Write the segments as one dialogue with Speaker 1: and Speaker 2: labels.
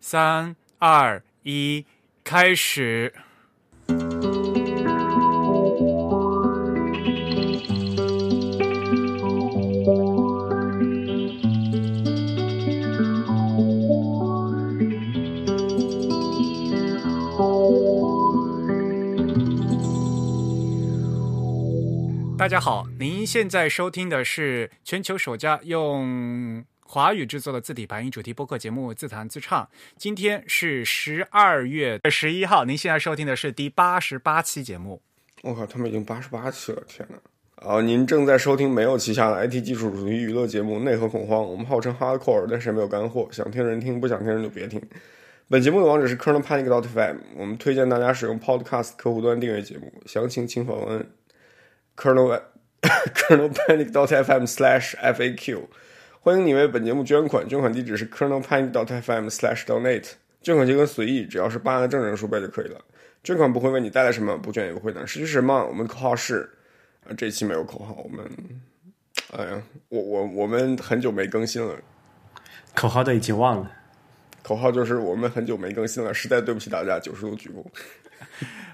Speaker 1: 三二一，开始。大家好，您现在收听的是全球首家用华语制作的字体排音主题播客节目《自弹自唱》。今天是十二月十一号，您现在收听的是第八十八期节目。
Speaker 2: 我靠，他们已经八十八期了，天哪！啊，您正在收听没有旗下的 IT 技术主题娱乐节目《内核恐慌》，我们号称 hardcore，但是没有干货，想听人听，不想听人就别听。本节目的网址是 kernelpanic.fm，我们推荐大家使用 Podcast 客户端订阅节目，详情请访问 kernel kernelpanic.fm/faq。欢迎你为本节目捐款，捐款地址是 kernelpanic.fm/donate，捐款金额随意，只要是八的正整数倍就可以了。捐款不会为你带来什么，不捐也不会难。失去什么？我们的口号是，呃，这期没有口号，我们，哎呀，我我我们很久没更新了，
Speaker 3: 口号都已经忘了。
Speaker 2: 口号就是我们很久没更新了，实在对不起大家，九十度鞠躬。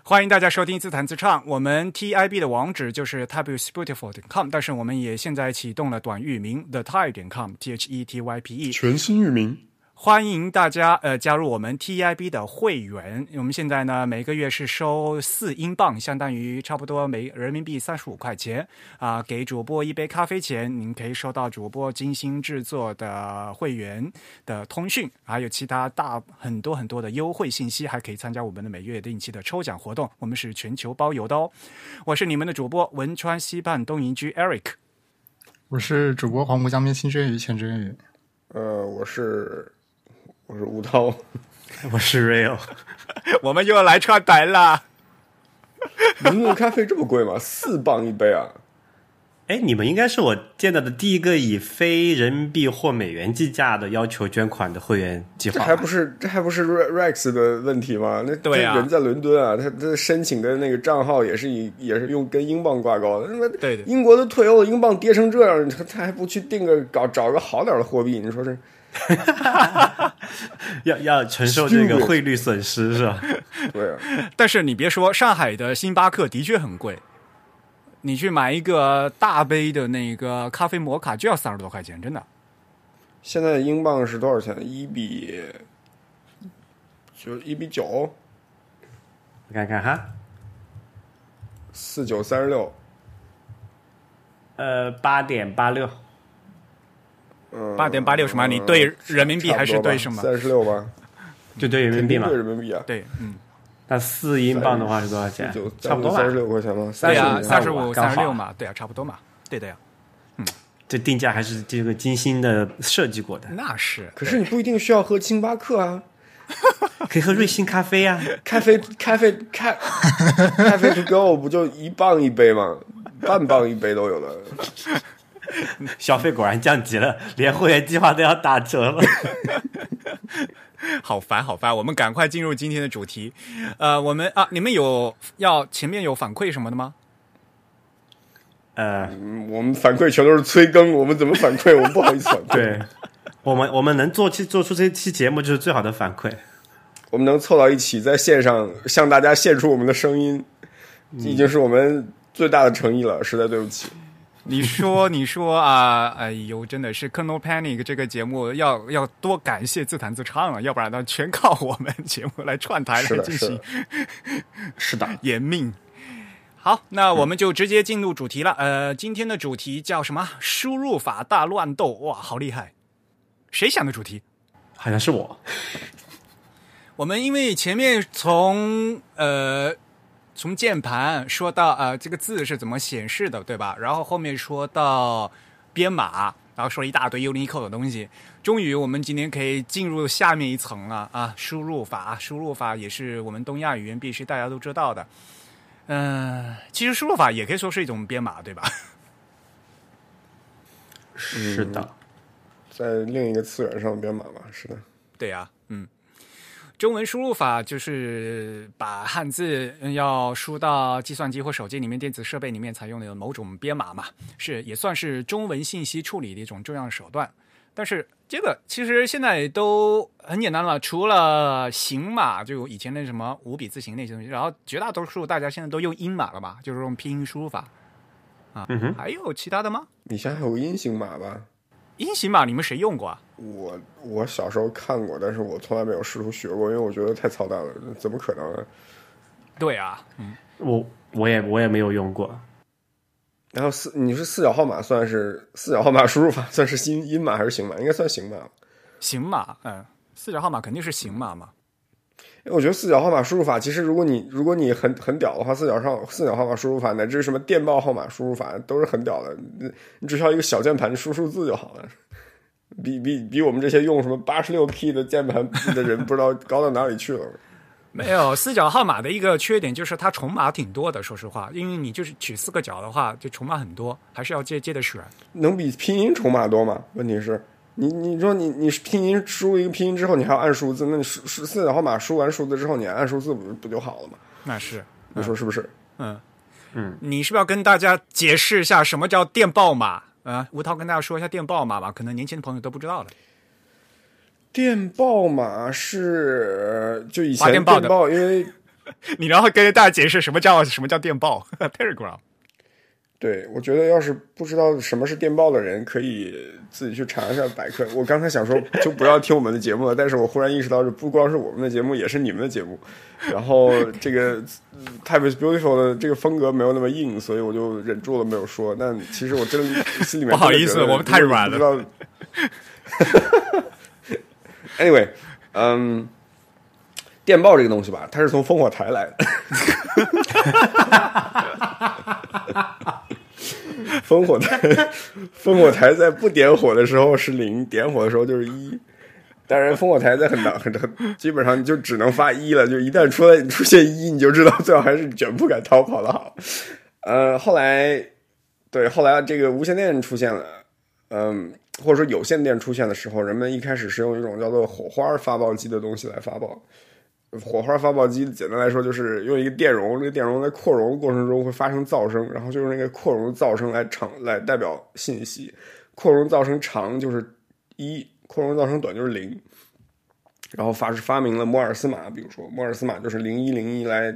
Speaker 1: 欢迎大家收听自弹自唱。我们 TIB 的网址就是 tabusbeautiful com，但是我们也现在启动了短域名 the tie 点 com t h e t y p e。
Speaker 2: 全新域名，
Speaker 1: 欢迎大家呃加入我们 TIB 的会员。我们现在呢每个月是收四英镑，相当于差不多每人民币三十五块钱啊、给主播一杯咖啡钱，您可以收到主播精心制作的会员的通讯，还有其他大很多很多的优惠信息，还可以参加我们的每月定期的抽奖活动。我们是全球包邮的哦。我是你们的主播文川西畔东营居 Eric。
Speaker 4: 我是主播黄浦江边新之源于钱之源于，
Speaker 2: 呃，我是我是吴涛，
Speaker 3: 我是 Real，
Speaker 1: 我们又要来串台啦！
Speaker 2: 您的咖啡这么贵吗？四磅一杯啊！
Speaker 3: 哎，你们应该是我见到的第一个以非人民币或美元计价的要求捐款的会员计
Speaker 2: 这
Speaker 3: 划
Speaker 2: 还。不是这还不是 Re- Rex 的问题吗？那
Speaker 1: 对啊
Speaker 2: 这人在伦敦啊，他他申请的那个账号也是以也是用跟英镑挂钩的。那么
Speaker 1: 对的
Speaker 2: 英国都退欧了，英镑跌成这样，他他还不去定个搞找个好点的货币？你说是？
Speaker 3: 要要承受这个汇率损失是 吧？
Speaker 2: 对啊，
Speaker 1: 但是你别说，上海的星巴克的确很贵，你去买一个大杯的那个咖啡摩卡就要三十多块钱，真的。
Speaker 2: 现在英镑是多少钱？一比就一比九，
Speaker 3: 我看看哈，
Speaker 2: 四九三十六，
Speaker 3: 呃，八点八六，
Speaker 2: 嗯，
Speaker 1: 八点八六什么？你对人民
Speaker 2: 呃
Speaker 1: 币还是对什么？
Speaker 2: 三十六吧，
Speaker 3: 就对人民
Speaker 2: 肯
Speaker 3: 币
Speaker 2: 定
Speaker 3: 嘛
Speaker 2: 对。人民币啊。
Speaker 1: 对，嗯，
Speaker 3: 那四英镑的话是多少钱
Speaker 2: 九？
Speaker 3: 差不多吧
Speaker 2: 三十。六块钱吗？
Speaker 1: 对呀、
Speaker 2: 35
Speaker 1: 三十
Speaker 3: 35
Speaker 1: 五、
Speaker 3: 刚
Speaker 1: 三
Speaker 3: 好
Speaker 1: 十六嘛，对呀、啊差不多嘛，对的呀，
Speaker 3: 这定价还是这个精心的设计过的，
Speaker 1: 那是。
Speaker 2: 可是你不一定需要喝星巴克啊。
Speaker 3: 可以喝瑞幸咖啡啊。
Speaker 2: 咖啡咖啡咖咖啡 to go 不就一磅一杯吗？半磅一杯都有了。
Speaker 3: 消费果然降级了，连会员计划都要打折了。
Speaker 1: 好烦，好烦！我们赶快进入今天的主题。呃，我们啊，你们有要前面有反馈什么的吗？
Speaker 3: 呃，
Speaker 2: 嗯我们反馈全都是催更，我们怎么反馈？我们不好意思反馈。
Speaker 3: 对，我们我们能做期做出这期节目就是最好的反馈。
Speaker 2: 我们能凑到一起，在线上向大家献出我们的声音，已经是我们最大的诚意了。实在对不起，
Speaker 1: 你说，你说啊，哎呦，真的是《Colonel Panic》这个节目要要多感谢自弹自唱啊了，要不然呢，全靠我们 节目来串台
Speaker 2: 是
Speaker 1: 来
Speaker 2: 的
Speaker 1: 进
Speaker 2: 是的
Speaker 1: 行
Speaker 2: 是的，嗯
Speaker 1: 延命。好，那我们就直接进入主题了。呃，今天的主题叫什么？输入法大乱斗，哇，好厉害！谁想的主题？
Speaker 3: 好像是我，
Speaker 1: 我们因为前面从呃从键盘说到呃这个字是怎么显示的，对吧？然后后面说到呃编码，然后说了一大堆 Unicode 的东西。终于，我们今天可以进入下面一层了啊！输入法，输入法也是我们东亚语言必须大家都知道的。嗯、其实输入法也可以说是一种编码，对吧？
Speaker 3: 是的，
Speaker 2: 在另一个次元上编码吧。是的，
Speaker 1: 对呀、嗯，中文输入法就是把汉字嗯要输到计算机或手机里面电子设备里面采用的某种编码嘛，是也算是中文信息处理的一种重要手段。但是这个其实现在都很简单了，除了行码，就以前那什么五笔字形那些东西，然后绝大多数大家现在都用英码了吧，就是用拼音输入法啊。
Speaker 3: 嗯哼
Speaker 1: 还有其他的吗？
Speaker 2: 你现在还有阴形码吧？
Speaker 1: 音形码你们谁用过啊？
Speaker 2: 我我小时候看过，但是我从来没有试图学过，因为我觉得太操蛋了，怎么可能啊？
Speaker 1: 对啊，
Speaker 3: 我我也我也没有用过，
Speaker 2: 然后四，你是四角号码算是四角号码输入法算是阴阴码还是形码？应该算形码吧。
Speaker 1: 行码，嗯，四角号码肯定是行码嘛。
Speaker 2: 因为我觉得四角号码输入法，其实如果你如果你很很屌的话，四角上四角号码输入法乃至什么电报号码输入法都是很屌的。你你只需要一个小键盘输数字就好了，比比比我们这些用什么八十六 K 的键盘的人不知道高到哪里去了。
Speaker 1: 没有四角号码的一个缺点就是它重码挺多的，说实话，因为你就是取四个角的话，就重码很多，还是要接接着选。
Speaker 2: 能比拼音筹码多吗？问题是，你你说你你拼音输入一个拼音之后，你还要按数字，那你数数四角号码输完数字之后，你还按数字不不就好了吗？
Speaker 1: 那是，
Speaker 2: 你说是
Speaker 1: 嗯
Speaker 2: 不是？
Speaker 1: 你是不是要跟大家解释一下什么叫电报码？啊，吴涛跟大家说一下电报码吧，可能年轻的朋友都不知道了。
Speaker 2: 电报码是就以
Speaker 1: 发
Speaker 2: 前
Speaker 1: 电报的
Speaker 2: 报，因为
Speaker 1: 你然后跟大家解释什么叫什么叫电报 （Telegram）。
Speaker 2: 对我觉得要是不知道什么是电报的人，可以自己去查一下百科。我刚才想说就不要听我们的节目了，但是我忽然意识到，这不光是我们的节目，也是你们的节目。然后这个嗯 Type is Beautiful 的这个风格没有那么硬，所以我就忍住了没有说。但其实我真的心里面
Speaker 1: 不好
Speaker 2: 真的
Speaker 1: 意思
Speaker 2: 觉得
Speaker 1: 我们太软了
Speaker 2: 如果你不知道 Anyway，嗯，电报这个东西吧，它是从烽火台来的。 烽火台，烽火台在不点火的时候是零，点火的时候就是一。当然，烽火台在很难很很，基本上你就只能发一了。就一旦出来出现一，你就知道最好还是卷铺盖逃跑的好。呃，后来对，后来这个无线电出现了，嗯，或者说有线电出现的时候，人们一开始是用一种叫做火花发报机的东西来发报。火花发报机简单来说就是用一个电容，这个电容在扩容过程中会发生噪声，然后就用那个扩容噪声来长来代表信息。扩容噪声长就是一，扩容噪声短就是零。然后发是发明了摩尔斯码，比如说摩尔斯码就是零一零一来，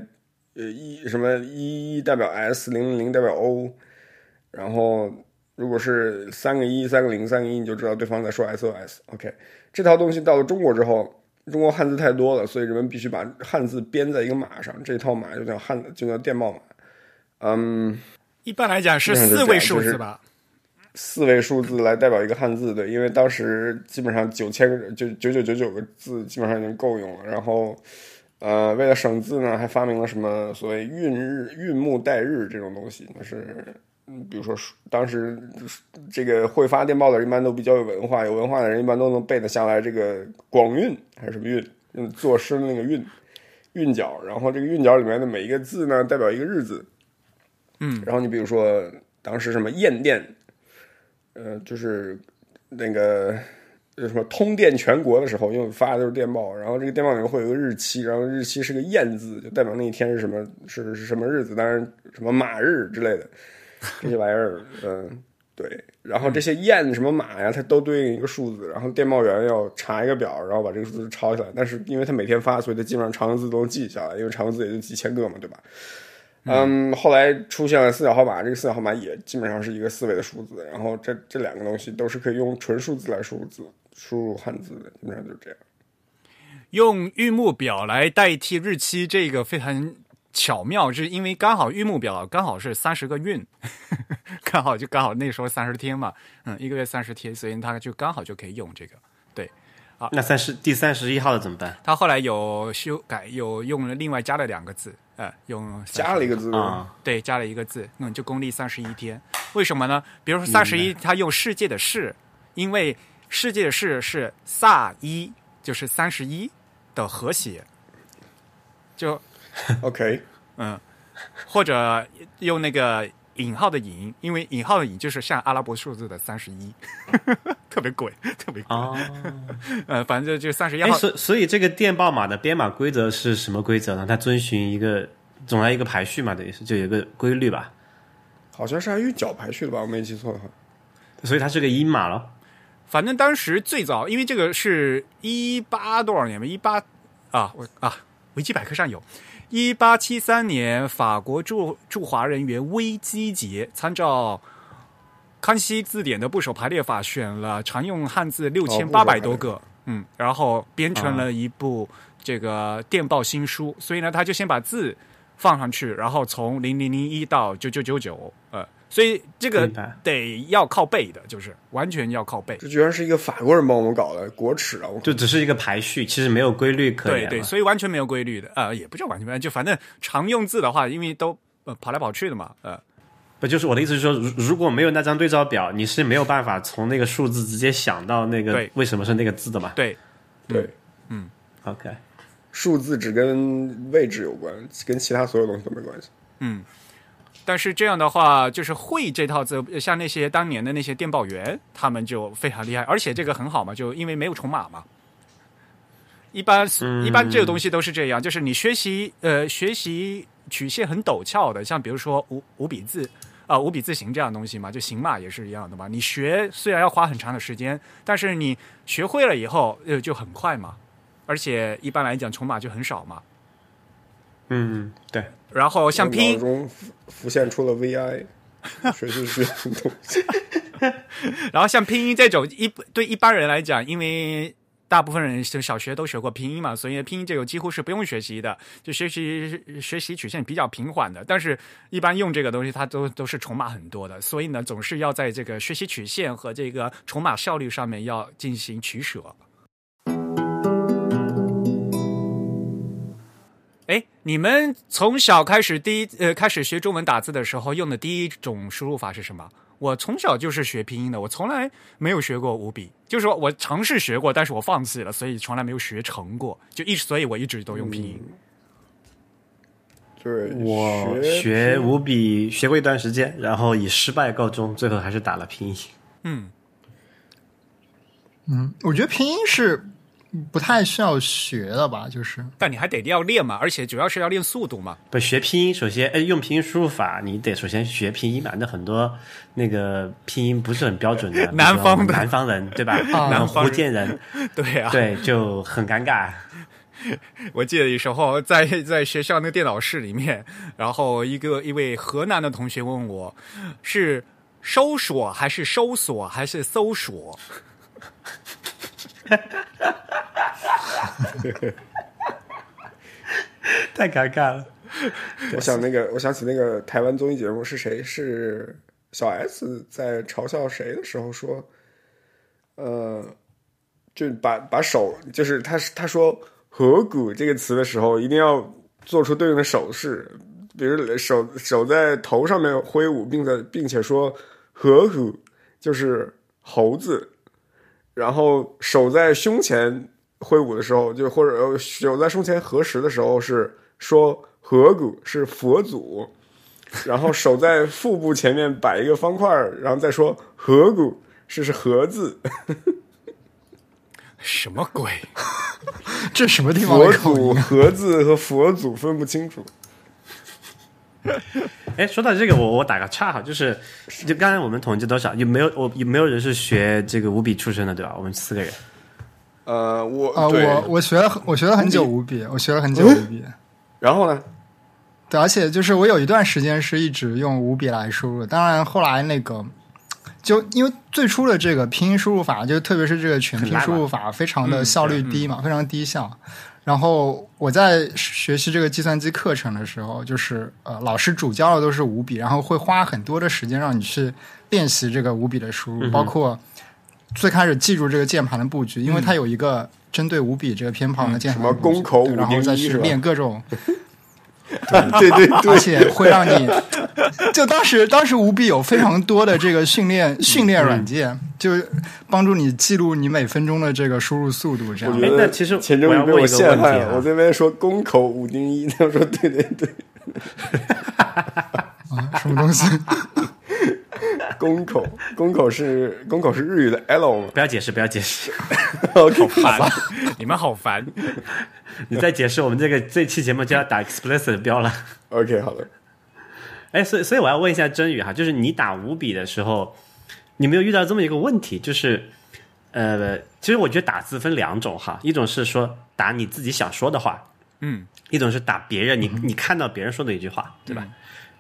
Speaker 2: 呃一什么一一代表 S，零零零代表 O，然后如果是三个一、三个零、三个一，你就知道对方在说 SOS。OK，这套东西到了中国之后，中国汉字太多了，所以人们必须把汉字编在一个码上，这套码就叫汉，就叫电报码。嗯，
Speaker 1: 一般来讲是四位数字吧？
Speaker 2: 四位数字来代表一个汉字，对，因为当时基本上九千个就九九九九个字基本上已经够用了。然后，呃，为了省字呢，还发明了什么所谓韵日、韵木代日这种东西，就是嗯比如说书当时这个会发电报的人一般都比较有文化，有文化的人一般都能背得下来这个广韵还是什么韵，嗯，作诗的那个韵，韵脚。然后这个韵脚里面的每一个字呢，代表一个日字。
Speaker 1: 嗯，
Speaker 2: 然后你比如说当时什么雁电，呃，就是那个就是什么通电全国的时候，因为发的都是电报，然后这个电报里面会有一个日期，然后日期是个雁字，就代表那一天是什么是是什么日子，当然什么马日之类的这些玩意儿，嗯、对。然后这些雁什么马呀，它都对应一个数字，然后电报员要查一个表，然后把这个数字抄下来。但是因为他每天发，所以他基本上常用字都能记下来，因为常用字也就几千个嘛，对吧？嗯，后来出现了四角号码，这个四角号码也基本上是一个四维的数字，然后这这两个东西都是可以用纯数字来输入字输入汉字的，基本上就是这样。
Speaker 1: 用玉木表来代替日期，这个非常巧妙，是因为刚好玉木表刚好是三十个运， 刚好就刚好那时候三十天嘛，嗯，一个月三十天，所以它就刚好就可以用这个。啊
Speaker 3: 那三十第三十一号的怎么办？
Speaker 1: 它后来有修改，有用了另外加了两个字，呃，用
Speaker 2: 加了一
Speaker 1: 个
Speaker 2: 个字，
Speaker 3: 啊、
Speaker 1: 对，加了一个字，嗯，就公历三十一天。为什么呢？比如说三十一，它用世界的世，因为世界的世是萨一，就是三十一的和谐，就
Speaker 2: OK，
Speaker 1: 或者用那个引号的引，因为引号的引就是像阿拉伯数字的三十一， 特别鬼，特别鬼，
Speaker 3: 哦，
Speaker 1: 呃，反正就三十一
Speaker 3: 哎，
Speaker 1: 号。
Speaker 3: 所所以这个电报码的编码规则是什么规则呢？它遵循一个总要一个排序嘛，等于是就有一个规律吧。
Speaker 2: 好像是按韵脚排序的吧，我没记错的话。
Speaker 3: 所以它是个音码咯。
Speaker 1: 反正当时最早，因为这个是一八多少年吧，一八啊，我啊，维基百科上有，一八七三年法国驻驻华人员危机节，参照康熙字典的部首排列法，选了常用汉字
Speaker 3: 哦
Speaker 1: 六千八百多个，嗯，然后编成
Speaker 3: 啊
Speaker 1: 了一部这个电报新书，所以呢，他就先把字放上去，然后从零零零一到九九九九，呃，所以这个
Speaker 3: 明白
Speaker 1: 得要靠背的，就是完全要靠背。
Speaker 2: 这居然是一个法国人帮我们搞的国耻啊！我靠
Speaker 3: 就只是一个排序，其实没有规律可言
Speaker 1: 对
Speaker 3: 了。
Speaker 1: 对，所以完全没有规律的，呃，也不叫完全没有，就反正常用字的话，因为都呃跑来跑去的嘛，呃，
Speaker 3: 不就是我的意思是说，如如果没有那张对照表，你是没有办法从那个数字直接想到那个
Speaker 1: 对
Speaker 3: 为什么是那个字的嘛？
Speaker 1: 对，
Speaker 2: 对，
Speaker 3: ，OK，
Speaker 2: 数字只跟位置有关，跟其他所有东西都没关系。
Speaker 1: 但是这样的话，就是会这套字，呃像那些当年的那些电报员，他们就非常厉害，而且这个很好嘛，就因为没有重码嘛。一般一般这个东西都是这样，就是你学习呃学习曲线很陡峭的，像比如说五五笔字啊、五笔字形这样的东西嘛，就形码也是一样的嘛。你学虽然要花很长的时间，但是你学会了以后呃就很快嘛，而且一般来讲重码就很少嘛。
Speaker 3: 嗯，对，
Speaker 1: 然后像拼
Speaker 2: 我脑
Speaker 1: 音
Speaker 2: 中浮浮现出了 VI，学习学习东西。
Speaker 1: 然后像拼音这种一对一般人来讲，因为大部分人就小学都学过拼音嘛，所以拼音这个几乎是不用学习的，就学习学习曲线比较平缓的。但是，一般用这个东西，它都都是重码很多的，所以呢，总是要在这个学习曲线和这个重码效率上面要进行取舍。哎，你们从小开始第一呃开始学中文打字的时候用的第一种输入法是什么？我从小就是学拼音的，我从来没有学过五笔，就是说我尝试学过，但是我放弃了，所以从来没有学成过，就一所以我一直都用拼音。
Speaker 2: 对，
Speaker 3: 我
Speaker 2: 学
Speaker 3: 学五笔学过一段时间，然后以失败告终，最后还是打了拼音。
Speaker 1: 嗯，
Speaker 4: 嗯，我觉得拼音是不太需要学的吧，就是
Speaker 1: 但你还得要练嘛，而且主要是要练速度嘛。
Speaker 3: 不学拼音，首先，哎，用拼音输入法，你得首先学拼音嘛。那很多那个拼音不是很标准的，比如说
Speaker 1: 南方的
Speaker 3: 南方人对吧？
Speaker 1: 方
Speaker 3: 南福
Speaker 1: 人
Speaker 3: 建人，
Speaker 1: 对啊，
Speaker 3: 对，就很尴尬。
Speaker 1: 我记得有时候在在学校那个电脑室里面，然后一个一位河南的同学问我，是搜索还是搜索还是搜索？
Speaker 3: 太尴尬了。
Speaker 2: 我想那个，我想起那个台湾综艺节目是谁？是小 S 在嘲笑谁的时候说，呃，就把把手，就是他他说“合谷”这个词的时候，一定要做出对应的手势，比如手手在头上面挥舞，并在并且说“合谷”就是猴子，然后手在胸前挥舞的时候，就或者呃手在胸前合十的时候是说合谷是佛祖，然后手在腹部前面摆一个方块儿，然后再说合谷是是合 字，
Speaker 1: 什么鬼？
Speaker 4: 这什么地方
Speaker 2: 佛
Speaker 4: 的口
Speaker 2: 祖
Speaker 4: 音？
Speaker 2: 合字和佛祖分不清楚。
Speaker 3: 哎，说到这个，我我打个岔哈，就是就刚才我们统计多少，有没有我有没有人是学这个五笔出身的，对吧？我们四个人，
Speaker 2: 呃，我
Speaker 4: 啊，
Speaker 2: 对
Speaker 4: 我我学了很我学了很久五笔，我学了很久五笔。
Speaker 2: 然后呢？
Speaker 4: 对，而且就是我有一段时间是一直用五笔来输入的，当然后来那个就因为最初的这个拼音输入法，就特别是这个全拼输入法，非常
Speaker 2: 嗯
Speaker 4: 的效率低嘛，非常低效。然后我在学习这个计算机课程的时候，就是呃，老师主教的都是五笔，然后会花很多的时间让你去练习这个五笔的输
Speaker 2: 嗯
Speaker 4: 入，包括最开始记住这个键盘的布局，因为它有一个针对五笔这个偏旁的键盘
Speaker 2: 嗯
Speaker 4: 的
Speaker 2: 什么
Speaker 4: 布局
Speaker 2: 宫口
Speaker 4: 对
Speaker 2: 五
Speaker 4: 然后
Speaker 2: 零
Speaker 4: 再
Speaker 2: 一
Speaker 4: 去
Speaker 2: 是吧
Speaker 4: 练各种
Speaker 2: 对对
Speaker 4: 而
Speaker 2: 对，
Speaker 4: 且会让 你，就当时当时无比有非常多的这个训
Speaker 2: 嗯
Speaker 4: 练训练软件，就是帮助你记录你每分钟的这个输入速度，这
Speaker 2: 我
Speaker 4: 样
Speaker 2: 觉
Speaker 3: 哎那
Speaker 2: 得
Speaker 3: 其实
Speaker 2: 钱
Speaker 3: 我
Speaker 2: 钟
Speaker 3: 要
Speaker 2: 被我
Speaker 3: 问一个
Speaker 2: 陷
Speaker 3: 问
Speaker 2: 害
Speaker 3: 题
Speaker 2: 了。
Speaker 3: 啊
Speaker 2: 我这边说宫口五丁一，他说对对对，
Speaker 4: 啊，什么东西？
Speaker 2: 宫口宫口是宫口是日语的 L 嘛
Speaker 3: 不要解释，不要解释，
Speaker 2: ？OK，
Speaker 1: 烦， 你们好烦。
Speaker 3: 你再解释，我们这个这期节目就要打 explicit 的标了。
Speaker 2: OK，好的。
Speaker 3: 哎，所以所以我要问一下真宇哈，就是你打五笔的时候，你没有遇到这么一个问题，就是呃，其实我觉得打字分两种哈，一种是说打你自己想说的话，
Speaker 1: 嗯，
Speaker 3: 一种是打别人你你看到别人说的一句话，对吧？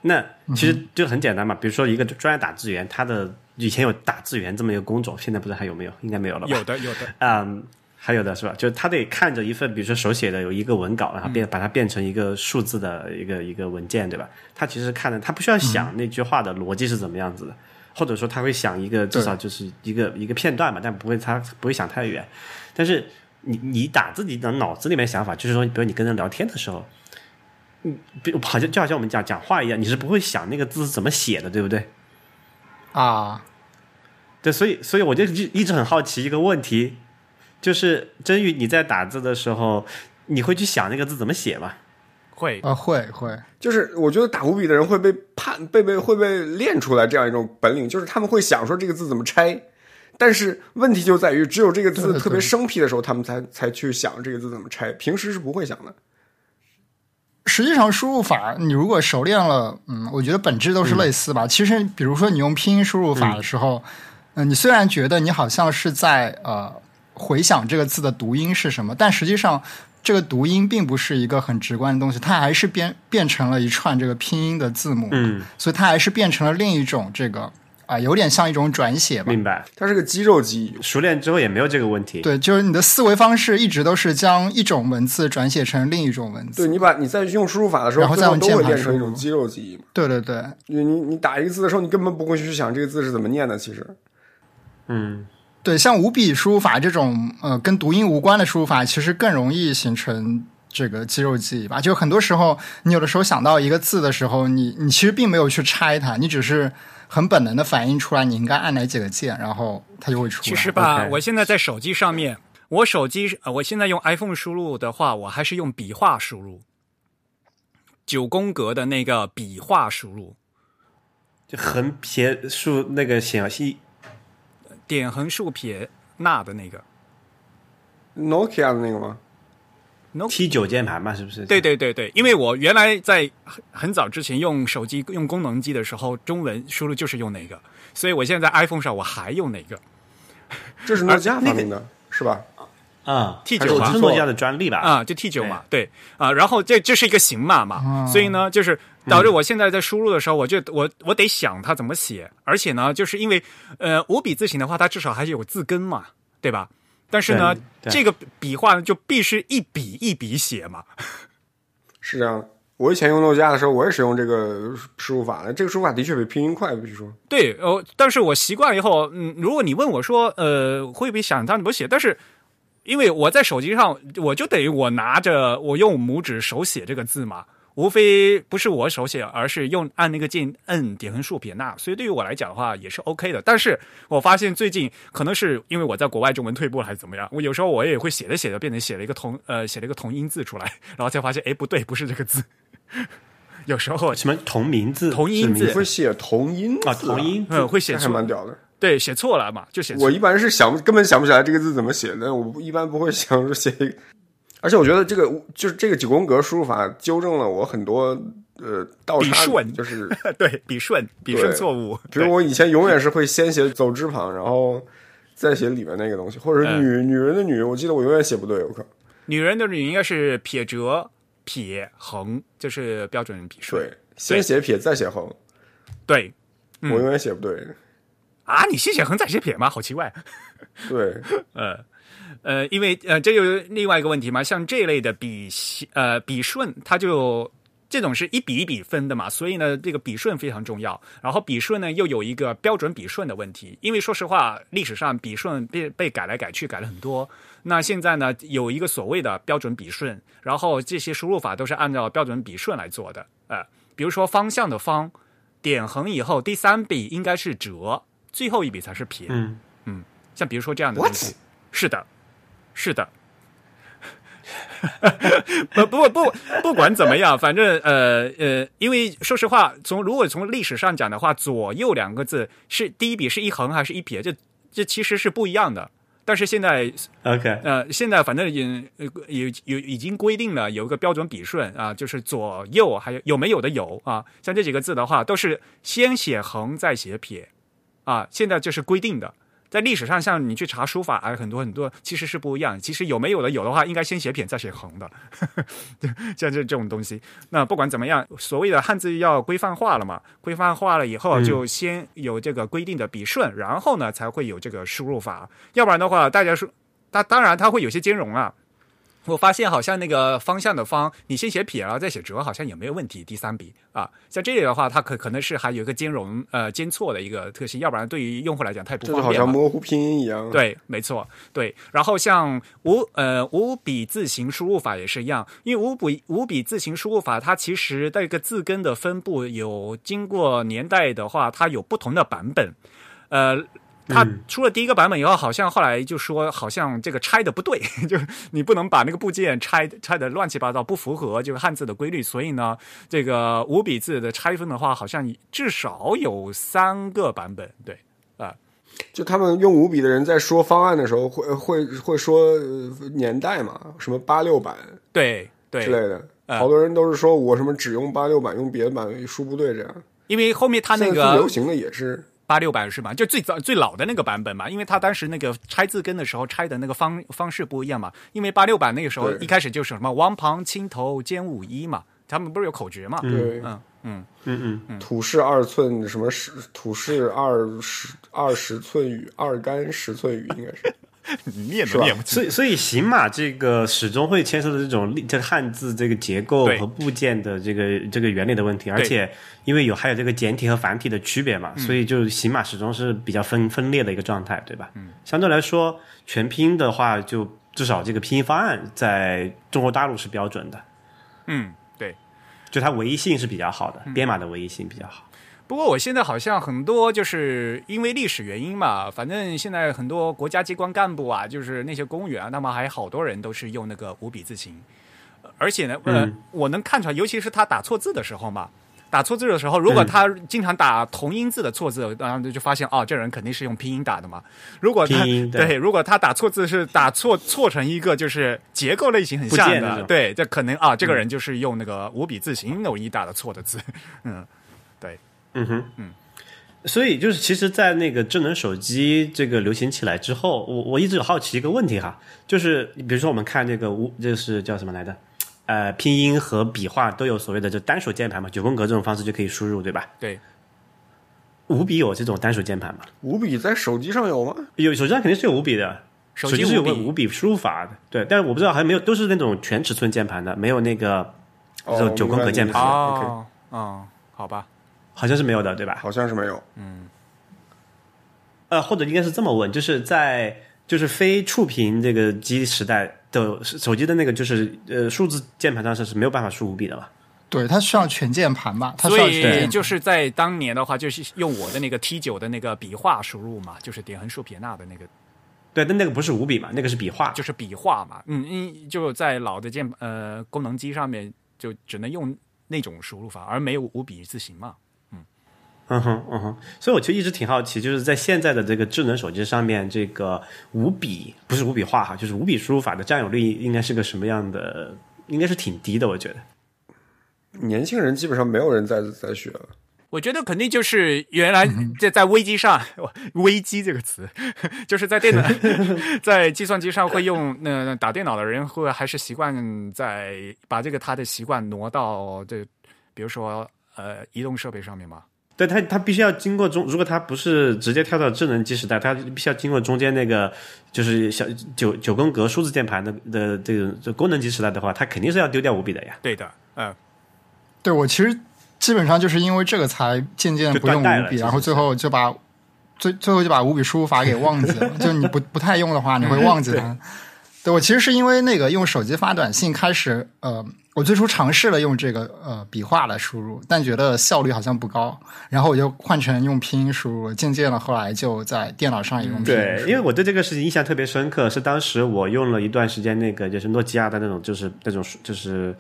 Speaker 3: 那其
Speaker 1: 嗯
Speaker 3: 实就很简单嘛，比如说一个专业打字员，他的以前有打字员这么一个工种，现在不知道还有没有，应该没有了吧？
Speaker 1: 有的有的，
Speaker 3: 嗯，还有的是吧？就是他得看着一份，比如说手写的有一个文稿，然后变把它变成一个数字的一个一个文件，对吧？他其实看的，他不需要想那句话的逻辑是怎么样子的，或者说他会想一个至少就是一个一个片段嘛，但不会他不会想太远。但是你你打自己的脑子里面想法，就是说，比如你跟人聊天的时候，嗯，比好像就好像我们讲讲话一样，你是不会想那个字是怎么写的，对不对？
Speaker 4: 啊，
Speaker 3: 对，所以所以我就一一直很好奇一个问题，就是真宇你在打字的时候，你会去想那个字怎么写吗？
Speaker 1: 会
Speaker 4: 呃，会会，
Speaker 2: 就是我觉得打五笔的人会被判被被会被练出来这样一种本领，就是他们会想说这个字怎么拆，但是问题就在于只有这个
Speaker 4: 对
Speaker 2: 字
Speaker 4: 对
Speaker 2: 特别生僻的时候，他们才 才去想这个字怎么拆，平时是不会想的。
Speaker 4: 实际上，输入法你如果熟练了，嗯，我觉得本质都是类似吧。其实，比如说你用拼音输入法的时候，嗯、你虽然觉得你好像是在呃回想这个字的读音是什么，但实际上这个读音并不是一个很直观的东西，它还是变变成了一串这个拼音的字母，
Speaker 3: 嗯，
Speaker 4: 所以它还是变成了另一种这个啊、有点像一种转写吧。
Speaker 3: 明白。
Speaker 2: 它是个肌肉记忆，
Speaker 3: 熟练之后也没有这个问题。
Speaker 4: 对，就是你的思维方式一直都是将一种文字转写成另一种文字。
Speaker 2: 对你把你再去用输入法的时候，
Speaker 4: 然后
Speaker 2: 最
Speaker 4: 再
Speaker 2: 后
Speaker 4: 用
Speaker 2: 都
Speaker 4: 键
Speaker 2: 会
Speaker 4: 盘
Speaker 2: 变成一
Speaker 4: 输入
Speaker 2: 种肌肉记忆嘛。
Speaker 4: 对对对，
Speaker 2: 你你你打一个字的时候，你根本不会去想这个字是怎么念的，其实。
Speaker 3: 嗯，
Speaker 4: 对，像五笔输入法这种呃跟读音无关的输入法，其实更容易形成这个肌肉记忆吧。就很多时候，你有的时候想到一个字的时候，你你其实并没有去拆它，你只是很本能的反应出来你应该按哪几个键，然后它就会出来。
Speaker 1: 其实吧
Speaker 3: OK
Speaker 1: 我现在在手机上面，我手机呃，我现在用 iPhone 输入的话，我还是用笔画输入，九宫格的那个笔画输入，
Speaker 3: 就横撇竖那个显示
Speaker 1: 点横竖撇捺的那个。
Speaker 2: Nokia 的那个吗？
Speaker 3: T 九键盘嘛，是不是？
Speaker 1: 对，对对对，因为我原来在很很早之前用手机用功能机的时候，中文输入就是用哪个，所以我现在在 iPhone 上我还用哪个
Speaker 2: 这是诺基亚发明的，是吧？
Speaker 3: 啊、
Speaker 1: T
Speaker 3: 还是
Speaker 1: 九
Speaker 3: 我
Speaker 1: 嘛
Speaker 3: 是诺基亚的专利吧？
Speaker 1: 啊，就 T 九嘛，对啊，然后这这是一个形码嘛，所以呢，就是导
Speaker 3: 嗯
Speaker 1: 致我现在在输入的时候，我就我我得想它怎么写，而且呢，就是因为呃五笔字形的话，它至少还是有字根嘛，对吧？但是呢
Speaker 3: 对，对
Speaker 1: 这个笔画呢就必须一笔一笔写嘛，
Speaker 2: 是这样的。我以前用诺基亚的时候，我也是用这个输入法的。这个输入法的确比拼音快，必须说。
Speaker 1: 对，呃，但是我习惯以后，嗯，如果你问我说，呃，会不会想它怎么写？但是因为我在手机上，我就等于我拿着我用拇指手写这个字嘛，无非不是我手写，而是用按那个键摁点横竖撇捺，所以对于我来讲的话也是 OK 的。但是我发现最近可能是因为我在国外中文退步了还是怎么样，我有时候我也会写着写着变成写了一个同呃写了一个同音字出来，然后才发现哎不对，不是这个字。 有时候
Speaker 3: 什么同名字？
Speaker 1: 同音字
Speaker 3: 是名
Speaker 2: 你会写同音字
Speaker 3: 啊，同音字。
Speaker 1: 嗯会
Speaker 2: 这
Speaker 1: 写
Speaker 2: 还
Speaker 1: 错
Speaker 2: 蛮，屌的。
Speaker 1: 对写错了嘛，就写错
Speaker 2: 我一般是想不根本想不起来这个字怎么写的，我不一般不会 想说写一个。而且我觉得这个就是这个九宫格输入法纠正了我很多呃倒
Speaker 1: 笔
Speaker 2: 插
Speaker 1: 顺，
Speaker 2: 就是
Speaker 1: 对，笔顺，笔顺错误。
Speaker 2: 比如
Speaker 1: 对
Speaker 2: 我以前永远是会先写走之旁，然后再写里面那个东西，或者是女、女人的女，我记得我永远写不对，我靠，
Speaker 1: 女人的女应该是撇折、撇横，这是标准笔顺。
Speaker 2: 对，先写撇再写横，
Speaker 1: 对
Speaker 2: 我永远写不对，
Speaker 1: 啊，你先写横再写撇吗？好奇怪。
Speaker 2: 对，
Speaker 1: 呃，因为呃，这有另外一个问题嘛，像这类的笔形呃笔顺，它就这种是一笔一笔分的嘛，所以呢，这个笔顺非常重要。然后笔顺呢又有一个标准笔顺的问题，因为说实话，历史上笔顺被被改来改去，改了很多。那现在呢，有一个所谓的标准笔顺，然后这些输入法都是按照标准笔顺来做的。呃，比如说方向的方，点横以后第三笔应该是折，最后一笔才是撇。
Speaker 3: 嗯
Speaker 1: 像比如说这样的
Speaker 2: What？
Speaker 1: 东西。是的，是的。 不不不，不管怎么样，反正呃呃，因为说实话，从如果从历史上讲的话，左右两个字是第一笔是一横还是一撇，这这其实是不一样的。但是现在
Speaker 3: ，OK，
Speaker 1: 呃，现在反正也呃有有已经规定了有一个标准笔顺啊，就是左右还有有没有的有啊，像这几个字的话，都是先写横再写撇啊，现在这是规定的。在历史上，像你去查书法啊，很多很多其实是不一样。其实有没有的，有的话应该先写扁再写横的， 像这这种东西。那不管怎么样，所谓的汉字要规范化了嘛，规范化了以后，
Speaker 2: 嗯
Speaker 1: 就先有这个规定的笔顺，然后呢才会有这个输入法。要不然的话，大家说，它当然它会有些兼容啊。我发现好像那个方向的方，你先写撇，然后再写折，好像也没有问题。第三笔啊，像这里的话，它可可能是还有一个兼容呃兼错的一个特性，要不然对于用户来讲太不
Speaker 2: 这
Speaker 1: 方
Speaker 2: 就
Speaker 1: 便了。
Speaker 2: 好像模糊拼音一样。，
Speaker 1: 对，没错，对。然后像五呃五笔字形输入法也是一样，因为五笔五笔字形输入法，它其实这个字根的分布有经过年代的话，它有不同的版本，呃。它出了第一个版本以后，好像后来就说，好像这个拆的不对， 就是你不能把那个部件拆拆的乱七八糟，不符合这个汉字的规律。所以呢，这个五笔字的拆分的话，好像至少有三个版本，对。
Speaker 2: 就他们用五笔的人在说方案的时候会，会会说呃年代嘛，什么八六版
Speaker 1: 对对嗯
Speaker 2: 之，类的。好多人都是说我什么只用八六版，用别的版书不对这样。
Speaker 1: 因为后面他那
Speaker 2: 现在最流
Speaker 1: 个
Speaker 2: 行的也是
Speaker 1: 八六版是吧？就最早最老的那个版本嘛，因为他当时那个拆字根的时候拆的那个方方式不一样嘛。因为八六版那个时候
Speaker 2: 对
Speaker 1: 一开始就是什么王旁青头兼五一嘛，他们不是有口诀嘛？
Speaker 2: 对，
Speaker 1: 嗯嗯，
Speaker 3: 嗯嗯，
Speaker 2: 土式二寸什么十土式二十二十寸与二杆十寸与应该是
Speaker 1: 你念
Speaker 2: 是
Speaker 1: 都
Speaker 2: 吧
Speaker 1: 念不清。
Speaker 3: 所以所以刑码这个始终会牵涉到这种这个汉字这个结构
Speaker 1: 对
Speaker 3: 和部件的这个这个原理的问题，而
Speaker 1: 对嗯
Speaker 3: 且因为有还有这个简体和繁体的区别嘛，所以就刑码始终是比较分分裂的一个状态，对吧？嗯，相对来说全拼的话，就至少这个拼音方案在中国大陆是标准的，
Speaker 1: 嗯，对。
Speaker 3: 就它唯一性是比较好的，
Speaker 1: 嗯
Speaker 3: 编码的唯一性比较好。
Speaker 1: 不过我现在好像很多就是因为历史原因嘛，反正现在很多国家机关干部啊，就是那些公务员啊，他们还好多人都是用那个五笔字形，呃而且呢，呃，
Speaker 3: 嗯
Speaker 1: 我能看出来，尤其是他打错字的时候嘛。打错字的时候，如果
Speaker 3: 嗯
Speaker 1: 他经常打同音字的错字，然后就发现哦，这人肯定是用拼音打的嘛。如果他
Speaker 3: 拼音对
Speaker 1: 对，如果他打错字是打错错成一个就是结构类型很
Speaker 3: 不见
Speaker 1: 像
Speaker 3: 的那
Speaker 1: 的，
Speaker 3: 种嗯
Speaker 1: 对，这可能啊，这个人就是用那个五笔字形偶一打的错的字， 嗯，对。
Speaker 3: 嗯哼，嗯。所以就是，其实，在那个智能手机这个流行起来之后，我我一直有好奇一个问题哈，就是比如说我们看这个无，这是叫什么来着？呃，拼音和笔画都有所谓的就单手键盘嘛，九宫格这种方式就可以输入，对吧？
Speaker 1: 对，
Speaker 3: 五笔有这种单手键盘吗？
Speaker 2: 五笔在手机上有吗？
Speaker 3: 有手机上肯定是有五笔的，
Speaker 1: 手
Speaker 3: 手
Speaker 1: 机
Speaker 3: 是有
Speaker 1: 五笔
Speaker 3: 个五笔输入法的，对。但是我不知道还没有，都是那种全尺寸键盘的，没有那个
Speaker 2: 哦
Speaker 3: 这种九宫格键
Speaker 2: 明白你的意
Speaker 3: 盘，
Speaker 2: 思
Speaker 1: 哦，嗯，好吧，
Speaker 3: 好像是没有的，对吧？
Speaker 2: 好像是没有。
Speaker 3: 呃，或者应该是这么问，就是在就是非触屏这个机时代的手机的那个就是呃数字键盘上是是没有办法输五笔的嘛？
Speaker 4: 对，它需要全键盘吧？它需
Speaker 1: 所
Speaker 4: 要全键
Speaker 1: 以
Speaker 4: 盘
Speaker 1: 就是在当年的话，就是用我的那个 T 九的那个笔画输入嘛，就是点横竖撇捺的那个，
Speaker 3: 对，但那个不是五笔嘛，那个是笔画。
Speaker 1: 就是笔画嘛，嗯嗯，就在老的键呃功能机上面就只能用那种输入法，而没有五笔字形嘛。
Speaker 3: 嗯哼嗯哼，所以我就一直挺好奇，就是在现在的这个智能手机上面，这个五笔不是五笔画哈，就是五笔输入法的占有率应该是个什么样的？应该是挺低的，我觉得。
Speaker 2: 年轻人基本上没有人在在学了。
Speaker 1: 我觉得肯定就是原来在在危机上，危机这个词， 就是在电脑 在计算机上会用，那、呃、打电脑的人会还是习惯在把这个他的习惯挪到这，比如说呃移动设备上面嘛。
Speaker 3: 对它，它必须要经过中，如果它不是直接跳到智能机时代，它必须要经过中间那个就是小九九宫格数字键盘的的这个这功能机时代的话，它肯定是要丢掉五笔的呀，
Speaker 1: 对的，嗯，
Speaker 4: 对我其实基本上就是因为这个才渐渐不用
Speaker 3: 就断代了
Speaker 4: 五
Speaker 3: 其
Speaker 4: 笔，
Speaker 3: 实
Speaker 4: 然后最后就把最最后就把五笔输入法给忘记 了。就你不不太用的话，你
Speaker 3: 嗯
Speaker 4: 会忘记它。对我其实是因为那个用手机发短信开始，呃，我最初尝试了用这个呃笔画来输入，但觉得效率好像不高，然后我就换成用拼音输入，渐渐的后来就在电脑上也用拼音
Speaker 3: 嗯 对，因为我对这个事情印象特别深刻，是当时我用了一段时间那个就是诺基亚的那种就是那种就是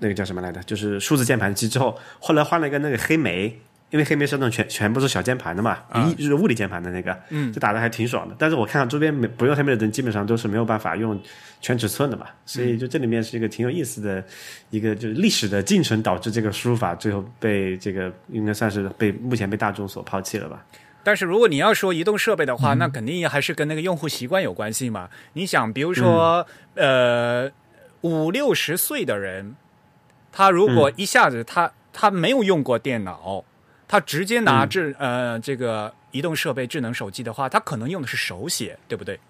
Speaker 3: 那个叫什么来着，就是数字键盘机之后，后来换了一个那个黑莓。因为黑莓是那种全全部是小键盘的嘛，一就是物理键盘的那个，啊嗯，就打的还挺爽的。但是我看到周边没不用黑莓的人，基本上都是没有办法用全尺寸的嘛，所以就这里面是一个挺有意思的一个就是历史的进程导致这个输入法最后被这个应该算是被目前被大众所抛弃了吧。
Speaker 1: 但是如果你要说移动设备的话，那肯定还是跟那个用户习惯有关系嘛。你想，比如说，呃，五六十岁的人，他如果一下子他、他没有用过电脑，他直接拿智、呃这个移动设备、智能手机的话，他可能用的是手写，对不对？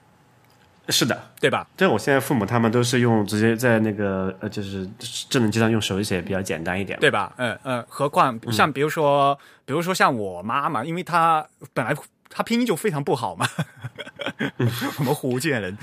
Speaker 3: 是的，
Speaker 1: 对吧？
Speaker 3: 对我现在父母他们都是用直接在那个呃，就是智能机上用手写比较简单一点。
Speaker 1: 对吧？嗯嗯，何况像比如说，比如说像我妈妈，因为她本来她拼音就非常不好嘛，我们福建人，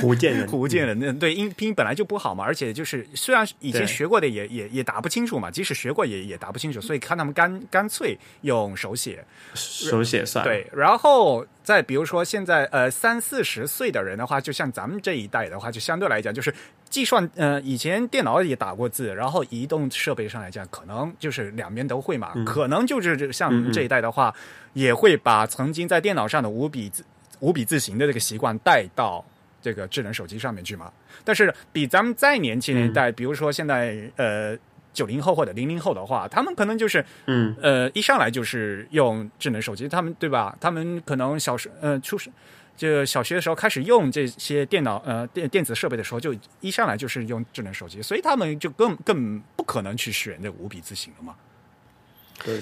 Speaker 3: 福 建人，
Speaker 1: 福建人，嗯对音拼音本来就不好嘛，而且就是虽然以前
Speaker 3: 对
Speaker 1: 学过的也也也打不清楚嘛，即使学过也也打不清楚，所以看他们干干脆用手写。
Speaker 3: 手写算，
Speaker 1: 对，然后再比如说现在呃三四十岁的人的话，就像咱们这一代的话，就相对来讲就是计算呃以前电脑也打过字，然后移动设备上来讲，可能就是两边都会嘛，可能就是这像这一代的话，也会把曾经在电脑上的五笔字五笔字形的这个习惯带到。这个智能手机上面去嘛，但是比咱们再年轻一代，比如说现在呃九零后或者零零后的话，他们可能就是
Speaker 3: 嗯，
Speaker 1: 呃，一上来就是用智能手机，他们对吧？他们可能小时呃出生就小学的时候开始用这些电脑呃电电子设备的时候，就一上来就是用智能手机，所以他们就更更不可能去选这个五笔字形了嘛。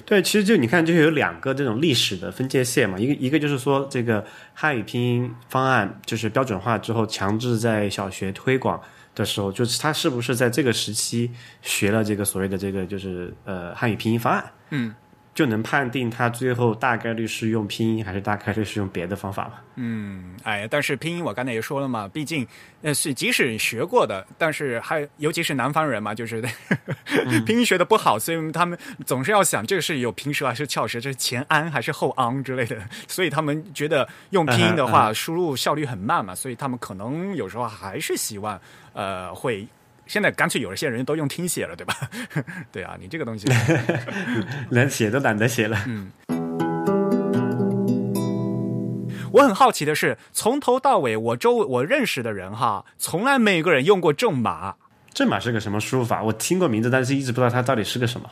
Speaker 3: 对，其实就你看，就有两个这种历史的分界线嘛，一个一个就是说这个汉语拼音方案就是标准化之后，强制在小学推广的时候，就是他是不是在这个时期学了这个所谓的这个就是呃汉语拼音方案，
Speaker 1: 嗯，
Speaker 3: 就能判定他最后大概率是用拼音还是大概率是用别的方法嘛？
Speaker 1: 嗯，哎，但是拼音我刚才也说了嘛，毕竟呃是即使学过的，但是还尤其是南方人嘛，就是 拼音学的不好，所以他们总是要想这个是有平舌还是翘舌，这是前安还是后昂之类的，所以他们觉得用拼音的话、输入效率很慢嘛，所以他们可能有时候还是希望呃会。现在干脆有一些人都用听写了，对吧？ 对啊，你这个东西，
Speaker 3: 连写都懒得写了。
Speaker 1: 我很好奇的是，从头到尾我周围我认识的人哈，从来没有一个人用过正码。
Speaker 3: 正码是个什么输入法？我听过名字，但是一直不知道它到底是个什么。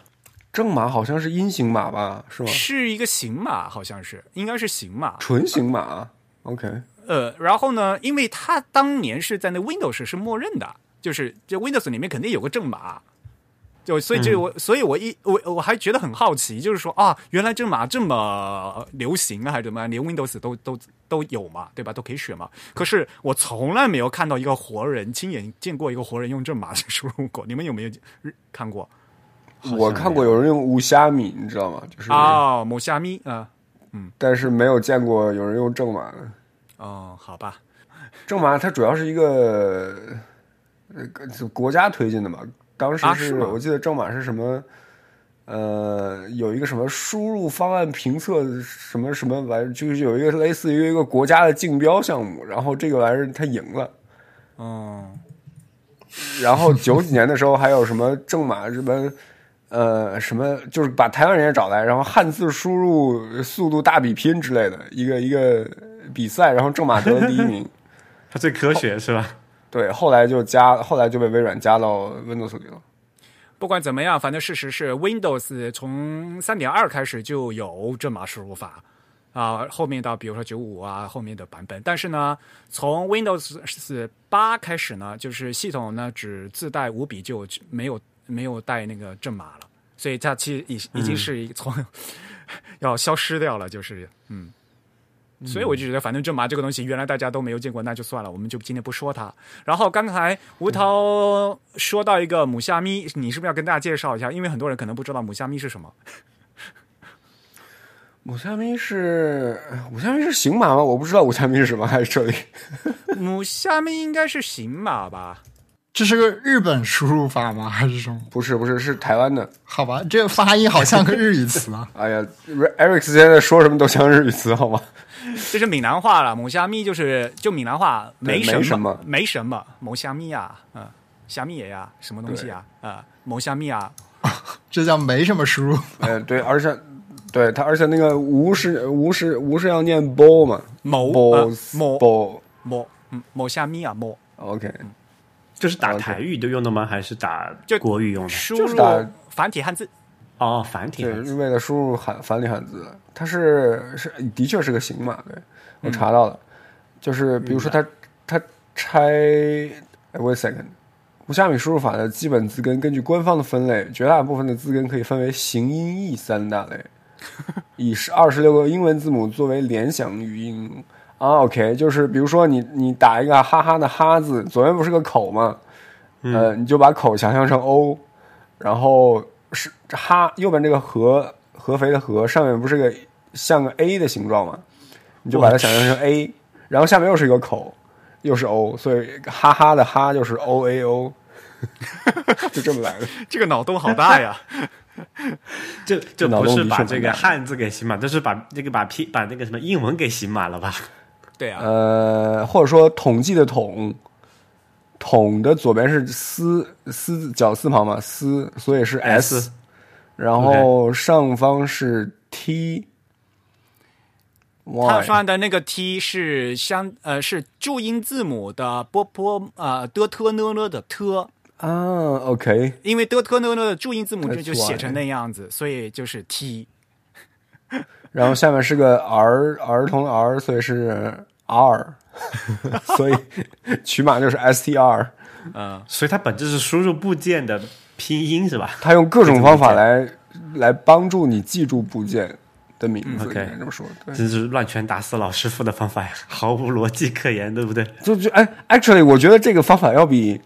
Speaker 2: 正码好像是阴形码吧，是吗？
Speaker 1: 是一个行码，好像是，应该是行码。
Speaker 2: 纯形码，OK，
Speaker 1: 呃，然后呢，因为它当年是在那 Windows 是默认的，就是这 Windows 里面肯定有个正码。就所以就我，所以我一我我还觉得很好奇，就是说啊，原来正码这么流行啊，还是怎么样？连 Windows 都都都有嘛，对吧？都可以选嘛。可是我从来没有看到一个活人，亲眼见过一个活人用正码去输入过。你们有没有看过？
Speaker 3: 像
Speaker 2: 我看过有人用无虾米，你知道吗？就是，
Speaker 1: 啊，某虾咪啊，
Speaker 2: 但是没有见过有人用正码的。
Speaker 1: 哦，好吧，
Speaker 2: 正码它主要是一个呃个国家推进的嘛，当时
Speaker 1: 啊
Speaker 2: 是,、
Speaker 1: 是吗
Speaker 2: 我记得正码是什么，呃，有一个什么输入方案评测什么什么玩意儿，就是有一个类似于一个国家的竞标项目，然后这个玩意儿它赢了。
Speaker 1: 嗯，
Speaker 2: 然后九几年的时候还有什么正码什么。呃，什么就是把台湾人也找来，然后汉字输入速度大比拼之类的一个一个比赛，然后正码得了第一名。
Speaker 3: 它最科学是吧？
Speaker 2: 对，后来就加，后来就被微软加到 Windows 里了。
Speaker 1: 不管怎么样，反正事实是 Windows 从三点二开始就有正码输入法啊、后面到比如说九五啊后面的版本，但是呢，从 Windows 八开始呢，就是系统呢只自带五笔就没有没有带那个正码了，所以它其实已已经是一个从、 要消失掉了，就是嗯。所以我就觉得，反正正码这个东西，原来大家都没有见过，那就算了，我们就今天不说它。然后刚才吴涛说到一个母虾咪，你是不是要跟大家介绍一下？因为很多人可能不知道母虾咪是什么。
Speaker 2: 五虾米是五虾米是行码吗？我不知道五虾米是什么，还是这里
Speaker 1: 母虾咪应该是行马吧？
Speaker 4: 这是个日本输入法吗？还是什么？
Speaker 2: 不是不是是台湾的。。
Speaker 4: 好吧，这个发音好像个日语词啊
Speaker 2: 哎呀，Eric 现在说什么都像日语词，好吗？
Speaker 1: 这是闽南话了，母虾咪就是就闽南话，
Speaker 2: 对
Speaker 1: 什
Speaker 2: 没什么
Speaker 1: 没什么，某虾咪啊，嗯，虾米爷呀，什么东西啊，啊，某虾咪啊，
Speaker 4: 这叫没什么输入，
Speaker 2: 哎，对，而且对他，而且那个吴是吴是吴是要念 bo 嘛
Speaker 1: 某呃
Speaker 2: ，bo
Speaker 1: 某
Speaker 2: bo。
Speaker 1: 某嗯某虾咪啊某，
Speaker 2: OK，
Speaker 3: 就是打台语都用的吗？还是打
Speaker 1: 就
Speaker 3: 国语用的？
Speaker 1: 输
Speaker 2: 就是
Speaker 1: 入
Speaker 2: 打
Speaker 1: 繁体汉字，
Speaker 3: 哦，繁体
Speaker 2: 对，
Speaker 3: 汉字
Speaker 2: 是为了输入汉繁体汉字，它是是的确是个刑码，对我查到了，就是比如说它它拆哎，wait a second，无虾米输入法的基本字根，根据官方的分类，绝大部分的字根可以分为形、音、义三大类，以是二十六个英文字母作为联想语音啊，OK，就是比如说你你打一个哈哈的哈字，左边不是个口吗？呃，你就把口想象成 O，然后是哈右边这个合合肥的合上面不是个像个 A 的形状吗？你就把它想象成 A，然后下面又是一个口，又是 O，所以哈哈的哈就是 O A O，就这么来的。
Speaker 1: 这个脑洞好大 呀！
Speaker 3: 这这
Speaker 2: 脑
Speaker 3: 不
Speaker 2: 洞
Speaker 3: 是
Speaker 2: 的
Speaker 3: 把
Speaker 2: 确
Speaker 3: 这
Speaker 2: 蛮
Speaker 3: 个
Speaker 2: 大的
Speaker 3: 汉字给洗码，这是把这个把拼把那个什么英文给洗码了吧？
Speaker 1: 对啊，
Speaker 2: 呃，或者说统计的统，统的左边是丝丝绞丝旁嘛，丝，所以是 S，,
Speaker 3: S
Speaker 2: 然后上方是 T。
Speaker 1: 他
Speaker 2: Y。
Speaker 1: 发的那个 T 是相呃是注音字母的波波呃的特呢呢的特，
Speaker 2: 啊，OK，
Speaker 1: 因为的特呢呢的注音字母这就
Speaker 2: That's why
Speaker 1: 写成那样子，所以就是 T。
Speaker 2: 然后下面是个儿儿童的 R，所以是 R，所以取码就是 STR。
Speaker 3: 所以它本质是输入部件的拼音是吧？
Speaker 2: 他用各种方法来来帮助你记住部件的名字，应
Speaker 3: OK
Speaker 2: 该这么说。对，
Speaker 3: 真是乱拳打死老师傅的方法呀，毫无逻辑可言，对不对？
Speaker 2: 就就哎，actually，我觉得这个方法要比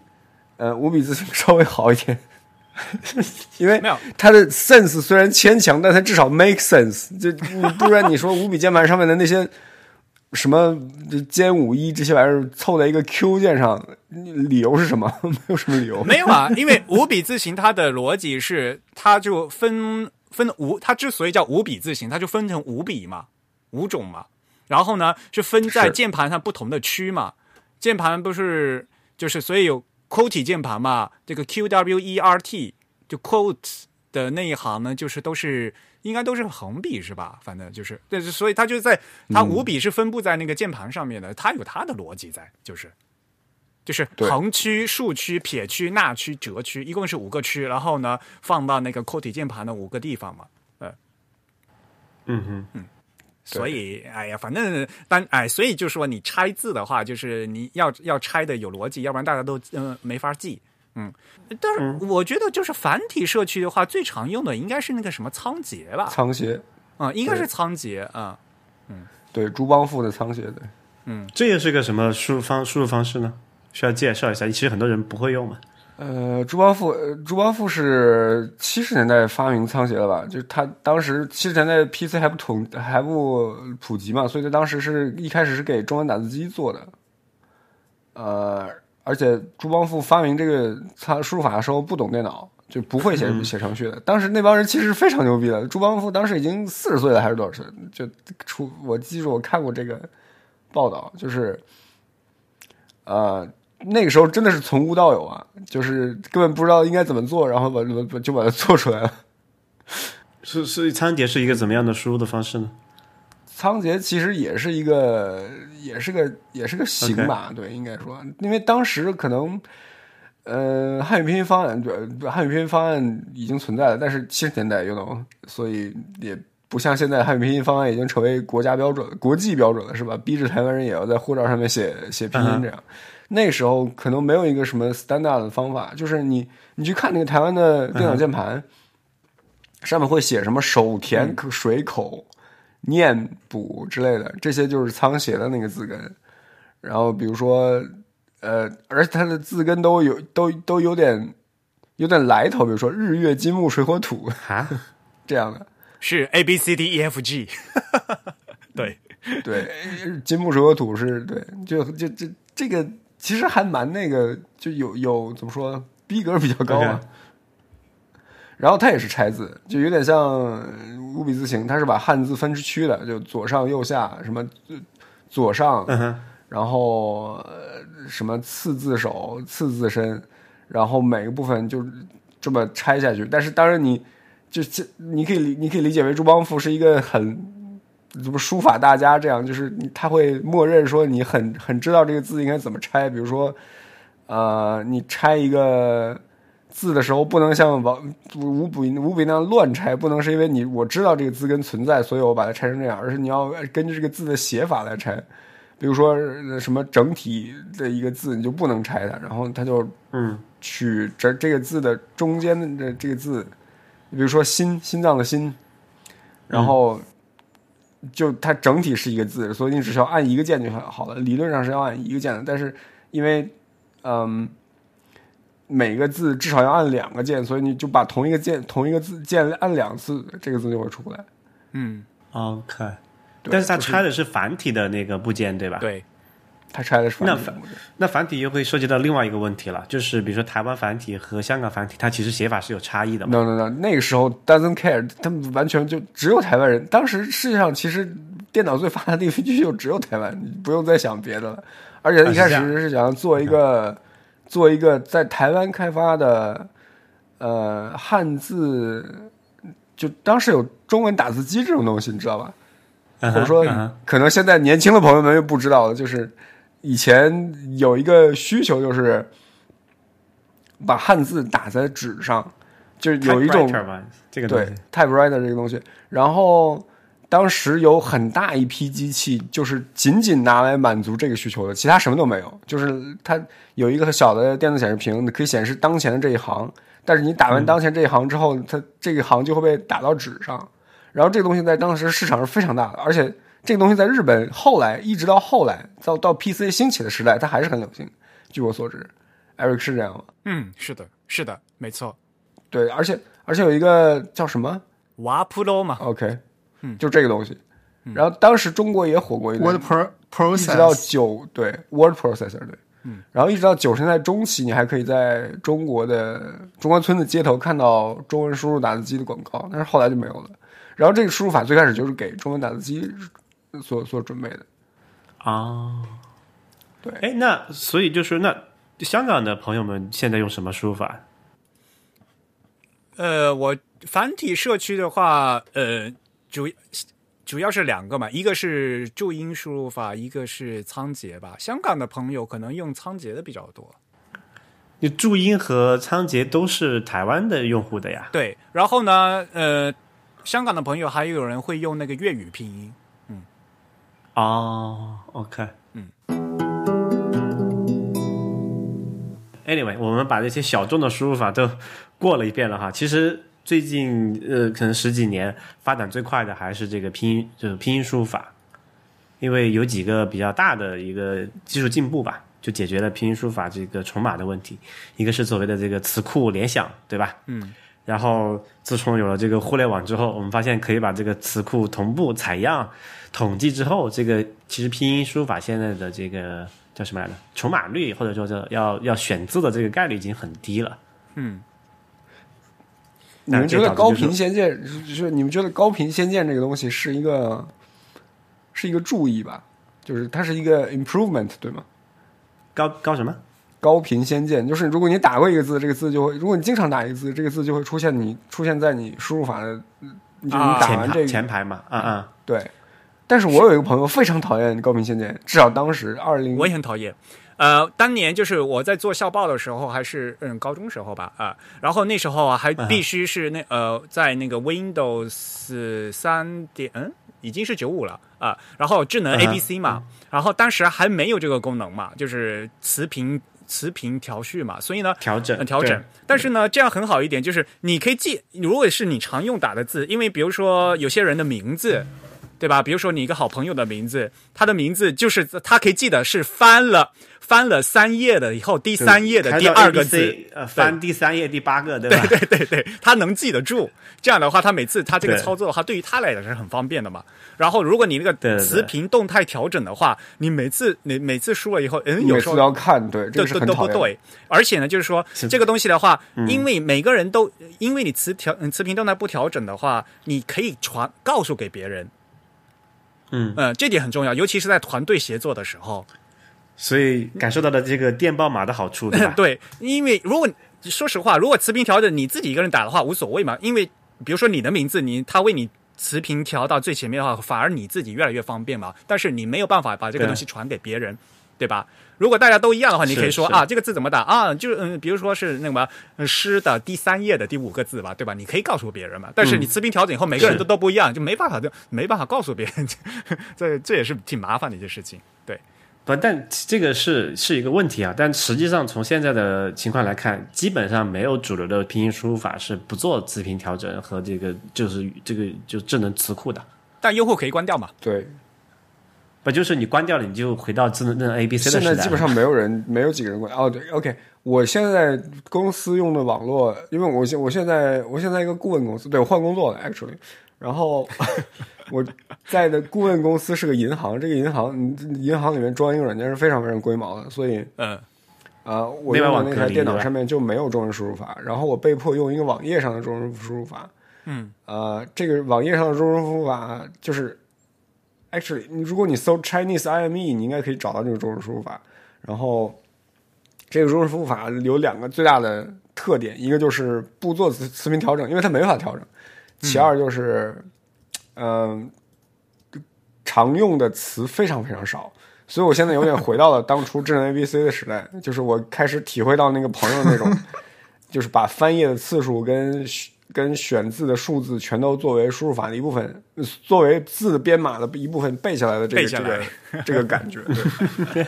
Speaker 2: 呃五笔字形稍微好一点， 因为
Speaker 1: 没有
Speaker 2: 它的 sense 虽然牵强，但它至少 make sense 就。你不然你说五笔键盘上面的那些什么就歼五一这些玩意儿凑在一个 Q 键上，你理由是什么？ 没有什么理由。
Speaker 1: 没有啊，因为五笔字形它的逻辑是，它就分分五，它之所以叫五笔字形，它就分成五笔嘛，五种嘛。然后呢，是分在
Speaker 2: 是
Speaker 1: 键盘上不同的区嘛。键盘不是就是所以有 QWERTY 键盘嘛，这个 Q W E R T 就 QWERT 的那一行呢，就是都是应该都是横笔是吧？反正就是，但是所以它就在它五笔是分布在那个键盘上面的，它有它的逻辑在，就是。就是
Speaker 2: 对
Speaker 1: 横区、竖区、撇区、捺区、折区，一共是五个区，然后呢放到那个扣体键盘的五个地方嘛，呃，
Speaker 3: 嗯哼，
Speaker 1: 所以哎呀，反正但哎，所以就说你拆字的话，就是你要要拆的有逻辑，要不然大家都嗯、呃没法记。嗯，但是我觉得就是繁体社区的话，最常用的应该是那个什么仓颉吧，
Speaker 2: 仓颉，
Speaker 1: 啊、应该是
Speaker 2: 对
Speaker 1: 仓颉啊、
Speaker 2: 对，朱邦富的仓颉，对。
Speaker 3: 这又是个什么输入方输入方式呢？需要介绍一下，其实很多人不会用嘛。
Speaker 2: 呃，朱邦富，呃朱邦富是七十年代发明仓颉的吧？就是他当时七十年代 PC 还不统还不普及嘛，所以他当时是一开始是给中文打字机做的。呃，而且朱邦富发明这个仓输入法的时候不懂电脑，就不会写写程序的。当时那帮人其实非常牛逼的，朱邦富当时已经四十岁了还是多少岁？就出我记住我看过这个报道，就是呃，那个时候真的是从无到有啊，就是根本不知道应该怎么做，然后把把就把它做出来了。
Speaker 3: 是是，仓颉是一个怎么样的输入的方式呢？
Speaker 2: 仓颉其实也是一个，也是个，也是个刑吧对，应该说，因为当时可能，呃，汉语拼音方案，对，汉语拼音方案已经存在了，但是七十年代用的，所以也不像现在汉语拼音方案已经成为国家标准、国际标准了，是吧？逼着台湾人也要在护照上面写写拼音这样。那时候可能没有一个什么 standard 的方法，就是你你去看那个台湾的电脑键盘，上面会写什么手填水口。念补之类的，这些就是仓颉的那个字根。然后比如说，呃，而且它的字根都有都都有点有点来头，比如说日月金木水火土
Speaker 3: 啊，
Speaker 2: 这样的。
Speaker 1: 是 A B C D E F G，对，
Speaker 2: 嗯 对，呃金木水火土是对，就就这这个其实还蛮那个，就有有怎么说，逼格比较高啊。
Speaker 3: OK
Speaker 2: 然后它也是拆字，就有点像呃五笔字形，它是把汉字分区的，就左上右下，什么呃左上，
Speaker 3: 嗯哼，
Speaker 2: 然后、呃、什么次字首、次字身，然后每个部分就这么拆下去。但是当然你，就这你可以理你可以理解为朱邦富是一个很什么书法大家这样，就是你他会默认说你很很知道这个字应该怎么拆。比如说，呃，你拆一个字的时候不能像王五笔五笔那样乱拆，不能是因为你我知道这个字根存在，所以我把它拆成这样，而是你要根据这个字的写法来拆。比如说呃什么整体的一个字，你就不能拆它，然后它就
Speaker 3: 嗯
Speaker 2: 取这这个字的中间的这个字，比如说心心脏的心，然后就它整体是一个字，所以你只需要按一个键就好好了。理论上是要按一个键的，但是因为嗯每个字至少要按两个键，所以你就把同一个键同一个字键按两次，这个字就会出来。
Speaker 1: 嗯，
Speaker 3: ，OK。但是它拆的是繁体的那个部件，对吧？。
Speaker 1: 对，
Speaker 2: 它拆的是
Speaker 3: 那
Speaker 2: 反
Speaker 3: 反那繁体又会涉及到另外一个问题了，就是比如说台湾繁体和香港繁体，它其实写法是有差异的嘛。
Speaker 2: no no no，那个时候 doesn't care，他们完全就只有台湾人。当时世界上其实电脑最发达的地区就只有台湾，你不用再想别的了。而且一开
Speaker 3: 啊是
Speaker 2: 始是想做一个做一个在台湾开发的呃汉字，就当时有中文打字机这种东西，你知道吧？
Speaker 3: 嗯
Speaker 2: 或
Speaker 3: 哼
Speaker 2: 者说
Speaker 3: 嗯哼，
Speaker 2: 可能现在年轻的朋友们又不知道了，就是以前有一个需求，就是把汉字打在纸上，就是有一种
Speaker 3: typewriter 嘛，这个东
Speaker 2: 对
Speaker 3: 西
Speaker 2: typewriter 这个东西。然后当时有很大一批机器，就是仅仅拿来满足这个需求的，其他什么都没有。就是它有一个小的电子显示屏，你可以显示当前的这一行，但是你打
Speaker 3: 嗯
Speaker 2: 完当前这一行之后，它这一行就会被打到纸上。然后这个东西在当时市场是非常大的，而且这个东西在日本后来一直到后来到到 PC 兴起的时代，它还是很流行。据我所知，Eric 是这样吗？
Speaker 1: 嗯，是的，是的，没错，
Speaker 2: 对，而且而且有一个叫什么
Speaker 1: 瓦普罗嘛，
Speaker 2: OK，就
Speaker 3: 嗯
Speaker 2: 这个东西。然后当时中国也火过一段
Speaker 4: ，Word，pro
Speaker 2: 一直到
Speaker 4: process
Speaker 2: 九对 Word Processor 对，嗯，然后一直到九十年代中期，你还可以在中国的中关村的街头看到中文输入打字机的广告，但是后来就没有了。然后这个输入法最开始就是给中文打字机所所准备的，
Speaker 3: 啊。
Speaker 2: 对
Speaker 3: 哎，那所以就是那香港的朋友们现在用什么输入法？
Speaker 1: 呃，我繁体社区的话，呃，主主要是两个嘛，一个是注音输入法，一个是仓颉吧。香港的朋友可能用仓颉的比较多，
Speaker 3: 你注音和仓颉都是台湾的用户的呀？
Speaker 1: 对。然后呢，呃，香港的朋友还有人会用那个粤语拼音，
Speaker 3: 哦，OK，
Speaker 1: 嗯。
Speaker 3: Anyway，我们把这些小众的输入法都过了一遍了哈。其实最近呃，可能十几年发展最快的还是这个拼音，就是拼音输入法，因为有几个比较大的一个技术进步吧，就解决了拼音输入法这个重码的问题。一个是所谓的这个词库联想，对吧？嗯。然后自从有了这个互联网之后，我们发现可以把这个词库同步采样、统计之后，这个其实拼音输入法现在的这个叫什么来着？重码率或者说叫要要选字的这个概率已经很低了。
Speaker 2: 你们觉得
Speaker 3: 那这
Speaker 2: 高
Speaker 3: 导致就是
Speaker 2: 频仙剑是就是你们觉得高频仙剑这个东西是一个是一个注意吧？就是它是一个 improvement 对吗？
Speaker 3: 高高什么？
Speaker 2: 高频先见，就是如果你打过一个字，这个字就会；如果你经常打一个字，这个字就会出现你出现在你输入法的，嗯就是
Speaker 1: 啊
Speaker 2: 你打
Speaker 3: 前
Speaker 2: 完
Speaker 3: 排
Speaker 2: 这个、
Speaker 3: 前排嘛？啊啊、
Speaker 2: 对。但是我有一个朋友非常讨厌高频先见，至少当时二零
Speaker 1: 我也很讨厌。呃，当年就是我在做校报的时候，还是嗯高中时候吧啊、然后那时候啊还必须是那呃在那个 Windows 三点嗯已经是九五了啊、然后智能
Speaker 3: 嗯哼
Speaker 1: ABC 嘛，然后当时还没有这个功能嘛，就是词频词频调序嘛，所以呢
Speaker 3: 调整
Speaker 1: 呃调
Speaker 3: 对
Speaker 1: 整。但是呢，这样很好一点，就是你可以记，如果是你常用打的字，因为比如说有些人的名字，对吧？比如说你一个好朋友的名字，他的名字就是他可以记得是翻了翻了三页的以后，第三页的
Speaker 3: 开
Speaker 1: 第
Speaker 3: 到
Speaker 1: 二个
Speaker 3: ABC
Speaker 1: 字，
Speaker 3: 呃，翻第三页第八个，对吧？
Speaker 1: 对对对，他能记得住。这样的话，他每次他这个
Speaker 3: 对
Speaker 1: 操作的话，对于他来讲是很方便的嘛。然后，如果你那个
Speaker 3: 对对对
Speaker 1: 词频动态调整的话，你每次你每次输了以后，嗯，有
Speaker 2: 每
Speaker 1: 时
Speaker 2: 次
Speaker 1: 候
Speaker 2: 都要看，对，这
Speaker 1: 都
Speaker 2: 个是
Speaker 1: 都
Speaker 2: 很
Speaker 1: 都不
Speaker 2: 讨厌。嗯
Speaker 1: 对，而且呢，就是说这个东西的话，因为每个人都因为你词调嗯词频动态不调整的话，你可以传告诉给别人，
Speaker 3: 嗯
Speaker 1: 呃，这点很重要，尤其是在团队协作的时候，？
Speaker 3: 所以感受到了这个电报码的好处，对吧
Speaker 1: 对，因为如果你说实话，如果词频调整你自己一个人打的话无所谓嘛，因为比如说你的名字，你他为你词频调到最前面的话，反而你自己越来越方便嘛。但是你没有办法把这个
Speaker 3: 对
Speaker 1: 东西传给别人，对吧？如果大家都一样的话，你可以
Speaker 3: 是
Speaker 1: 说
Speaker 3: 是
Speaker 1: 啊，这个字怎么打啊？就是嗯，比如说是那个什么嗯诗的第三页的第五个字吧，对吧？你可以告诉别人嘛。但是你词频调整以后，每个人
Speaker 3: 嗯是
Speaker 1: 都都不一样，就没办法，就没办法告诉别人， 这这也是挺麻烦的一件事情。对，
Speaker 3: 不，但这个是是一个问题啊。但实际上，从现在的情况来看，基本上没有主流的拼音输入法是不做词频调整和这个就是这个就智能词库的。
Speaker 1: 但优酷可以关掉嘛？
Speaker 2: 对，
Speaker 3: 不就是你关掉了，你就回到智能那 A B C 的
Speaker 2: 现
Speaker 3: 时代
Speaker 2: 在
Speaker 3: 了。
Speaker 2: 基本上没有人，没有几个人管。哦，对，OK，我现在公司用的网络，因为我现我现在我现在一个顾问公司，对我换工作了，actually，然后我在的顾问公司是个银行，这个银行嗯银行里面装一个软件是非常非常龟毛的，所以
Speaker 1: 嗯，
Speaker 2: 啊、呃我
Speaker 3: 内外
Speaker 2: 用
Speaker 3: 网
Speaker 2: 的那
Speaker 3: 隔
Speaker 2: 台
Speaker 3: 离
Speaker 2: 电
Speaker 3: 对
Speaker 2: 脑
Speaker 3: 吧
Speaker 2: 上面就没有中文输入法，然后我被迫用一个网页上的中文输入法。
Speaker 1: 嗯，
Speaker 2: 呃，这个网页上的中文输入法就是，actually，你如果你搜 Chinese E， IME，你应该可以找到这个中文输入法。然后，这个中文输入法有两个最大的特点，一个就是不做词词频调整，因为它没法调整；其二就是，嗯、常用的词非常非常少。所以我现在有点回到了当初智能 ABC 的时代，就是我开始体会到那个朋友那种， 就是把翻页的次数跟选跟选字的数字全都作为输入法的一部分，呃作为字编码的一部分背下来的这
Speaker 1: 背
Speaker 2: 个
Speaker 1: 下
Speaker 2: 这
Speaker 1: 来
Speaker 2: 个这个 感觉。对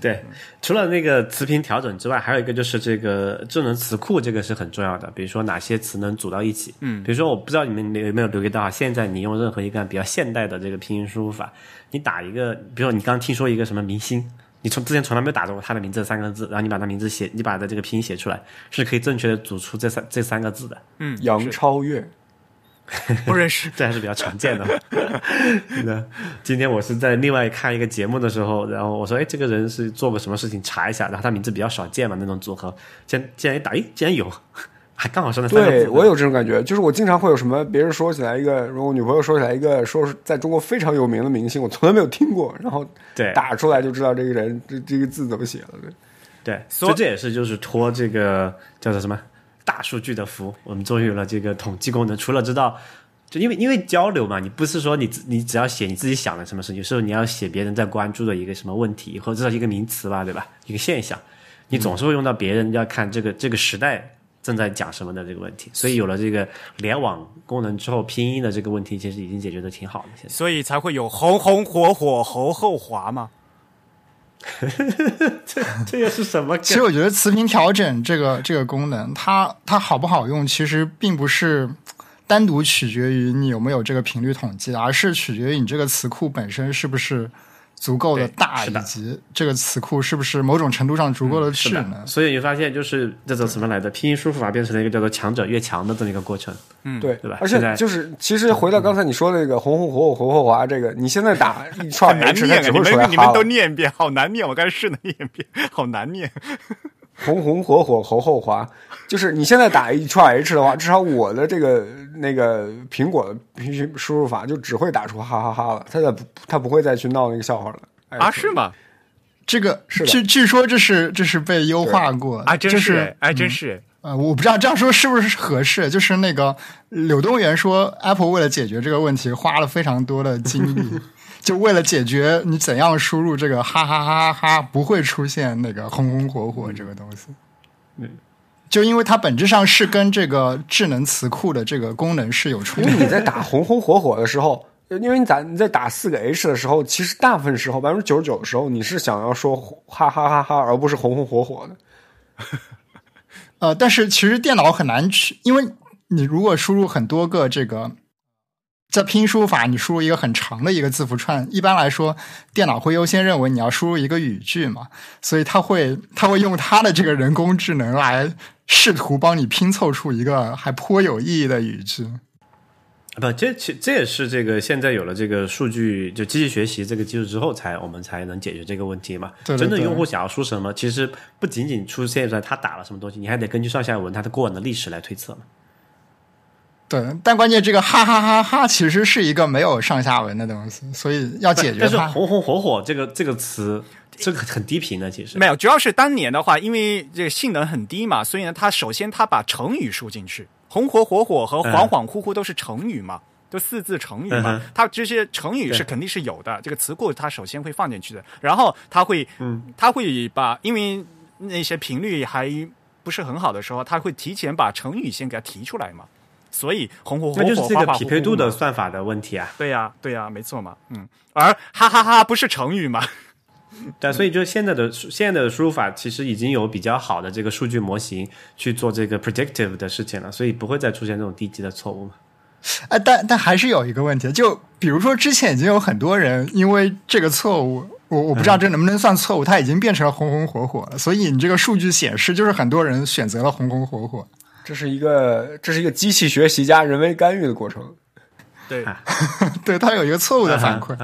Speaker 3: 对，除了那个词频调整之外，还有一个就是这个智能词库，这个是很重要的。比如说哪些词能组到一起，嗯，比如说我不知道你们有没有留意到啊，现在你用任何一个比较现代的这个拼音输入法，你打一个，比如说你刚听说一个什么明星，你从之前从来没有打过他的名字三个字，然后你把他名字写，你把他这个拼音写出来，是可以正确的组出这三这三个字的。
Speaker 1: 嗯
Speaker 2: 杨
Speaker 1: 是
Speaker 2: 超越，
Speaker 1: 不认识。
Speaker 3: 这还是比较常见的。那今天我是在另外看一个节目的时候，然后我说，哎，这个人是做过什么事情，查一下，然后他名字比较少见嘛，那种组合，竟然竟然一打，哎，竟然有，还刚好是那三个
Speaker 2: 对
Speaker 3: 字。
Speaker 2: 我有这种感觉，就是我经常会有什么别人说起来一个，如果我女朋友说起来一个，说是在中国非常有名的明星，我从来没有听过，然后
Speaker 3: 对
Speaker 2: 打出来就知道这个人这这个字怎么写了。对
Speaker 3: 对，
Speaker 1: 所
Speaker 3: 所以这也是就是托这个叫做什么大数据的福，我们终于有了这个统计功能。除了知道，就因为因为交流嘛，你不是说你自你只要写你自己想的什么事，有时候你要写别人在关注的一个什么问题，或者是一个名词吧，对吧？一个现象，你总是会用到别人要看这个这个时代。正在讲什么的这个问题，所以有了这个联网功能之后，拼音的这个问题其实已经解决的挺好的。现在
Speaker 1: 所以才会有红红火火侯后华嘛。
Speaker 3: 这又是什么梗？
Speaker 4: 其实我觉得词频调整这个这个功能，它它好不好用，其实并不是单独取决于你有没有这个频率统计的，而是取决于你这个词库本身是不是足够的
Speaker 3: 对
Speaker 4: 大，
Speaker 3: 是的
Speaker 4: 以及这个词库是不是某种程度上足够的
Speaker 3: 是
Speaker 4: 智能
Speaker 3: 的，。所以你发现就是这种什么来的拼音输入法变成了一个叫做“强者越强”的这么一个过程。
Speaker 1: 嗯
Speaker 2: 对，
Speaker 3: 对吧
Speaker 2: 而
Speaker 3: 现
Speaker 2: 且
Speaker 3: 在
Speaker 2: 就是其实回到刚才你说的那个红红火火红火华这个，你现在 打一串
Speaker 1: 难
Speaker 2: H，它
Speaker 1: 念啊！
Speaker 2: 只
Speaker 1: 你
Speaker 2: 会出来
Speaker 1: 们你们
Speaker 2: 哈
Speaker 1: 都
Speaker 2: 了
Speaker 1: 念一遍，好难念。我刚才试了念一遍，好难念。
Speaker 2: 红红火火侯后华，就是你现在打一串 H 的话，至少我的这个那个苹果的拼输入法就只会打出哈哈哈了，它再不它不会再去闹那个笑话了。哎
Speaker 1: 啊，是吗？
Speaker 4: 这个
Speaker 2: 是的
Speaker 4: 据据说这是这是被优化过的
Speaker 1: 啊，真
Speaker 4: 就是是，
Speaker 1: 哎，真是，
Speaker 4: 呃，我不知道这样说是不是合适。就是那个柳东元说，Apple 为了解决这个问题，花了非常多的精力， 就为了解决你怎样输入这个哈哈哈哈不会出现那个红红火火这个东西。就因为它本质上是跟这个智能词库的这个功能是有冲
Speaker 2: 因
Speaker 4: 突
Speaker 2: 为
Speaker 4: 的。
Speaker 2: 你在打红红火火的时候， 因为你打你在打四个 H 的时候，其实大部分时候百分之九十九的时候，你是想要说哈哈哈哈，而不是红红火火的。
Speaker 4: 呃，但是其实电脑很难去，因为你如果输入很多个这个，在拼音输入法，你输入一个很长的一个字符串，一般来说，电脑会优先认为你要输入一个语句嘛，所以它会它会用它的这个人工智能来试图帮你拼凑出一个还颇有意义的语句。
Speaker 3: 不，这其这也是这个现在有了这个数据就机器学习这个技术之后才，我们才能解决这个问题嘛。
Speaker 4: 对对
Speaker 3: 真正
Speaker 4: 对
Speaker 3: 用户想要输什么，其实不仅仅出现在他打了什么东西，你还得根据上下文他的过往的历史来推测嘛。
Speaker 4: 对，但关键这个哈哈哈哈其实是一个没有上下文的东西，所以要解决
Speaker 3: 但是
Speaker 4: 它。
Speaker 3: 红红火火这个这个词，这个很低频的，其实
Speaker 1: 没有，主要是当年的话，因为这个性能很低嘛，
Speaker 3: 嗯
Speaker 1: 所以呢，它首先它把成语输进去，红火火火和恍恍惚惚都是成语嘛，就四字成语嘛，它这些成语是肯定是有的，这个词库它首先会放进去的，然后它会，
Speaker 3: 嗯
Speaker 1: 它会把因为那些频率还不是很好的时候，它会提前把成语先给它提出来嘛，所以红火火
Speaker 3: 那就是
Speaker 1: 火
Speaker 3: 这
Speaker 1: 花
Speaker 3: 个
Speaker 1: 花
Speaker 3: 匹
Speaker 1: 呼
Speaker 3: 配
Speaker 1: 呼
Speaker 3: 度的
Speaker 1: 嘛
Speaker 3: 算法的问题啊。
Speaker 1: 对呀、对呀、没错嘛，嗯，而哈哈哈不是成语嘛，嗯
Speaker 3: 对，所以就现在的现在的输入法其实已经有比较好的这个数据模型去做这个 predictive 的事情了，所以不会再出现这种低级的错误嘛。
Speaker 4: 哎，但但还是有一个问题，就比如说之前已经有很多人因为这个错误，我我不
Speaker 3: 嗯
Speaker 4: 知道这能不能算错误，它已经变成了红红火火了，所以你这个数据显示就是很多人选择了红红火火。
Speaker 2: 这是一个这是一个机器学习加人为干预的过程。
Speaker 1: 对，
Speaker 4: 对，它有一个错误的
Speaker 3: 嗯
Speaker 4: 反馈，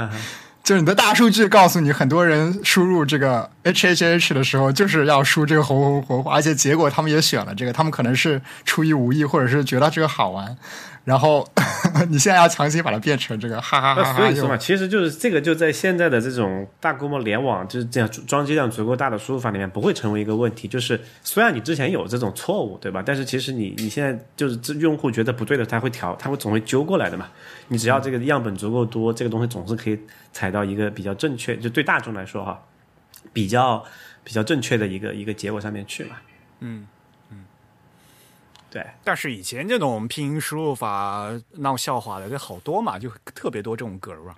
Speaker 4: 就是你的大数据告诉你，很多人输入这个 H H H 的时候，就是要输这个红红火火，而且结果他们也选了这个，他们可能是出于无意，或者是觉得这个好玩，然后 你现在要强行把它变成这个哈哈哈
Speaker 3: 那
Speaker 4: 哈
Speaker 3: 所以说
Speaker 4: 又
Speaker 3: 嘛，其实就是这个就在现在的这种大规模联网，就是这样装机量足够大的输入法里面不会成为一个问题。就是虽然你之前有这种错误，对吧？但是其实你你现在就是这用户觉得不对的，他会调，他会总会揪过来的嘛。你只要这个样本足够多，这个东西总是可以踩到一个比较正确，就对大众来说哈，比较比较正确的一个一个结果上面去嘛。嗯嗯，对。
Speaker 1: 但是以前这种拼音输入法闹笑话的，这好多嘛，就特别多这种梗儿啊。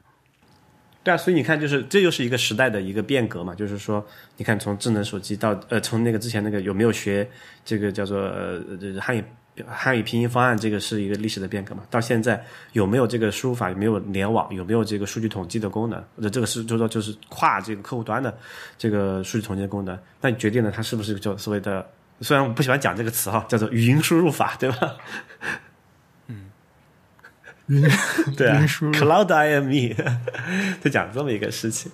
Speaker 3: 对啊，所以你看，就是这又是一个时代的一个变革嘛，就是说，你看从智能手机到呃，从那个之前那个有没有学这个叫做呃就是汉语汉语拼音方案，这个是一个历史的变革嘛，到现在有没有这个输入法，有没有联网，有没有这个数据统计的功能，或者这个是就是说就是跨这个客户端的这个数据统计的功能，那你决定了它是不是就所谓的，虽然我不喜欢讲这个词哈，叫做语音输入法，对吧？
Speaker 4: 晕
Speaker 3: 对啊
Speaker 4: 云输入
Speaker 3: ，Cloud IME 就讲这么一个事情。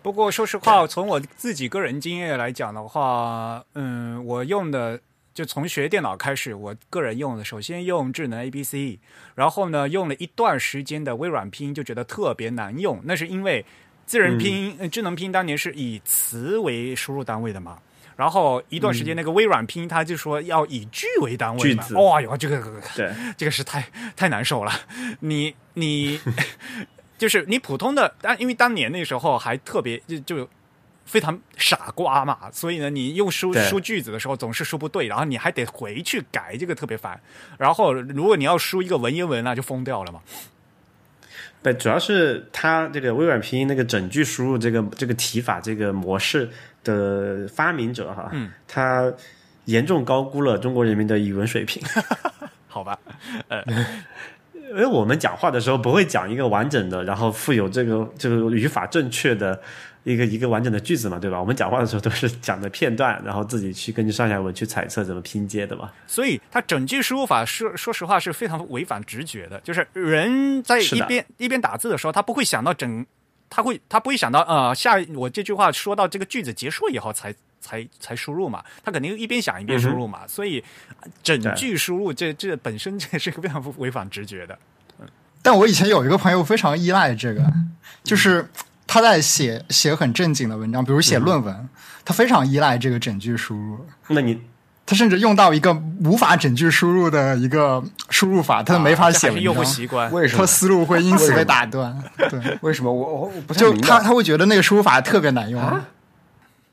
Speaker 1: 不过说实话，从我自己个人经验来讲的话，嗯，我用的就从学电脑开始，我个人用的首先用智能 ABC，然后呢用了一段时间的微软拼音，就觉得特别难用，那是因为智能拼
Speaker 3: 嗯
Speaker 1: 音、呃智能拼音当年是以词为输入单位的嘛。然后一段时间，那个微软拼音，它就说要以句为单位嘛
Speaker 3: 嗯句。子
Speaker 1: 哇哟，这个
Speaker 3: 对，
Speaker 1: 这个是太太难受了。你你 就是你普通的，但因为当年那时候还特别就就非常傻瓜嘛，所以呢，你用输
Speaker 3: 对
Speaker 1: 输句子的时候总是输不对，然后你还得回去改，这个特别烦。然后如果你要输一个文言文，那就疯掉了嘛。
Speaker 3: 不，主要是它这个微软拼音那个整句输入这个这个提法这个模式的发明者哈，嗯，他严重高估了中国人民的语文水平。
Speaker 1: 好吧，
Speaker 3: 因为我们讲话的时候不会讲一个完整的，然后富有这个这个语法正确的一个一个完整的句子嘛，对吧？我们讲话的时候都是讲的片段，然后自己去根据上下文去猜测怎么拼接的嘛。
Speaker 1: 所以它整句输入法是说实话是非常违反直觉的，就是人在
Speaker 3: 是
Speaker 1: 一
Speaker 3: 的
Speaker 1: 边一边打字的时候，他不会想到整，他会他不会想到呃下一我这句话说到这个句子结束以后才才才输入嘛，他肯定一边想一边输入
Speaker 4: 嗯
Speaker 1: 嘛，所以整句输入这这本身这是个非常违反直觉的，
Speaker 4: 但我以前有一个朋友非常依赖这个，
Speaker 1: 嗯
Speaker 4: 就是他在写写很正经的文章，比如写论文，
Speaker 1: 嗯
Speaker 4: 他非常依赖这个整句输入。
Speaker 3: 那你
Speaker 4: 他甚至用到一个无法整句输入的一个输入法，他没法
Speaker 1: 啊这
Speaker 4: 写
Speaker 1: 还是
Speaker 4: 文
Speaker 1: 用
Speaker 4: 章
Speaker 1: 户，习惯。
Speaker 2: 为什
Speaker 4: 他
Speaker 2: 么？
Speaker 4: 思路会因此被打断。对，
Speaker 2: 为什么我我我不太
Speaker 4: 就
Speaker 2: 明白？
Speaker 4: 他
Speaker 2: 啊
Speaker 4: 他会觉得那个输入法特别难用。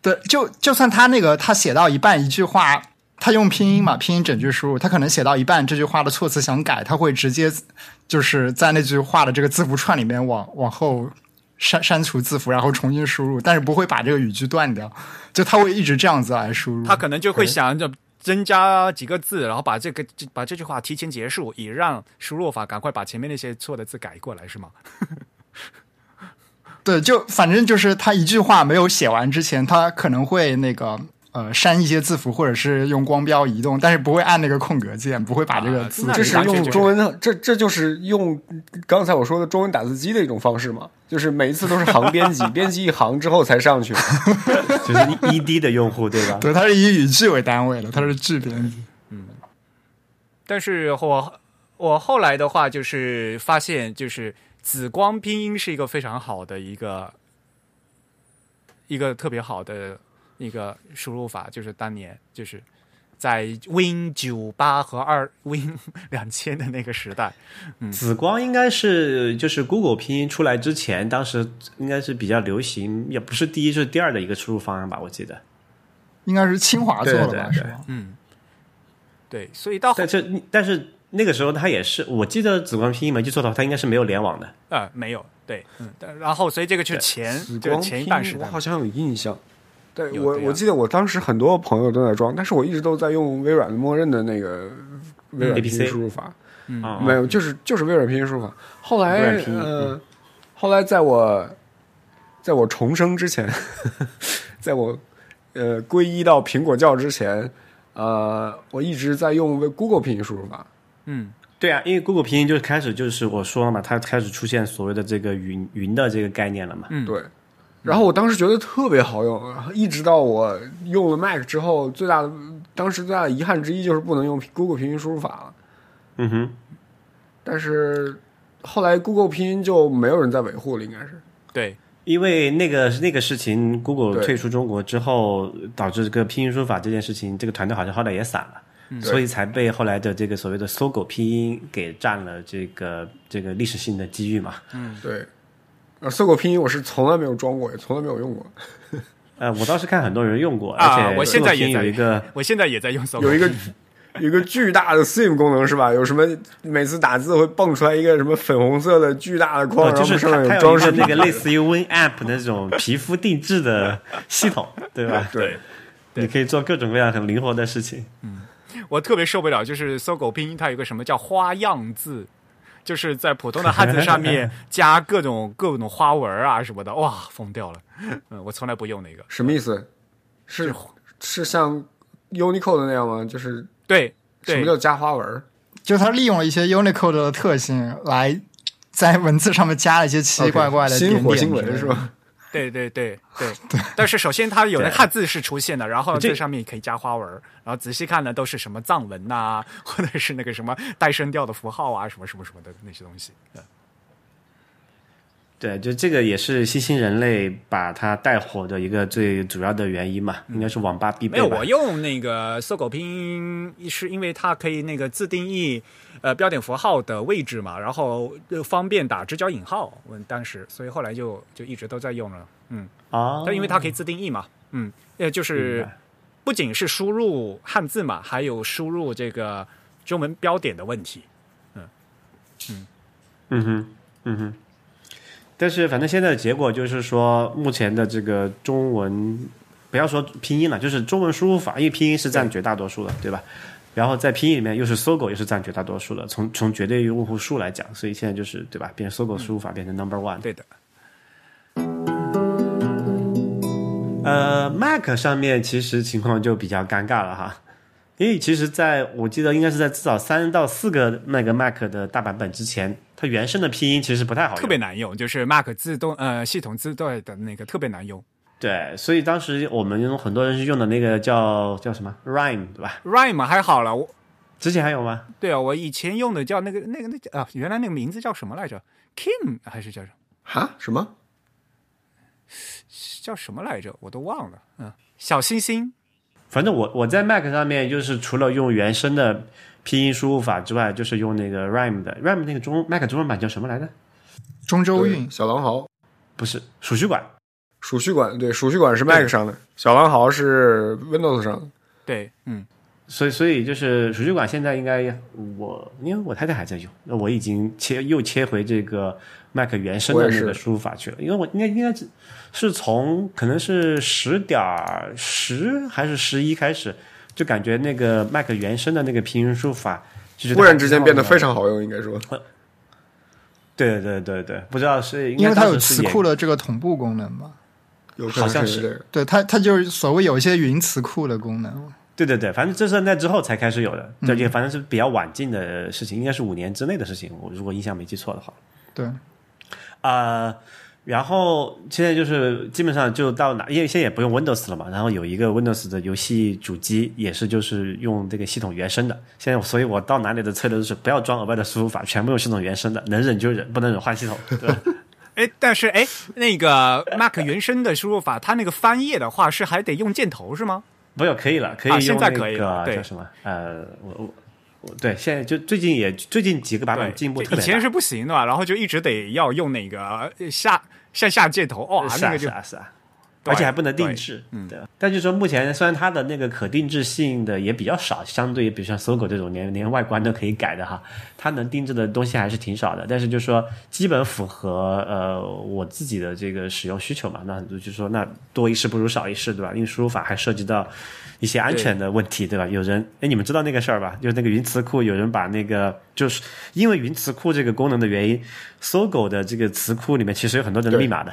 Speaker 4: 对，就就算他那个他写到一半一句话，他用拼音嘛，拼音整句输入，他可能写到一半这句话的措辞想改，他会直接就是在那句话的这个字符串里面往往后删删除字符，然后重新输入，但是不会把这个语句断掉，就他会一直这样子来输入。
Speaker 1: 他可能就会想着增加几个字，然后把这个这把这句话提前结束，以让输入法赶快把前面那些错的字改过来，是吗？
Speaker 4: 对，就反正就是他一句话没有写完之前，他可能会那个呃删一些字符，或者是用光标移动，但是不会按那个空格键，不会把这个
Speaker 1: 啊
Speaker 4: 字、
Speaker 1: 那
Speaker 2: 这是
Speaker 1: 完全
Speaker 2: 用
Speaker 1: 就是
Speaker 2: 中文，这这就是用刚才我说的中文打字机的一种方式嘛，就是每一次都是行编辑， 编辑一行之后才上去。
Speaker 3: 就是 ED 的用户对吧？
Speaker 4: 对，它是以语句为单位的，它是句编辑。
Speaker 1: 但是我我后来的话就是发现，就是紫光拼音是一个非常好的一个一个特别好的一个输入法，就是当年就是在 Win 九八和二 Win 两千的那个时代，
Speaker 3: 紫光应该是就是 Google 拼音出来之前，当时应该是比较流行，也不是第一就是第二的一个输入方案吧，我记得。
Speaker 4: 应该是清华做的吧？
Speaker 3: 对对对嗯
Speaker 4: 是吧？
Speaker 1: 对，所以到后
Speaker 3: 但这但是那个时候它也是，我记得紫光拼音没记错的话，它应该是没有联网的。
Speaker 1: 呃没有对，嗯，但然后所以这个就是前就是
Speaker 2: 光
Speaker 1: 前一
Speaker 2: 拼
Speaker 1: 半时代
Speaker 2: 我，好像有印象。对
Speaker 1: 有
Speaker 2: 我
Speaker 1: 对，呀
Speaker 2: 我记得我当时很多朋友都在装，但是我一直都在用微软的默认的那个微软拼
Speaker 3: ABC
Speaker 2: 音输入法，
Speaker 3: 啊
Speaker 2: 没有，就是就是微软拼音输入法。后来
Speaker 3: 微软拼音
Speaker 2: 呃，后来在我在我重生之前， 在我呃皈依到苹果教之前，呃，我一直在用微 Google 拼音输入法。
Speaker 1: 嗯
Speaker 3: 对啊，因为 Google 拼音就是开始就是我说了嘛，它开始出现所谓的这个云云的这个概念了嘛。
Speaker 1: 嗯
Speaker 2: 对。然后我当时觉得特别好用，然后一直到我用了 Mac 之后，最大的当时最大的遗憾之一就是不能用 Google 拼音输入法了。
Speaker 3: 嗯哼，
Speaker 2: 但是后来 Google 拼音就没有人在维护了，应该是。
Speaker 1: 对
Speaker 3: 因为那个那个事情，Google
Speaker 2: 对
Speaker 3: 退出中国之后，导致这个拼音输入法这件事情，这个团队好像后来也散了。
Speaker 1: 嗯
Speaker 3: 所以才被后来的这个所谓的搜狗拼音给占了这个这个历史性的机遇嘛。
Speaker 2: 对，呃，搜狗拼音我是从来没有装过，也从来没有用过。
Speaker 3: 呃，我倒是看很多人用过，
Speaker 1: 啊
Speaker 3: 而，且
Speaker 1: 我现在也
Speaker 3: 拼
Speaker 1: 在
Speaker 3: 有一个，
Speaker 1: 我现在也在用搜狗
Speaker 2: 有一个有一个巨大的 Sim 功能是吧？有什么每次打字会蹦出来一个什么粉红色的巨大的框，
Speaker 3: 哦，就是
Speaker 2: 然后上
Speaker 3: 它
Speaker 2: 面
Speaker 3: 它有
Speaker 2: 装
Speaker 3: 一个
Speaker 2: 饰
Speaker 3: 那个
Speaker 2: 品
Speaker 3: 类似于 WinApp 那种皮肤定制的系统，对吧？
Speaker 2: 对，
Speaker 3: 你可以做各种各样很灵活的事情。
Speaker 1: 我特别受不了，就是搜狗拼音它有个什么叫花样字，就是在普通的汉字上面加各种各种花纹啊什么的，哇，疯掉了！嗯，我从来不用那个。
Speaker 2: 什么意思？是是像 Unicode 那样吗？就是
Speaker 1: 对
Speaker 2: 什
Speaker 1: 对
Speaker 2: 么叫加花纹？
Speaker 4: 就它利用了一些 Unicode 的特性来在文字上面加了一些奇奇怪怪的
Speaker 2: OK，
Speaker 4: 点
Speaker 2: 新火
Speaker 4: 点之
Speaker 2: 星
Speaker 4: 类
Speaker 2: 文
Speaker 4: 的
Speaker 2: 是？吧？
Speaker 1: 对对对 对但是首先它有的汉字是出现的，然后
Speaker 3: 这
Speaker 1: 这上面可以加花纹，然后仔细看呢都是什么藏文呐、或者是那个什么带声调的符号啊，什么什么什么的那些东西。嗯
Speaker 3: 对，就这个也是新兴人类把它带火的一个最主要的原因嘛，应该是网吧必
Speaker 1: 没
Speaker 3: 备
Speaker 1: 有，
Speaker 3: 吧。
Speaker 1: 我用那个搜狗拼音是因为它可以那个自定义呃标点符号的位置嘛，然后又方便打直角引号。嗯我当时，所以后来就就一直都在用了。嗯，
Speaker 3: 啊，
Speaker 1: 但因为它可以自定义嘛，嗯，呃，就
Speaker 3: 明
Speaker 1: 是
Speaker 3: 白
Speaker 1: 不仅是输入汉字嘛，还有输入这个中文标点的问题。
Speaker 3: 嗯哼，嗯哼。但是反正现在的结果就是说，目前的这个中文，不要说拼音了，就是中文输入法，因为拼音是占绝大多数的，对吧？然后在拼音里面又是搜狗，又是占绝大多数的，从从绝对用户数来讲，所以现在就是对吧？变成搜狗输入法变成 number one。
Speaker 1: 对的，
Speaker 3: 呃，Mac 上面其实情况就比较尴尬了哈，因为其实在我记得应该是在至少三到四个那个 Mac 的大版本之前，它原生的拼音其实不太好用，
Speaker 1: 特别难用，就是 Mac 自动呃系统自带的那个特别难用。
Speaker 3: 对，所以当时我们很多人是用的那个叫叫什么 Rhyme 对吧？
Speaker 1: Rhyme 还好了，我
Speaker 3: 之前还有吗？
Speaker 1: 对啊，我以前用的叫那个那个那个啊，原来那个名字叫什么来着？Kim 还是叫什么
Speaker 2: 哈？什么？
Speaker 1: 叫什么来着？我都忘了。嗯，小星星。
Speaker 3: 反正我我在 Mac 上面就是除了用原生的拼音输入法之外，就是用那个 Rhyme 的 Rhyme 那个中 Mac 中文版叫什么来着？
Speaker 4: 中州
Speaker 2: 对
Speaker 4: 韵
Speaker 2: 小狼嚎。
Speaker 3: 不是鼠须管，
Speaker 2: 鼠须管对，鼠须管是 Mac 上的，小狼嚎是 Windows 上的。
Speaker 1: 对，嗯，
Speaker 3: 所以所以就是鼠须管现在应该我因为我太太还在用，那我已经切又切回这个 Mac 原生的
Speaker 2: 我也
Speaker 3: 那
Speaker 2: 是
Speaker 3: 个输入法去了，因为我应该应该是是从可能是十点十还是十一开始，就感觉那个 Mac 原生的那个拼音输入法就觉得
Speaker 2: 忽然之间变得非
Speaker 3: 挺好
Speaker 2: 常好用，应该说，
Speaker 3: 用的对对对对，不知道是应该
Speaker 4: 因为它
Speaker 3: 当
Speaker 4: 有
Speaker 3: 时是
Speaker 4: 词
Speaker 3: 也
Speaker 4: 库的这个同步功能嘛。
Speaker 2: 有可
Speaker 3: 好
Speaker 2: 能
Speaker 3: 像
Speaker 2: 是
Speaker 3: 是
Speaker 2: 这个。
Speaker 4: 对它，它就是所谓有一些云词库的功能。
Speaker 3: 对对对，反正这是那之后才开始有的，
Speaker 4: 嗯
Speaker 3: 对，也反正是比较晚近的事情，应该是五年之内的事情，我如果印象没记错的话。
Speaker 4: 对，
Speaker 3: 呃，然后现在就是基本上就到哪，因为现在也不用 Windows 了嘛，然后有一个 Windows 的游戏主机也是就是用这个系统原生的。现在我，所以我到哪里的策略都是不要装额外的输入法，全部用系统原生的，能忍就忍，不能忍换系统，对 吧？
Speaker 1: 哎，但是哎，那个 Mac 原生的输入法，它那个翻页的话是还得用箭头是吗？
Speaker 3: 没有可以了，可以
Speaker 1: 啊
Speaker 3: 用
Speaker 1: 现在可以了
Speaker 3: 那个
Speaker 1: 对
Speaker 3: 叫什么？呃，我我我对，现在就最近也最近几个版本
Speaker 1: 对，
Speaker 3: 进步特
Speaker 1: 以
Speaker 3: 别
Speaker 1: 前
Speaker 3: 大。
Speaker 1: 是不行的嘛，然后就一直得要用那个呃下向下箭头，哇、
Speaker 3: 是
Speaker 1: 那
Speaker 3: 啊
Speaker 1: 个就是
Speaker 3: 啊是啊，
Speaker 1: 对
Speaker 3: 而且还不能定制，嗯，对。但就说目前虽然它的那个可定制性的也比较少，相对于比如像搜狗这种连连外观都可以改的哈，它能定制的东西还是挺少的。但是就说基本符合呃我自己的这个使用需求嘛，那很多就说那多一事不如少一事，对吧？因为输入法还涉及到一些安全的问题，对吧？有人哎，你们知道那个事儿吧？就是那个云词库，有人把那个就是因为云词库这个功能的原因，搜狗的这个词库里面其实有很多的密码的。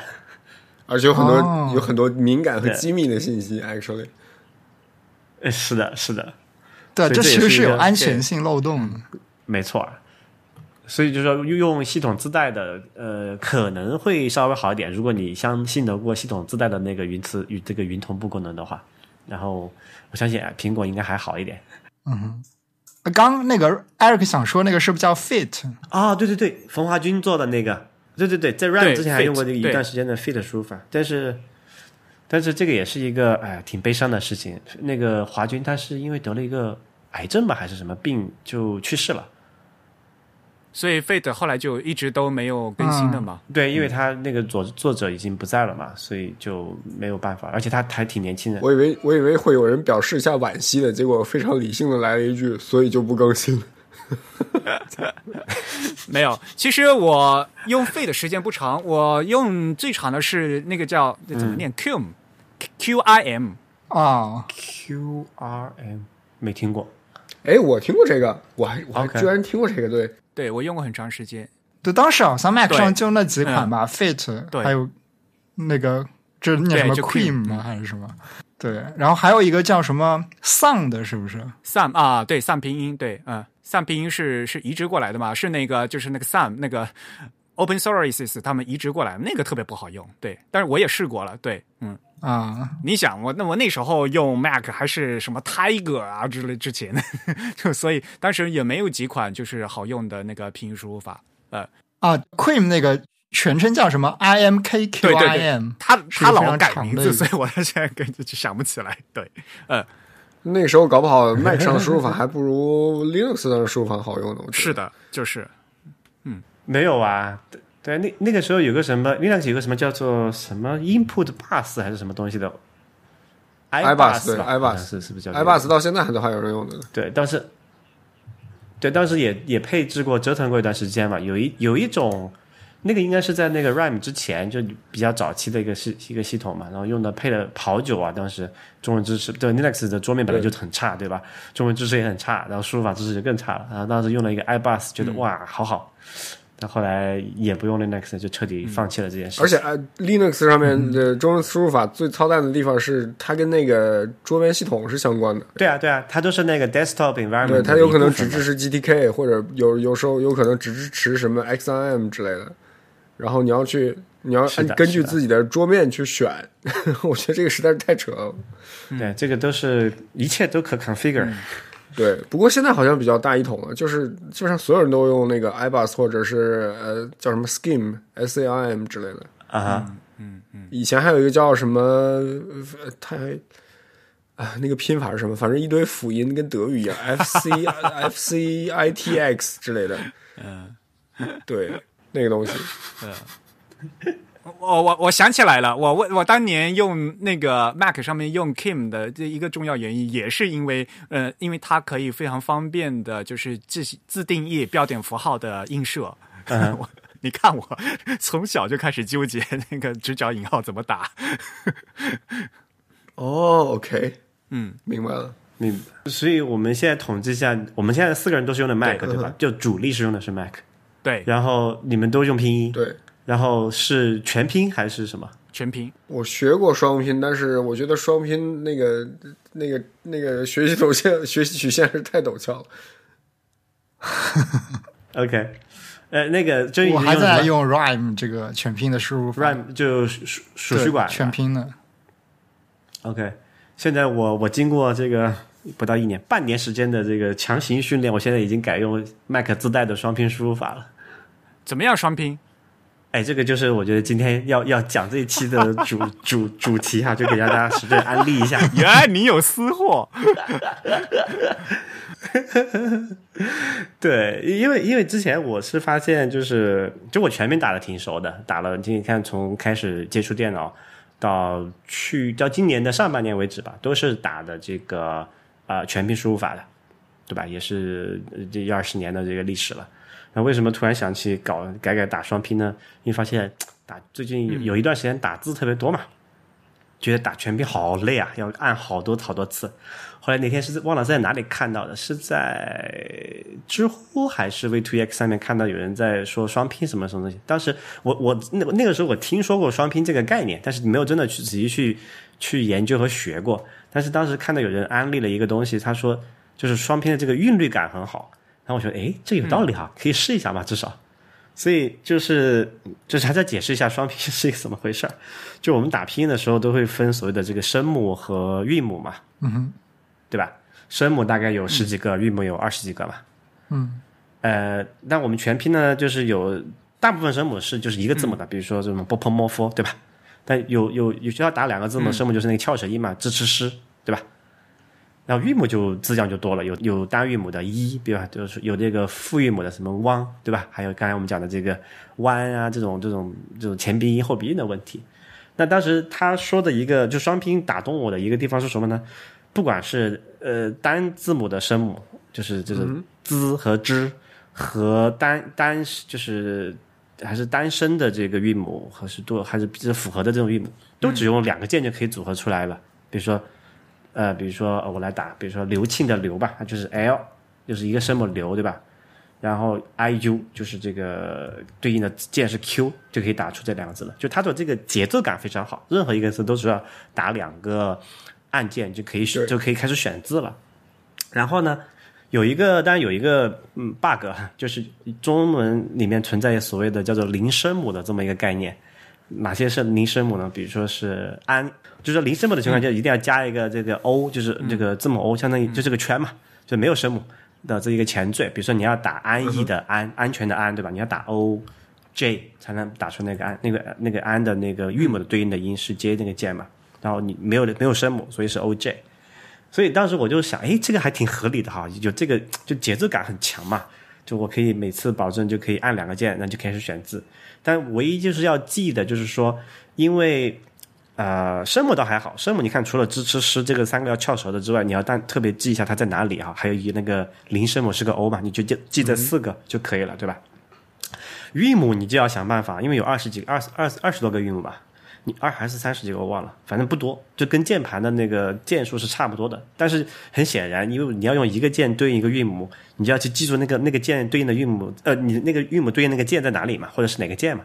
Speaker 2: 而且有很多、
Speaker 4: 哦
Speaker 2: 有很多敏感和机密的信息，actually，
Speaker 3: 呃，是的，是的，
Speaker 4: 对，
Speaker 3: 所以这
Speaker 4: 这其
Speaker 3: 也
Speaker 4: 实
Speaker 3: 是
Speaker 4: 是
Speaker 3: 一
Speaker 4: 有
Speaker 3: 个
Speaker 4: 安全性漏洞的。
Speaker 3: 没错儿。所以就是说，用系统自带的，呃，可能会稍微好一点。如果你相信得过系统自带的那个云磁与这个云同步功能的话，然后我相信哎苹果应该还好一点。
Speaker 4: 嗯刚那个 Eric 想说那个是不是叫 Fit？
Speaker 3: 啊，对对对，冯华军做的那个，对对对，在 Run
Speaker 1: 对
Speaker 3: 之前还用过
Speaker 1: Fit，
Speaker 3: 这个一
Speaker 1: 对
Speaker 3: 段时间的 Fit 输入法，但是但是这个也是一个哎挺悲伤的事情。那个华军他是因为得了一个癌症吧，还是什么病就去世了。
Speaker 1: 所以 Fate 后来就一直都没有更新的嘛。
Speaker 3: 对，因为他那个作作者已经不在了嘛，所以就没有办法，而且他还挺年轻的。
Speaker 2: 我以为我以为会有人表示一下惋惜的，结果非常理性的来了一句，所以就不更新了。
Speaker 1: 没有，其实我用 Fate 时间不长，我用最长的是那个叫怎
Speaker 3: 嗯
Speaker 1: 么念 Qm、Q I M，
Speaker 4: 哦，
Speaker 3: Q R M 没听过，
Speaker 2: 哎，我听过这个，我还我还
Speaker 3: OK
Speaker 2: 居然听过这个，对，
Speaker 1: 对我用过很长时间。
Speaker 4: 对，当时好像 Mac
Speaker 1: 对嗯
Speaker 4: 上就那几款吧，Fit，
Speaker 1: 对
Speaker 4: 还有那个这念什么
Speaker 1: 对就嗯
Speaker 4: Cream 吗？还是什么？对，然后还有一个叫什么 Sound，是不是？
Speaker 1: Sam 啊，对 Sam 拼音，对，嗯，Sam 拼音是是移植过来的嘛，是那个就是那个 Sam 那个 Open Sources 他们移植过来，那个特别不好用，对，但是我也试过了，对，嗯，
Speaker 4: 啊，
Speaker 1: 你想我那我那时候用 Mac 还是什么 Tiger 啊之类之前，就所以当时也没有几款就是好用的那个拼音输入法，呃，
Speaker 4: 啊，Cream 那个全称叫什么？I M K Q
Speaker 1: 对对
Speaker 4: I
Speaker 1: 对
Speaker 4: M，
Speaker 1: 他
Speaker 4: 是
Speaker 1: 他
Speaker 4: 一个非
Speaker 1: 老
Speaker 4: 常
Speaker 1: 改
Speaker 4: 长
Speaker 1: 名
Speaker 4: 的
Speaker 1: 字，
Speaker 4: 一个
Speaker 1: 所以我到现在根本就想不起来，对，呃，
Speaker 2: 那个时候搞不好 Mac 上的输入法还不如 Linux 上的输入法好用呢。我觉得
Speaker 1: 是，的，就是
Speaker 3: 没有啊。对对，那那个时候有个什么，Linux 有个什么叫做什么 Input Bus 还是什么东西的
Speaker 2: iBus，对
Speaker 3: 吧
Speaker 2: iBus
Speaker 3: 好像是是不是叫这
Speaker 2: i
Speaker 3: 个
Speaker 2: b u s 到现在还都还有人用的呢。
Speaker 3: 对，当时，对，当时也也配置过、折腾过一段时间嘛。有一有一种，那个应该是在那个 RAM 之前，就比较早期的一个系一个系统嘛。然后用的配了好久啊，当时中文支持对 Linux 的桌面本来就很差，对吧？中文支持也很差，然后输入法支持就更差了。然后当时用了一个 iBus，觉得、
Speaker 2: 嗯
Speaker 3: 哇，好好。但后来也不用 Linux，就彻底放弃了这件事。
Speaker 2: 而且呃 l i n u x 上
Speaker 3: 嗯
Speaker 2: 面的中文输入法最操蛋的地方是它跟那个桌面系统是相关的，
Speaker 3: 对啊，对啊，它都是那个 desktop environment，
Speaker 2: 对，它
Speaker 3: 的
Speaker 2: 有
Speaker 3: 嗯一
Speaker 2: 可能
Speaker 3: 部分
Speaker 2: 只
Speaker 3: 嘛
Speaker 2: 支持 GTK，或者有有时候有可能只支持什么 XIM 之类的。然后你要去，你要
Speaker 3: 是的
Speaker 2: 按根据
Speaker 3: 是的
Speaker 2: 自己的桌面去选， 我觉得这个实在是太扯了。
Speaker 3: 对，这个都是一切都可 configure。
Speaker 2: 嗯对，不过现在好像比较大一统了，就是基本上所有人都用那个 iBus 或者是呃叫什么 Scheme S A I M 之类的。嗯
Speaker 3: 啊哈，
Speaker 2: 以前还有一个叫什么，呃它还啊那个拼法是什么？反正一堆辅音跟德语一样，F C F C I T X 之类的。嗯，对，那个东 西。
Speaker 1: 我我我想起来了，我我我当年用那个 Mac 上面用 Kim 的这一个重要原因，也是因为呃，因为它可以非常方便的，就是自自定义标点符号的映射。
Speaker 3: 嗯
Speaker 1: 我你看我从小就开始纠结 那个直角引号怎么打。
Speaker 2: 哦，OK，嗯，明白了。
Speaker 3: 明白。所以我们现在统计一下，我们现在四个人都是用的 Mac
Speaker 2: 对
Speaker 3: 对吧？就主力是用的是 Mac，
Speaker 1: 对，
Speaker 3: 然后你们都用拼音，
Speaker 2: 对
Speaker 3: 然后是全拼还是什么？
Speaker 1: 全屏
Speaker 2: 我学过双拼，但是我觉得双拼那个那个那个学习陡线 学习曲线是太陡峭了。
Speaker 3: OK，呃，那个真宇
Speaker 4: 我还
Speaker 3: 用什么
Speaker 4: 在用 Rhyme 这个全拼的输入法
Speaker 3: RAM 就数数
Speaker 4: 对
Speaker 3: 数据管
Speaker 4: 全拼的。
Speaker 3: OK，现在我我经过这个不到一年半年时间的这个强行训练，我现在已经改用 Mac 自带的双拼输入法了。
Speaker 1: 怎么样？双拼
Speaker 3: 哎，这个就是我觉得今天要要讲这一期的主主主题哈、就给大家实在安利一下。
Speaker 1: 原来你有私货，
Speaker 3: 对，因为因为之前我是发现，就是就我全面打的挺熟的，打了你看从开始接触电脑到去到今年的上半年为止吧，都是打的这个呃全屏输入法的，对吧？也是呃这一二十年的这个历史了。那为什么突然想起搞改改打双拼呢？因为发现打最近有有一段时间打字特别多嘛，觉得打全屏好累啊，要按好多好多次。后来那天是忘了在哪里看到的，是在知乎还是 V2X 上面看到有人在说双拼什么什么东西。当时我我那那个时候我听说过双拼这个概念，但是没有真的去仔细去去研究和学过。但是当时看到有人安利了一个东西，他说就是双拼的这个韵律感很好。然后我觉得诶，这有道理哈、可以试一下嘛，至少。所以就是就是还在解释一下双拼是一个怎么回事儿。就我们打拼音的时候都会分所谓的这个声母和韵母嘛，嗯哼，对吧？声母大概有十几个，韵母有二十几个嘛。
Speaker 4: 嗯，
Speaker 3: 呃，那我们全拼呢，就是有大部分声母是就是一个字母的，比如说什么 b p m f，对吧？但有有有需要打两个字母的声母，就是那个翘舌音嘛，z ch sh，对吧？然后韵母就字样就多了，有有单韵母的一，对吧？就是有这个复韵母的什么汪，对吧？还有刚才我们讲的这个弯啊，这种这种这种前鼻音后鼻音的问题。那当时他说的一个就双拼打动我的一个地方是什么呢？不管是呃单字母的声母，就是就是滋和之，和单单就是还是单声的这个韵母，还是多还是比较符合的这种韵母，都只用两个键就可以组合出来了。比如说呃，比如说呃我来打，比如说刘庆的刘吧，它就是 L，就是一个声母刘，对吧？然后 I U 就是这个对应的键是 Q，就可以打出这两个字了。就它的这个节奏感非常好，任何一个字都只要打两个按键就可以选，就可以开始选字了。然后呢，有一个当然有一个嗯 bug，就是中文里面存在所谓的叫做零声母的这么一个概念。哪些是零声母呢？比如说是安，就是零声母的情况下，一定要加一个这个 o，、就是这个字母 o，相当于就是个圈嘛，就没有声母的这一个前缀。比如说你要打安逸的安，安全的安，对吧？你要打 o j 才能打出那个安，那个那个安的那个韵母的对应的音是 j 那个键嘛。然后你没有没有声母，所以是 o j。所以当时我就想，哎，这个还挺合理的哈，有这个就节奏感很强嘛，就我可以每次保证就可以按两个键，那就开始选字。但唯一就是要记的就是说，因为呃声母倒还好，声母你看除了支吃诗这个三个要翘舌的之外，你要但特别记一下它在哪里哈，还有一那个零声母是个 o 嘛，你就记记这四个就可以了，对吧？韵母你就要想办法，因为有二十几、二十二十二十多个韵母吧，你二还是三十几个我忘了，反正不多，就跟键盘的那个键数是差不多的。但是很显然，因为你要用一个键对应一个韵母，你就要去记住那个那个键对应的韵母，呃，你那个韵母对应那个键在哪里嘛，或者是哪个键嘛，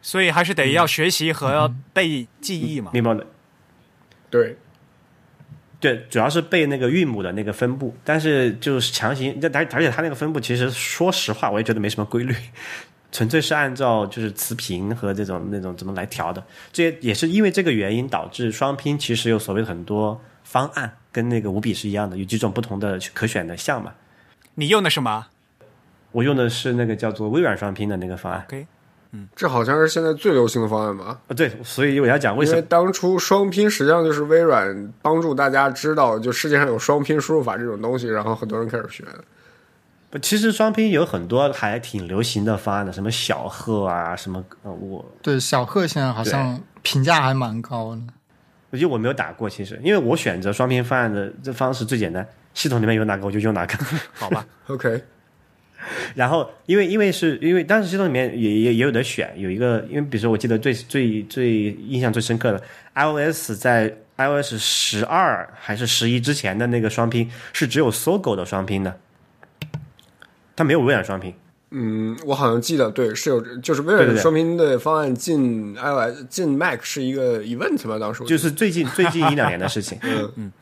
Speaker 1: 所以还是
Speaker 3: 嗯
Speaker 1: 得要学习和背记忆嘛。
Speaker 3: 明白的。
Speaker 2: 对，
Speaker 3: 对，主要是背那个韵母的那个分布，但是就是强行，但而且它那个分布其实说实话，我也觉得没什么规律，纯粹是按照就是词频和这种那种怎么来调的。这也也是因为这个原因导致双拼其实有所谓很多方案，跟那个五笔是一样的，有几种不同的可选的项嘛。
Speaker 1: 你用的什么
Speaker 3: 我用的是那个叫做微软双拼的那个方案，
Speaker 1: ？OK，
Speaker 2: 这好像是现在最流行的方案吧？
Speaker 3: 呃，对，所以我要讲为
Speaker 2: 因
Speaker 3: 什
Speaker 2: 为
Speaker 3: 么
Speaker 2: 当初双拼实际上就是微软帮助大家知道，就世界上有双拼输入法这种东西，然后很多人开始学。
Speaker 3: 不，其实双拼有很多还挺流行的方案的，什么小贺啊，什么呃，我
Speaker 4: 对，小贺现在好像评价还蛮高的。
Speaker 3: 我觉得我没有打过，其实因为我选择双拼方案的这方式最简单，系统里面有哪个我就用哪个。
Speaker 1: 好吧，
Speaker 2: OK，
Speaker 3: 然后因为因为是因为当时系统里面也也也有的选，有一个因为比如说我记得最最最印象最深刻的 iOS 在 iOS 十二还是十一之前的那个双拼是只有搜狗的双拼的，它没有微软双拼。
Speaker 2: 嗯，我好像记得，对，是有，就是微
Speaker 3: 对
Speaker 2: 软
Speaker 3: 对对
Speaker 2: 双拼的方案进 iOS 进 Mac 是一个 event 吧？当时我记
Speaker 3: 就
Speaker 2: 得
Speaker 3: 是最 近最近一两年的事情。嗯嗯，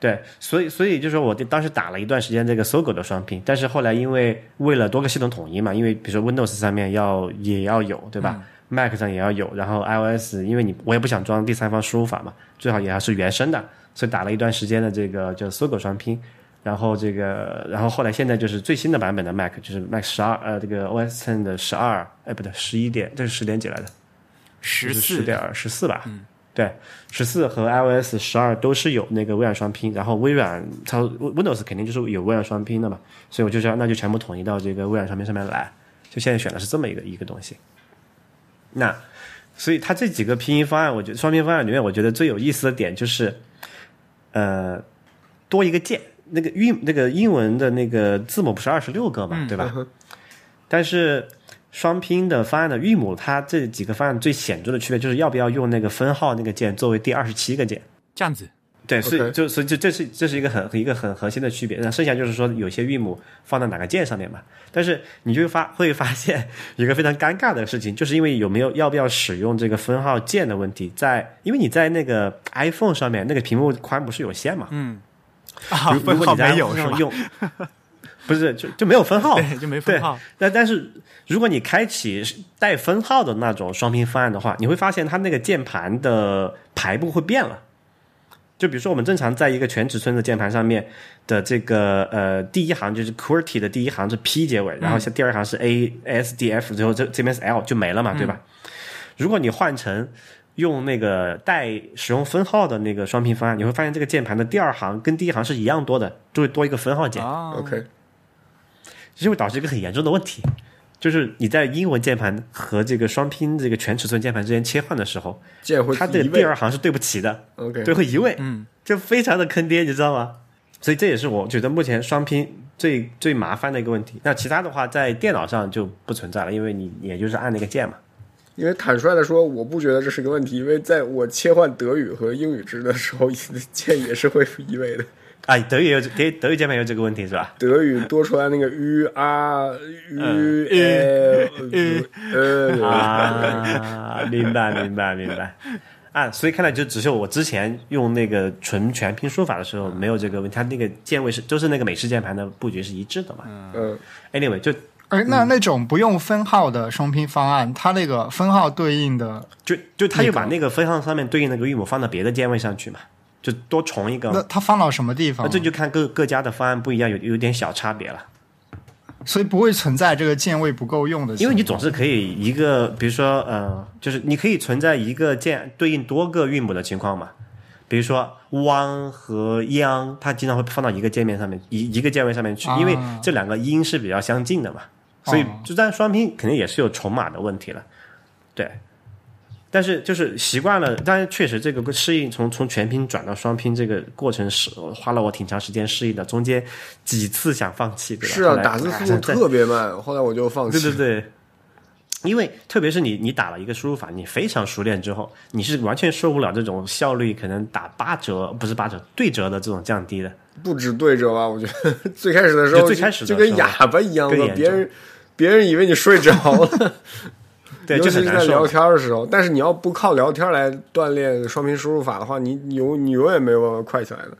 Speaker 3: 对，所以所以就是我当时打了一段时间这个搜狗的双拼，但是后来因为为了多个系统统一嘛，因为比如说 Windows 上面要也要有，对吧、m a c 上也要有，然后 iOS，因为你我也不想装第三方输入法嘛，最好也要是原生的，所以打了一段时间的这个叫搜狗双拼。然后这个，然后后来现在就是最新的版本的 Mac，就是 Mac 十二，呃，这个 OS Ten 的十二，哎，不对，十一点，这是十点几来的？
Speaker 1: 十
Speaker 3: 十
Speaker 1: 四
Speaker 3: 点十四吧？嗯，对，十四和 iOS 十二都是有那个微软双拼，然后微软它 Windows 肯定就是有微软双拼的嘛，所以我就想那就全部统一到这个微软双拼上面来，就现在选的是这么一个一个东西。那所以它这几个拼音方案，我觉得双拼方案里面，我觉得最有意思的点就是，呃，多一个键。那个英那个英文的那个字母不是二十六个嘛，
Speaker 1: 嗯
Speaker 3: 对吧？但是双拼的方案的韵母，它这几个方案最显著的区别就是要不要用那个分号那个键作为第二十七个键。
Speaker 1: 这样子，
Speaker 3: 对，所以
Speaker 2: OK
Speaker 3: 就所以就这是这是一个很一个很核心的区别。那剩下就是说有些韵母放到哪个键上面嘛。但是你就发会发现有一个非常尴尬的事情，就是因为有没有要不要使用这个分号键的问题，在因为你在那个 iPhone 上面那个屏幕宽不是有限嘛，嗯，
Speaker 1: 啊，
Speaker 3: 如
Speaker 1: 分
Speaker 3: 果
Speaker 1: 号
Speaker 3: 你在
Speaker 1: 没有
Speaker 3: iPhone
Speaker 1: 是
Speaker 3: 上
Speaker 1: 吧？
Speaker 3: 用 不是就就没有分号，
Speaker 1: 对，就没分号。
Speaker 3: 但但是如果你开启带分号的那种双拼方案的话，你会发现它那个键盘的排布会变了。就比如说，我们正常在一个全尺寸的键盘上面的这个呃第一行就是 QWERTY 的第一行是 P 结尾，然后像第二行是 A S D F，最后这这边是 L 就没了嘛，对吧？如果你换成用那个带使用分号的那个双拼方案，你会发现这个键盘的第二行跟第一行是一样多的，就会多一个分号键。
Speaker 1: 啊，
Speaker 2: OK，
Speaker 3: 这就会导致一个很严重的问题，就是你在英文键盘和这个双拼这个全尺寸键盘之间切换的时候，
Speaker 2: 键会
Speaker 3: 它的
Speaker 2: 移
Speaker 3: 第
Speaker 2: 位
Speaker 3: 二行是对不齐的，
Speaker 2: OK，
Speaker 3: 对，会移位，嗯，就非常的坑爹，你知道吗？所以这也是我觉得目前双拼最最麻烦的一个问题。那其他的话，在电脑上就不存在了，因为你也就是按那个键嘛。
Speaker 2: 因为坦率的说，我不觉得这是个问题，因为在我切换德语和英语值的时候， 键也是会移位的。
Speaker 3: 啊，德语也有德德语键盘有这个问题是吧？
Speaker 2: 德语多出来那个 u 啊 u
Speaker 3: 嗯
Speaker 2: 呃呃呃，
Speaker 3: 啊，明白明白明白。啊，所以看来就只是我之前用那个纯全拼输法的时候没有这个问题，它那个键位是都是那个美式键盘的布局是一致的嘛。
Speaker 2: 嗯，
Speaker 3: Anyway，就
Speaker 4: 而哎
Speaker 3: 嗯
Speaker 4: 那那种不用分号的双拼方案，它那个分号对应的，
Speaker 3: 就就它又把那个分号上面对应那个韵母放到别的键位上去嘛，就多重一个
Speaker 4: 那
Speaker 3: 嘛。
Speaker 4: 它放到什么地
Speaker 3: 那
Speaker 4: 方？
Speaker 3: 啊这就看各各家的方案不一样，有有点小差别了。
Speaker 4: 所以不会存在这个键位不够用的情
Speaker 3: 因
Speaker 4: 况，
Speaker 3: 为你总是可以一个，比如说，呃，就是你可以存在一个键对应多个韵母的情况嘛。比如说汪和央，它经常会放到一个界面上面，一一个键位上面去，因为
Speaker 4: 啊
Speaker 3: 这两个音是比较相近的嘛，所以
Speaker 4: 哦
Speaker 3: 就在双拼肯定也是有重码的问题了，对。但是就是习惯了，当然确实这个适应从从全拼转到双拼这个过程是花了我挺长时间适应的，中间几次想放弃，对吧？
Speaker 2: 是
Speaker 3: 后
Speaker 2: 啊，
Speaker 3: 来
Speaker 2: 打字
Speaker 3: 哎
Speaker 2: 速
Speaker 3: 再
Speaker 2: 度特别慢，后来我就放弃。
Speaker 3: 对对对，因为特别是你你打了一个输入法，你非常熟练之后，你是完全受不了这种效率可能打八折不是八折对折的这种降低的。
Speaker 2: 不止对折吧，我觉得最开始的时候
Speaker 3: 就最开始的
Speaker 2: 就跟
Speaker 3: 时候
Speaker 2: 哑巴一样
Speaker 3: 更
Speaker 2: 的，
Speaker 3: 严
Speaker 2: 别人别人以为你睡着了，
Speaker 3: 对，
Speaker 2: 尤
Speaker 3: 就
Speaker 2: 其
Speaker 3: 很
Speaker 2: 是
Speaker 3: 难
Speaker 2: 在聊
Speaker 3: 受。
Speaker 2: 天的时候。但是你要不靠聊天来锻炼双拼输入法的话，你你永你永远没有办法快起来的。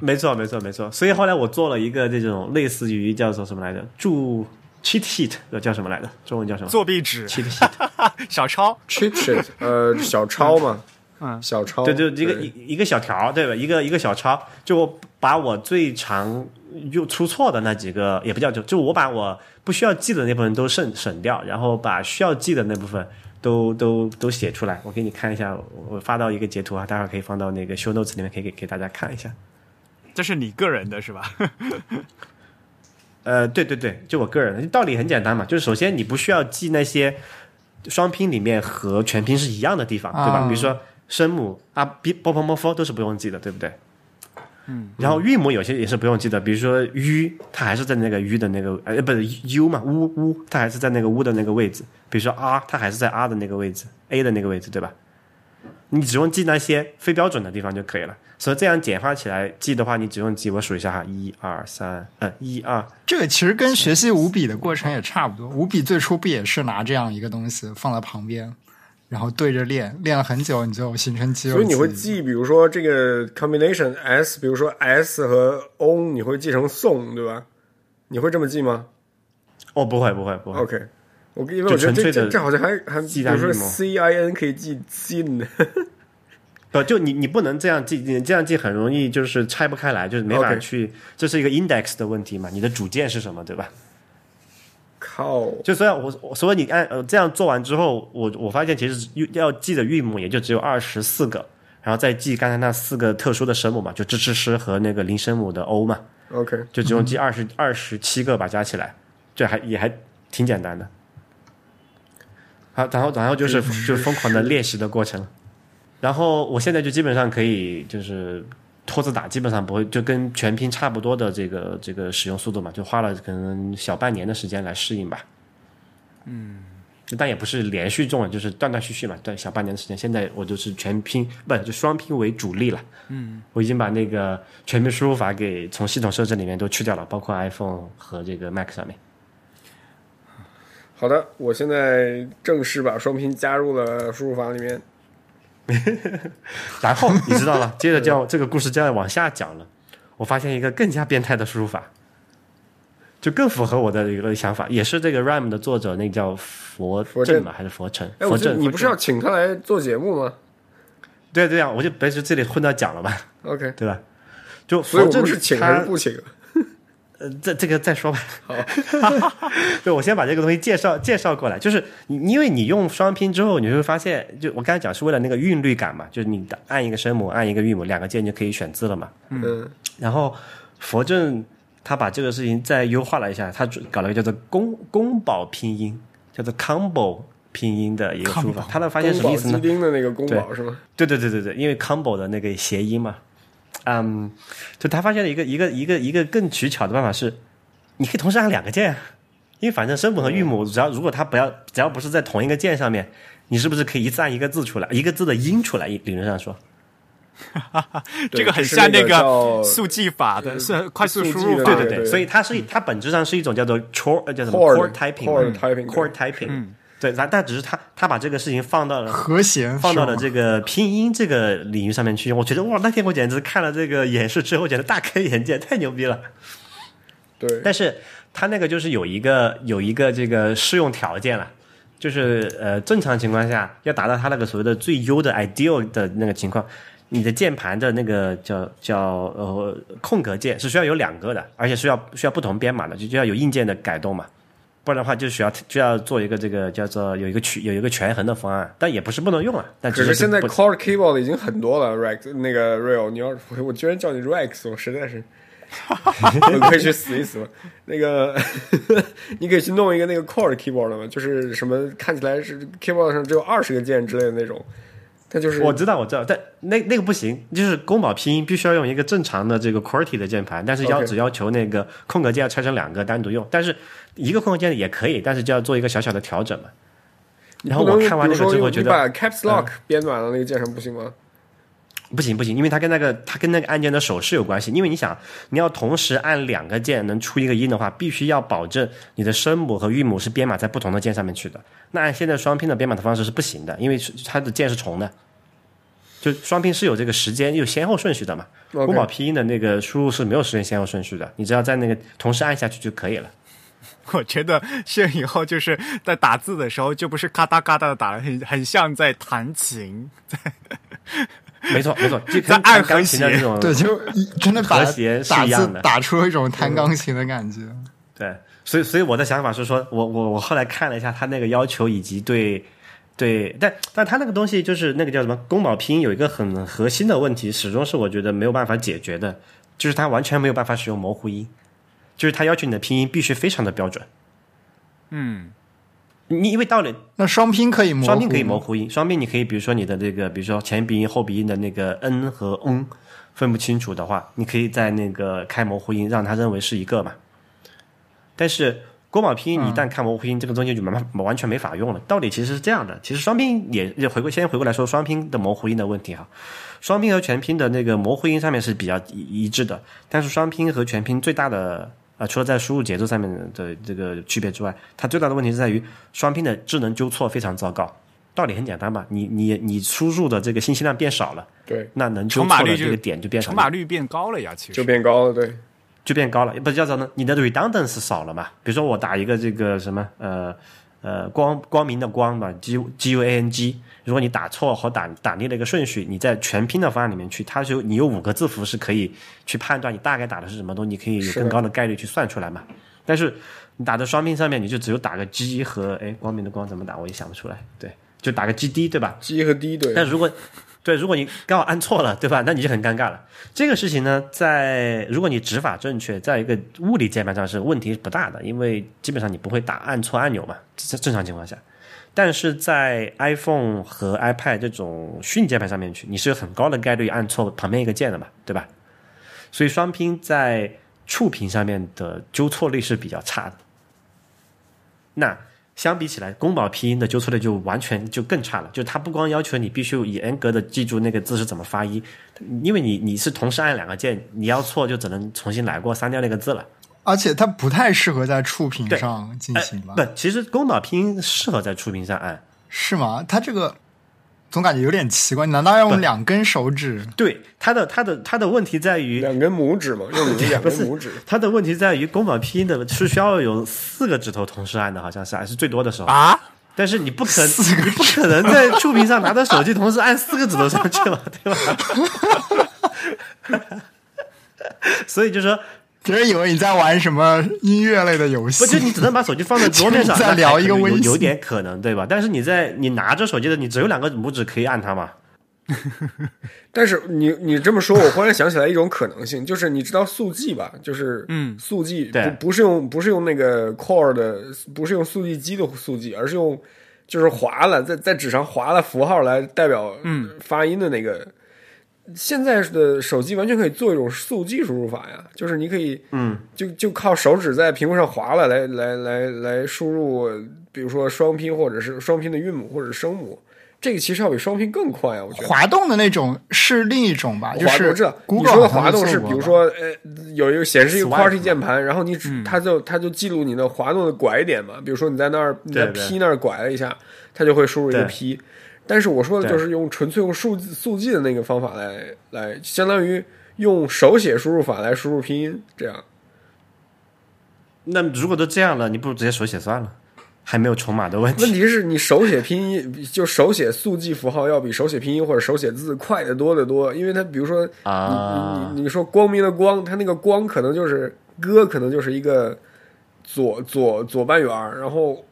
Speaker 3: 没错，没错，没错。所以后来我做了一个这种类似于叫做什么来着，助 cheat sheet 叫什么来着？中文叫什么
Speaker 1: 作弊纸、
Speaker 3: ？cheat sheet。
Speaker 1: 小抄，
Speaker 2: Cheat sheet，呃，小抄嘛，
Speaker 1: 嗯
Speaker 2: 小抄，
Speaker 3: 对，就一个一一个小条儿，对吧？一个一个小抄，就我把我最常又出错的那几个，也不叫就就我把我不需要记的那部分都省省掉，然后把需要记的那部分都都都写出来。我给你看一下，我我发到一个截图啊，待会儿可以放到那个 show notes 里面，可以给给大家看一下。
Speaker 1: 这是你个人的是吧？
Speaker 3: 呃，对对对，就我个人的道理很简单嘛，就是首先你不需要记那些双拼里面和全拼是一样的地方，对吧？
Speaker 4: 啊
Speaker 3: 比如说声母啊、b、b、p、m、f 都是不用记的，对不对？嗯。然后韵母有些也是不用记的，比如说 u，它还是在那个 u 的那个呃，不是 u 嘛，u u，它还是在那个 u 的那个位置。比如说 r，它还是在 r 的那个位置，a 的那个位置，对吧？你只用记那些非标准的地方就可以了。所以这样简化起来记的话，你只用记，我数一下哈，一二三，呃，一二
Speaker 4: 这个其实跟学习五笔的过程也差不多。五笔最初不也是拿这样一个东西放在旁边，然后对着练，练了很久，你就形成肌肉。
Speaker 2: 所以你会，记，比如说这个 combination s，比如说 s 和 o，你会记成送，对吧？你会这么记吗
Speaker 3: 哦，不会不会不会，
Speaker 2: ？OK，我因为我觉得
Speaker 3: 就纯粹
Speaker 2: 这
Speaker 3: 地
Speaker 2: 这这好像还还，比
Speaker 3: 记单
Speaker 2: 如说
Speaker 3: 字母
Speaker 2: c i n 可以记 sin，
Speaker 3: 不，就你你不能这样记，你这样记很容易就是拆不开来，就是没法
Speaker 2: OK
Speaker 3: 去，这是一个 index 的问题嘛，你的主件是什么，对吧？
Speaker 2: 靠，
Speaker 3: 就虽然我我所以你按呃这样做完之后，我我发现其实韵要记的韵母也就只有二十四个，然后再记刚才那四个特殊的声母嘛，就 zh、ch、sh 和那个零声母的 o 嘛，
Speaker 2: OK，
Speaker 3: 就只用记二十二十七个吧，加起来，这还也还挺简单的。好，然后然后就是嗯就是疯狂的练习的过程，然后我现在就基本上可以就是拖着打，基本上不会就跟全拼差不多的这个这个使用速度嘛，就花了可能小半年的时间来适应吧。嗯，但也不是连续中文，就是断断续续嘛，断小半年的时间。现在我就是全拼，不就双拼为主力了。我已经把那个全面输入法给从系统设置里面都去掉了，包括 iPhone 和这个 Mac 上面。
Speaker 2: 好的，我现在正式把双拼加入了输入法里面。
Speaker 3: 然后你知道了，接着就要这个故事就要往下讲了。我发现一个更加变态的输入法，就更符合我的一个想法，也是这个 RAM 的作者，那个叫佛
Speaker 2: 佛
Speaker 3: 正
Speaker 2: 正
Speaker 3: 吧，还是佛成？
Speaker 2: 哎，我
Speaker 3: 佛
Speaker 2: 这
Speaker 3: 正，
Speaker 2: 你不是要请他来做节目吗
Speaker 3: 对对啊，我就别是这里混到讲了吧，
Speaker 2: ？OK，
Speaker 3: 对吧？就
Speaker 2: 所以
Speaker 3: 佛
Speaker 2: 我
Speaker 3: 正
Speaker 2: 不是请还
Speaker 3: 他
Speaker 2: 是不请？啊
Speaker 3: 呃，这这个再说吧。好， 对，我先把这个东西介绍介绍过来。就是你，因为你用双拼之后，你会发现，就我刚才讲是为了那个韵律感嘛，就是你按一个声母，按一个韵母，两个键就可以选字了嘛。
Speaker 2: 嗯，
Speaker 3: 然后佛正他把这个事情再优化了一下，他搞了一个叫做宫宫保拼音，叫做 combo 拼音的一个输入法。他的发现
Speaker 2: 宫
Speaker 3: 什么
Speaker 2: 保
Speaker 3: 意思
Speaker 2: 鸡
Speaker 3: 呢？
Speaker 2: 丁的那个宫保是吗？
Speaker 3: 对对对对对，因为 combo 的那个谐音嘛，嗯，就他发现了一个一个一个一个更取巧的办法是，你可以同时按两个键啊，因为反正声母和韵母，只要如果它不要只要不是在同一个键上面，你是不是可以一次按一个字出来，一个字的音出来？理论上说，
Speaker 1: 这个很
Speaker 2: 就是
Speaker 1: 像
Speaker 2: 那个
Speaker 1: 个
Speaker 2: 叫
Speaker 1: 速记法的，是快速
Speaker 2: 速
Speaker 1: 输
Speaker 2: 记
Speaker 1: 入
Speaker 2: 的
Speaker 1: 法。
Speaker 2: 那
Speaker 3: 对
Speaker 2: 个
Speaker 3: 对
Speaker 2: 对
Speaker 3: 所以它是它本质上是一种叫做 core 呃叫什么
Speaker 2: Chord- chord
Speaker 3: core typing 嗯
Speaker 2: typing
Speaker 3: core typing，对，但但只是它它把这个事情放到了
Speaker 4: 和弦
Speaker 3: 放到
Speaker 4: 是
Speaker 3: 了
Speaker 4: 吗
Speaker 3: 这个拼音这个领域上面去，我觉得哇，那天我简直看了这个演示之后，简直大开眼界，太牛逼了。
Speaker 2: 对，
Speaker 3: 但是它那个就是有一个有一个这个适用条件了，就是呃，正常情况下要达到它那个所谓的最优的 ideal 的那个情况，你的键盘的那个叫叫呃空格键是需要有两个的，而且是要需要不同编码的，就就要有硬件的改动嘛。不然的话，就需要就要做一个这个叫做有一个取有一个权衡的方案，但也不是不能用啊。但只
Speaker 2: 可是现在
Speaker 3: 不
Speaker 2: Core Keyboard 已经很多了，Rex 那个 Real，你要是我我居然叫你 Rex，我实在 是，我可以去死一死吗？那个 你可以去弄一个那个 Core Keyboard 的嘛，就是什么看起来是 Keyboard 上只有二十个键之类的那种，它就是
Speaker 3: 我知道，我知道，但那那个不行，就是宫保拼音必须要用一个正常的这个 QWERTY 的键盘，但是要
Speaker 2: OK
Speaker 3: 只要求那个空格键要拆成两个单独用，但是一个空格键也可以，但是就要做一个小小的调整嘛。然后
Speaker 2: 不
Speaker 3: 我
Speaker 2: 能
Speaker 3: 看完
Speaker 2: 比
Speaker 3: 那
Speaker 2: 如
Speaker 3: 个
Speaker 2: 说
Speaker 3: 之后
Speaker 2: 用
Speaker 3: 觉
Speaker 2: 你
Speaker 3: 得嗯
Speaker 2: 把 Caps Lock 编码到那个键上不行吗？
Speaker 3: 不行不行，因为它跟那个它跟那个按键的手势有关系，因为你想你要同时按两个键能出一个音的话，必须要保证你的声母和韵母是编码在不同的键上面去的。那按现在双拼的编码的方式是不行的，因为是它的键是重的。就双拼是有这个时间有先后顺序的嘛，
Speaker 2: OK
Speaker 3: 宫保拼音的那个输入是没有时间先后顺序的，你只要在那个同时按下去就可以了。
Speaker 1: 我觉得这以后就是在打字的时候，就不是咔嗒咔嗒的打了，很很像在弹琴，
Speaker 3: 没错没错，
Speaker 1: 在
Speaker 3: 就跟
Speaker 1: 按
Speaker 3: 弹
Speaker 1: 和
Speaker 3: 钢琴的
Speaker 1: 谐
Speaker 3: 那种
Speaker 4: 对，就一真的把
Speaker 3: 和谐是
Speaker 4: 打
Speaker 3: 一样
Speaker 4: 字
Speaker 3: 的
Speaker 4: 打出一种弹钢琴的感觉。
Speaker 3: 对，所以所以我的想法是说，我我我后来看了一下他那个要求以及对对，但但他那个东西就是那个叫什么宫保拼音有一个很核心的问题，始终是我觉得没有办法解决的，就是它完全没有办法使用模糊音，就是它要求你的拼音必须非常的标准。
Speaker 1: 嗯，
Speaker 3: 你因为到了
Speaker 4: 那双拼可以模糊，
Speaker 3: 双拼可以模糊音，双拼你可以比如说你的这个，比如说前鼻音后鼻音的那个 n 和 n 分不清楚的话，你可以在那个开模糊音，让它认为是一个嘛。但是国宝拼音一旦开模糊音，这个东西就没法完全没法用了。道理其实是这样的，其实双拼也也回过先回过来说双拼的模糊音的问题哈。双拼和全拼的那个模糊音上面是比较一一致的，但是双拼和全拼最大的啊、呃除了在输入节奏上面的这个区别之外，它最大的问题是在于双拼的智能纠错非常糟糕。道理很简单嘛，你你你输入的这个信息量变少了，
Speaker 2: 对，
Speaker 3: 那能纠
Speaker 1: 乘码
Speaker 3: 错的
Speaker 1: 率
Speaker 3: 这个点就变少
Speaker 1: 乘
Speaker 3: 了。
Speaker 1: 码率变高了呀，其实。
Speaker 2: 就变高了，对。
Speaker 3: 就变高了，不是叫做呢？你的 redundance 少了嘛？比如说我打一个这个什么呃呃光光明的光吧，G G U A N G。如果你打错和打打逆了一个顺序，你在全拼的方案里面去，它是有你有五个字符是可以去判断你大概打的是什么东西，你可以有
Speaker 2: 是
Speaker 3: 更高的概率去算出来嘛。但是你打的双拼上面，你就只有打个 G 和哎光明的光怎么打，我也想不出来。对，就打个 G D 对吧？
Speaker 2: G 和 D 对，
Speaker 3: 但如果对，如果你刚好按错了，对吧？那你就很尴尬了。这个事情呢，在如果你指法正确，在一个物理键盘上是问题不大的，因为基本上你不会打按错按钮嘛，正正常情况下。但是在 iPhone 和 iPad 这种虚拟键盘上面去，你是有很高的概率按错旁边一个键的嘛，对吧？所以双拼在触屏上面的纠错率是比较差的。那相比起来，宫保拼音的纠错率就完全就更差了。就它不光要求你必须严格的记住那个字是怎么发音，因为你你是同时按两个键，你要错就只能重新来过，删掉那个字了。
Speaker 4: 而且它不太适合在触屏
Speaker 3: 对哎
Speaker 4: 上进行吧？
Speaker 3: 不，其实宫保拼音适合在触屏上啊按。
Speaker 4: 是吗？它这个总感觉有点奇怪，难道要用
Speaker 3: 不
Speaker 4: 两根手指？
Speaker 3: 对，它的它的它的问题在于，
Speaker 2: 两根拇指嘛，用你的两
Speaker 3: 不
Speaker 2: 根
Speaker 3: 是
Speaker 2: 拇指。
Speaker 3: 它的问题在于宫保拼音的是需要有四个指头同时按的，好像是还是最多的时候。
Speaker 1: 啊，
Speaker 3: 但是你不可
Speaker 4: 四个
Speaker 3: 你不可能在触屏上拿着手机同时按四个指头上去 嘛，对吧？所以就说，
Speaker 4: 别人以为你在玩什么音乐类的游
Speaker 3: 不就
Speaker 4: 戏，
Speaker 3: 你只能把手机放在桌面上，
Speaker 4: 在
Speaker 3: 那还
Speaker 4: 聊一
Speaker 3: 可
Speaker 4: 个
Speaker 3: 能有
Speaker 4: 微信
Speaker 3: 有点可能对吧？但是你在你拿着手机的，你只有两个拇指可以按它嘛？
Speaker 2: 但是你你这么说，我忽然想起来一种可能性，就是你知道速记吧？就是嗯，速记不、
Speaker 3: 对
Speaker 2: 不是用不是用那个 Core 的，不是用速记机的速记，而是用就是划了在在纸上划了符号来代表嗯发音的那个。现在的手机完全可以做一种速记输入法呀，就是你可以嗯，就就靠手指在屏幕上划了来来来来输入，比如说双拼或者是双拼的韵母或者声母，这个其实要比双拼更快啊，我觉得。
Speaker 4: 滑动的那种是另一种吧？就
Speaker 2: 滑动
Speaker 4: 是
Speaker 2: 我知道，你
Speaker 4: Google
Speaker 2: 说的
Speaker 4: 好像
Speaker 2: 滑动
Speaker 4: 做
Speaker 2: 是，
Speaker 4: 过
Speaker 2: 比如
Speaker 4: 吧嗯
Speaker 2: 说，呃，有一个显示一个
Speaker 3: Swipe
Speaker 2: 跨 y
Speaker 3: 嘛
Speaker 2: 键盘，然后你只，它就它就记录你的滑动的拐点嘛。比如说你在那儿你在
Speaker 3: 对对
Speaker 2: P 那儿拐了一下，它就会输入一个
Speaker 3: 对
Speaker 2: P。但是我说的
Speaker 3: 对
Speaker 2: 就是用纯粹用数字速记的那个方法来来，相当于用手写输入法来输入拼音，这样
Speaker 3: 那如果都这样了，你不如直接手写算了，还没有重码的问
Speaker 2: 问
Speaker 3: 题。
Speaker 2: 题是你手写拼音，就手写速记符号要比手写拼音或者手写字快得多得多，因为它比如说
Speaker 3: 啊
Speaker 2: 你你你说光明的光，它那个光可能就是哥，可能就是一个左左左半圆儿，然后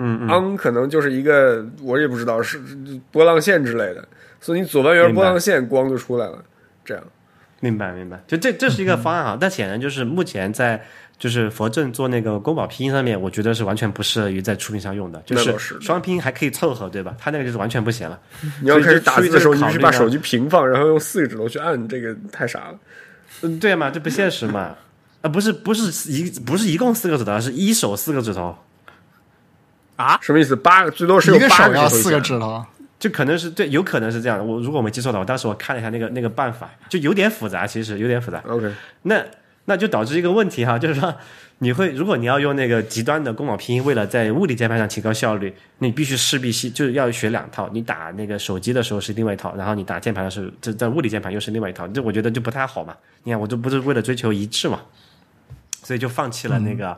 Speaker 3: 嗯嗯，
Speaker 2: 昂可能就是一个我也不知道是是波浪线之类的，所以你左半圆
Speaker 3: 明白
Speaker 2: 波浪线光就出来了，这样。
Speaker 3: 明白明白，就这这
Speaker 2: 嗯
Speaker 3: 是一个方案啊，但显然就是目前在就是佛正做那个宫保拼音上面，我觉得是完全不适合于在触屏上用的，就
Speaker 2: 那倒
Speaker 3: 是
Speaker 2: 是的
Speaker 3: 双拼还可以凑合，对吧？他那个就是完全不行了。
Speaker 2: 你要开始打字的时候，你必须把手
Speaker 3: 机，
Speaker 2: 机平放，然后用四个指头去按，这个太傻了。
Speaker 3: 嗯对嘛，这不现实嘛。啊，不是不是一不是一共四个指头，啊而是一手四个指头，啊
Speaker 2: 什么意思？八个最多是有
Speaker 4: 一个
Speaker 2: 八
Speaker 4: 手
Speaker 2: 个
Speaker 4: 要
Speaker 2: 指头以
Speaker 4: 四个
Speaker 2: 下
Speaker 4: 指头，
Speaker 3: 就可能是对，有可能是这样的。我如果我没记错的话，我当时我看了一下那个那个办法，就有点复杂，其实有点复杂。
Speaker 2: OK，
Speaker 3: 那那就导致一个问题哈，就是说你会，如果你要用那个极端的宫保拼音，为了在物理键盘上提高效率，你必须势必系就是要学两套，你打那个手机的时候是另外一套，然后你打键盘的时候，这在物理键盘又是另外一套，这我觉得就不太好嘛。你看，我就不是为了追求一致嘛。所以就放弃了那个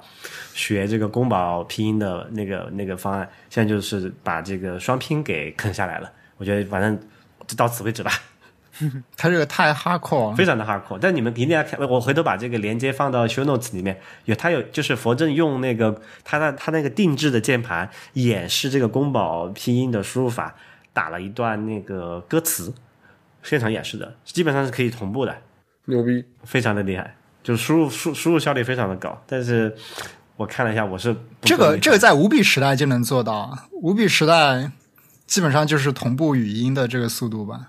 Speaker 3: 学这个宫保拼音的那个那个方案，现在就是把这个双拼给啃下来了。我觉得反正就到此为止吧。
Speaker 4: 它这个太 hardcore 了。
Speaker 3: 非常的 hardcore。但你们一定要看，我回头把这个链接放到 show notes 里面。有它有就是佛正用那个他那他那个定制的键盘演示这个宫保拼音的输入法，打了一段那个歌词，现场演示的，基本上是可以同步的，
Speaker 2: 牛逼！
Speaker 3: 非常的厉害，就是输入输输入效率非常的高。但是我看了一下，我是不
Speaker 4: 这
Speaker 3: 够
Speaker 4: 个
Speaker 3: 厉害
Speaker 4: 这个在五笔时代就能做到，五笔时代基本上就是同步语音的这个速度吧，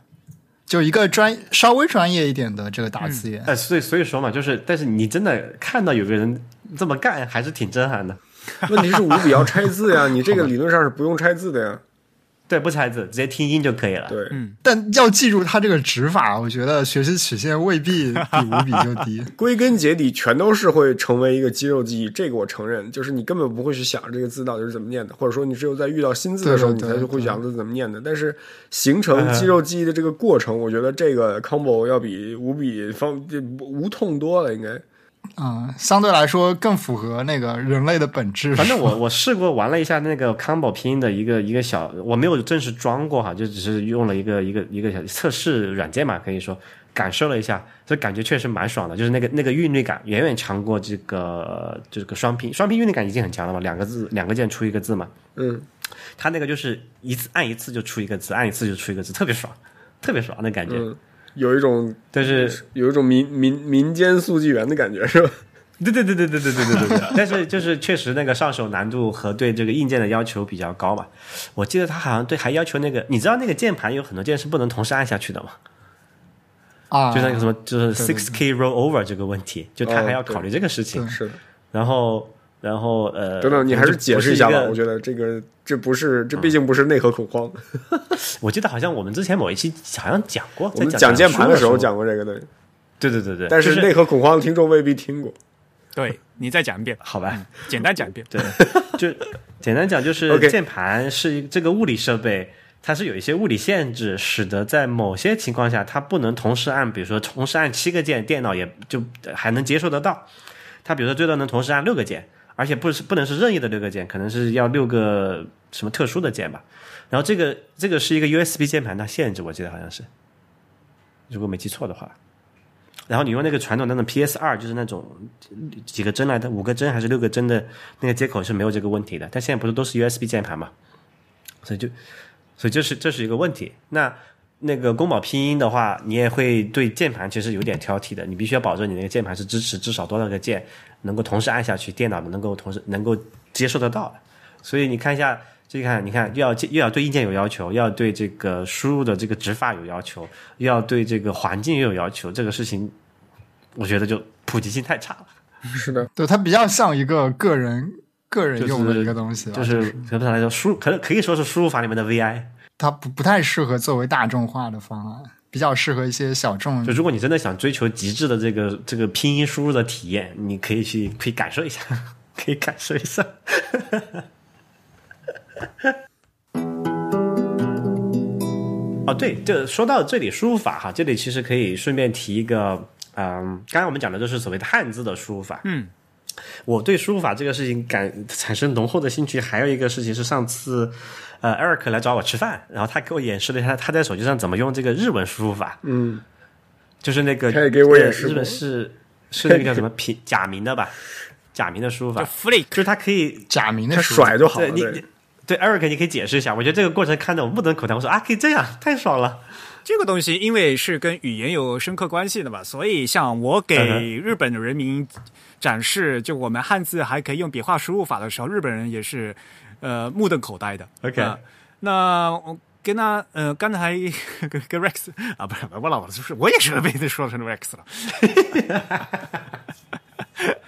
Speaker 4: 就一个专稍微专业一点的这个打
Speaker 2: 嗯
Speaker 4: 字也。
Speaker 3: 呃，所以所以说嘛，就是但是你真的看到有个人这么干，还是挺震撼的。
Speaker 2: 问题是五笔要拆字呀，你这个理论上是不用拆字的呀。
Speaker 3: 对，不拆字，直接听音就可以了。
Speaker 2: 对，
Speaker 4: 但要记住它这个指法，我觉得学习曲线未必比五笔就低。
Speaker 2: 归根结底全都是会成为一个肌肉记忆，这个我承认，就是你根本不会去想这个字到底是怎么念的，或者说你只有在遇到新字的时候，
Speaker 4: 对
Speaker 2: 你
Speaker 4: 对
Speaker 2: 才
Speaker 4: 对
Speaker 2: 会想这怎么念的。但是形成肌肉记忆的这个过程，我觉得这个 combo 要比五笔方这无痛多了，应该
Speaker 4: 嗯，相对来说更符合那个人类的本质。
Speaker 3: 反正我我试过玩了一下那个 combo 拼音的一个一个小，我没有正式装过哈，就只是用了一个一个一个小测试软件嘛，可以说感受了一下，这感觉确实蛮爽的，就是那个那个韵律感远远强过这个这个双拼，双拼韵律感已经很强了嘛，两个字两个键出一个字嘛，
Speaker 2: 嗯，
Speaker 3: 它那个就是一次按一次就出一个字，按一次就出一个字，特别爽，特别爽那感觉，
Speaker 2: 嗯有一种
Speaker 3: 但是
Speaker 2: 有一种民民民间速记员的感觉，是吧？
Speaker 3: 对对对对对对对对对对。 但是就是确实那个上手难度和对这个硬件的要求比较高嘛。我记得他好像对还要求那个，你知道那个键盘有很多键是不能同时按下去的嘛？
Speaker 4: 啊，
Speaker 3: 就那个什么就是 six k roll over 这个问题，就他还要考虑
Speaker 2: 哦
Speaker 3: 这个事情。
Speaker 2: 是的。
Speaker 3: 然后然后
Speaker 2: 嗯
Speaker 3: 呃，
Speaker 2: 等等，你还
Speaker 3: 是
Speaker 2: 是解释一下吧。我
Speaker 3: 得
Speaker 2: 觉得这个这不是这毕竟不是内核恐慌。
Speaker 3: 我记得好像我们之前某一期好像讲过，
Speaker 2: 我们
Speaker 3: 在
Speaker 2: 讲键盘
Speaker 3: 的
Speaker 2: 时候。讲过这个对，
Speaker 3: 对对对对，
Speaker 2: 但
Speaker 3: 就是
Speaker 2: 内核恐慌的听众未必听过。
Speaker 1: 对你再讲一遍，
Speaker 3: 好吧。
Speaker 1: 简单讲一遍。
Speaker 3: 对，就简单讲，就是
Speaker 2: OK
Speaker 3: 键盘是一这个物理设备，它是有一些物理限制，使得在某些情况下它不能同时按，比如说同时按七个键，电脑也就还能接受得到。它比如说最多能同时按六个键，而且不是不能是任意的六个键，可能是要六个什么特殊的键吧。然后这个这个是一个 USB 键盘的限制，我记得好像是，如果没记错的话。然后你用那个传统的那种 PS 二，就是那种几个针来的，五个针还是六个针的那个接口是没有这个问题的。但现在不是都是 USB 键盘嘛，所以就，所以这是这是一个问题。那那个宫保拼音的话，你也会对键盘其实有点挑剔的，你必须要保证你那个键盘是支持至少多少个键能够同时按下去，电脑能够同时能够接受得到的。所以你看一下，这看你看又要又要对硬件有要求，又要对这个输入的这个指法有要求，又要对这个环境也有要求，这个事情我觉得就普及性太差了。
Speaker 2: 是的，
Speaker 4: 对它比较像一个个人个人
Speaker 3: 就是
Speaker 4: 用的一个东西啊吧，
Speaker 3: 就是可不可来说输入，可可以说是输入法里面的 VI。
Speaker 4: 它不不太适合作为大众化的方案，比较适合一些小众
Speaker 3: 就如果你真的想追求极致的这个这个拼音输入的体验，你可以去可以感受一下， 可以感受一下。 哦，对，就说到这里输入法哈，这里其实可以顺便提一个，嗯、刚才我们讲的就是所谓的汉字的输入法，
Speaker 1: 嗯，
Speaker 3: 我对输入法这个事情感产生浓厚的兴趣，还有一个事情是上次，呃，Eric 来找我吃饭，然后他给我演示了一下他在手机上怎么用这个日文输入法，
Speaker 2: 嗯，
Speaker 3: 就是那个
Speaker 2: 他也给我
Speaker 3: 呃
Speaker 2: 演示
Speaker 3: 日
Speaker 2: 过
Speaker 3: 本是是那个 叫什么平假名的吧，假名的输入
Speaker 1: 就
Speaker 3: 法，
Speaker 1: flick
Speaker 3: 就是它可以
Speaker 4: 假名的
Speaker 2: 他
Speaker 4: 输入
Speaker 2: 甩就好了。
Speaker 3: 对你你
Speaker 2: 对，
Speaker 3: 对 Eric 你可以解释一下，我觉得这个过程看得我目瞪口呆，我说啊可以这样，太爽了。
Speaker 1: 这个东西因为是跟语言有深刻关系的嘛，所以像我给
Speaker 3: 嗯
Speaker 1: 日本的人民展示，就我们汉字还可以用笔画输入法的时候，日本人也是呃目瞪口呆的。
Speaker 3: OK
Speaker 2: 啊
Speaker 1: 呃那我。跟他呃，刚才跟跟 Rex 啊，不是，我老了，就是我也是被他说成 Rex 了。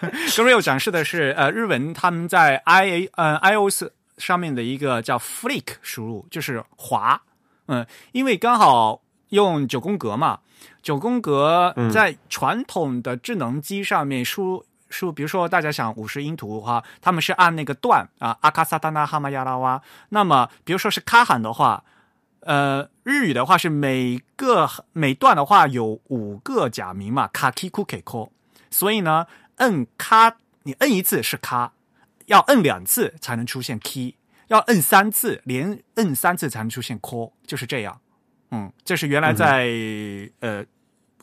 Speaker 1: 跟 Real 展示的是呃，日文他们在 i 呃 iOS 上面的一个叫 Flick 输入，就是滑，嗯，因为刚好用九宫格嘛，九宫格在传统的智能机上面输入。输，比如说大家想五十音图哈，他们是按那个段啊，阿卡萨达那哈玛亚拉哇。那么比如说是卡喊的话，呃，日语的话是每个每段的话有五个假名嘛，卡 k 库 k 科，所以呢，摁咔，你摁一次是咔，要摁两次才能出现 key，要摁三次，连摁三次才能出现 call，就是这样。嗯，这是原来在、呃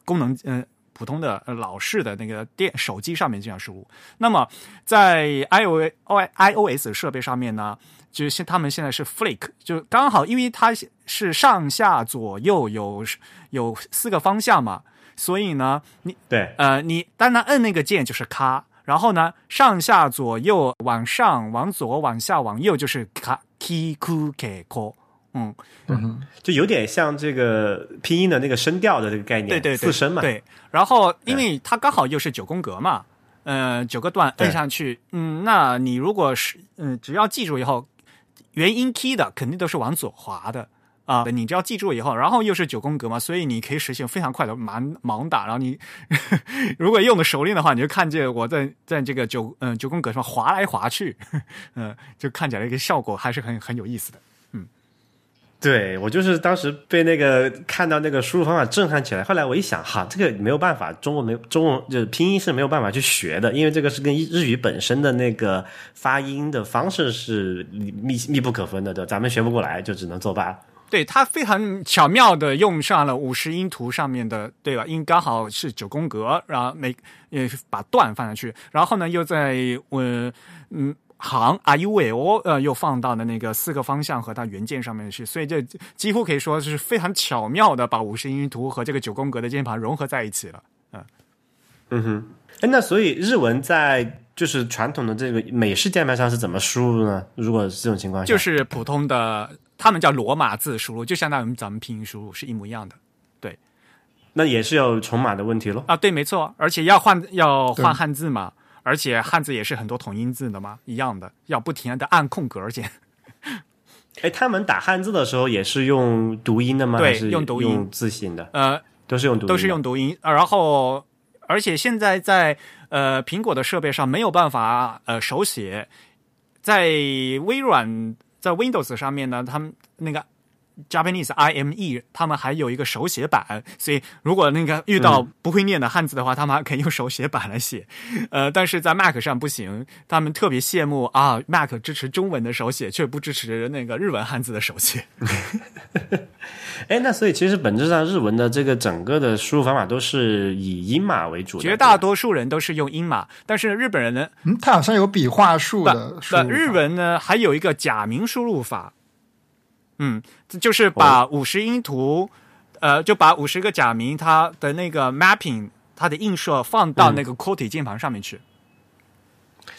Speaker 1: 功能呃普通的呃老式的那个电手机上面这样输入。那么在 i o 哦 i o s 设备上面呢，就是现他们现在是 Flick，就刚好因为它是上下左右有有四个方向嘛，所以呢，你
Speaker 3: 对，
Speaker 1: 呃，你单单摁那个键就是咔，然后呢，上下左右往上往左往下往右就是咔 k ku k ko，嗯，
Speaker 3: 就有点像这个拼音的那个声调的这个概念，
Speaker 1: 对对对，
Speaker 3: 四声嘛，
Speaker 1: 对，然后因为它刚好又是九宫格嘛，呃，九个段
Speaker 3: 对
Speaker 1: 摁上去，嗯，那你如果是嗯，只要记住以后，元音 key 的肯定都是往左滑的。啊，你只要记住以后，然后又是九宫格嘛，所以你可以实现非常快的盲盲打。然后你 如果用的熟练的话，你就看见我在在这个九嗯、九宫格上 呃滑来滑去，嗯、就看起来一个效果还是很很有意思的。
Speaker 3: 对我就是当时被那个看到那个输入方法震撼起来，后来我一想，哈，这个没有办法，中文没中文就是拼音是没有办法去学的，因为这个是跟日语本身的那个发音的方式是密密不可分的，对吧，咱们学不过来，就只能作罢。
Speaker 1: 对它非常巧妙的用上了五十音图上面的，对吧？音刚好是九宫格，然后每也把段放上去，然后呢又在呃嗯行啊 u a o 呃又放到了那个四个方向和它原件上面去，所以这几乎可以说是非常巧妙的把五十音图和这个九宫格的键盘融合在一起了。
Speaker 3: 嗯哼，哎，那所以日文在就是传统的这个美式键盘上是怎么输入呢？如果是这种情况下，
Speaker 1: 就是普通的，他们叫罗马字输入，就相当于咱们拼音输入是一模一样的
Speaker 3: 那也是有重码的问题咯。
Speaker 1: 啊。对，没错，而且要换要
Speaker 4: 对
Speaker 1: 换汉字嘛，而且汉字也是很多同音字的嘛，一样的，要不停的按空格键。
Speaker 3: 哎，他们打汉字的时候也是用读音的吗？
Speaker 1: 对
Speaker 3: 还是
Speaker 1: 用读音
Speaker 3: 字形的，
Speaker 1: 呃，
Speaker 3: 都是用读音的，
Speaker 1: 都是用读音，呃然后而且现在在呃苹果的设备上没有办法呃手写，在微软在 Windows 上面呢，他们那个 Japanese IME 他们还有一个手写版，所以如果那个遇到不会念的汉字的话，他们还可以用手写版来写，呃，但是在 Mac 上不行，他们特别羡慕啊，Mac 支持中文的手写，却不支持那个日文汉字的手写。
Speaker 3: 哎，那所以其实本质上日文的这个整个的输入方法都是以音码为主的，
Speaker 1: 绝大
Speaker 3: 对吧
Speaker 1: 多数人都是用英码，但是日本人呢，
Speaker 4: 嗯，它好像有笔画数的
Speaker 1: 不
Speaker 4: 输入
Speaker 1: 不，
Speaker 4: 法
Speaker 1: 日文呢还有一个假名输入法，嗯，这就是
Speaker 4: 哦
Speaker 1: 把五十音图，呃，就把五十个假名它的那个 mapping 它的映射放
Speaker 4: 嗯
Speaker 1: 到那个 q u o t 键盘上面去。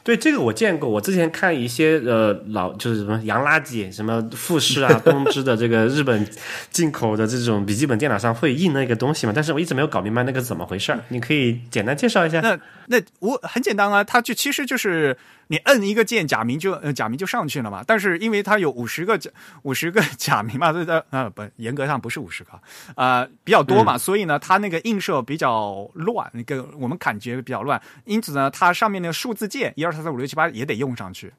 Speaker 3: 对这个我见过，我之前看一些呃老就是什么洋垃圾、什么富 士啊、东芝的这个日本进口的这种笔记本电脑上会印那个东西嘛，但是我一直没有搞明白那个怎么回事儿，你可以简单介绍一下。
Speaker 1: 那那我很简单啊，它就其实就是你摁一个键，假名就呃假名就上去了嘛。但是因为它有五十个假五十个假名嘛，这这呃不严格上不是五十个啊，呃比较多嘛，所以呢它那个映射比较乱，那个我们感觉比较乱，因此呢它上面那个数字键一二三四五六七八也得用上去。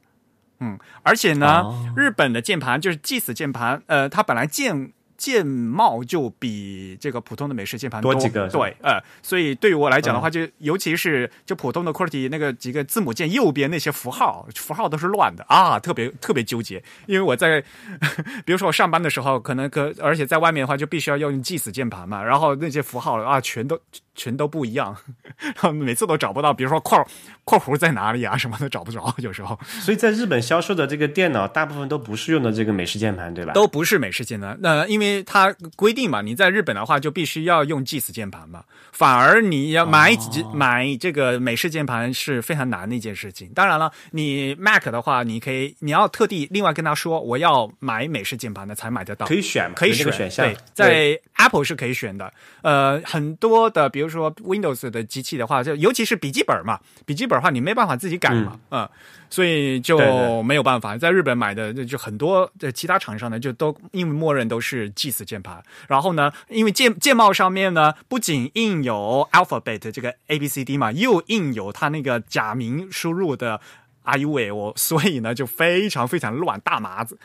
Speaker 1: 嗯，而且呢，
Speaker 3: 哦
Speaker 1: 日本的键盘就是 GIS 键盘，呃，它本来键键帽就比这个普通的美式键盘
Speaker 3: 多几个是吧嗯
Speaker 1: 对，呃，所以对于我来讲的话，就尤其是就普通的 QWERTY 那个几个字母键右边那些符号，符号都是乱的啊，特别特别纠结。因为我在， 比如说我上班的时候，可能可而且在外面的话，就必须要用 GIS 键盘嘛，然后那些符号啊，全都全都不一样， 然后每次都找不到，比如说括括弧在哪里啊什么的找不着，有时候。
Speaker 3: 所以在日本销售的这个电脑，大部分都不是用的这个美式键盘，对吧？
Speaker 1: 都不是美式键盘。那因为它规定嘛，你在日本的话就必须要用 GIS 键盘嘛，反而你
Speaker 3: 哦
Speaker 1: 要买几、买这个美式键盘是非常难的一件事情。当然了，你 Mac 的话，你可以你要特地另外跟他说我要买美式键盘的才买得到，
Speaker 3: 可以选嘛，
Speaker 1: 可以
Speaker 3: 有这
Speaker 1: 选
Speaker 3: 个选项
Speaker 1: 对，，在 Apple 是可以选的。呃，很多的，比如说 Windows 的机器的话，就尤其是笔记本嘛，笔记本的话你没办法自己改嘛，嗯，所以
Speaker 3: 对
Speaker 1: 就
Speaker 3: 对
Speaker 1: 没有办法。在日本买的就就很多的其他厂商呢，就都因为默认都是 GIS 键盘，然后呢，因为键键帽上面呢不仅印有 Alphabet 这个 A B C D 嘛，又印有它那个假名输入的。I U A O，所以呢就非常非常乱，大麻子，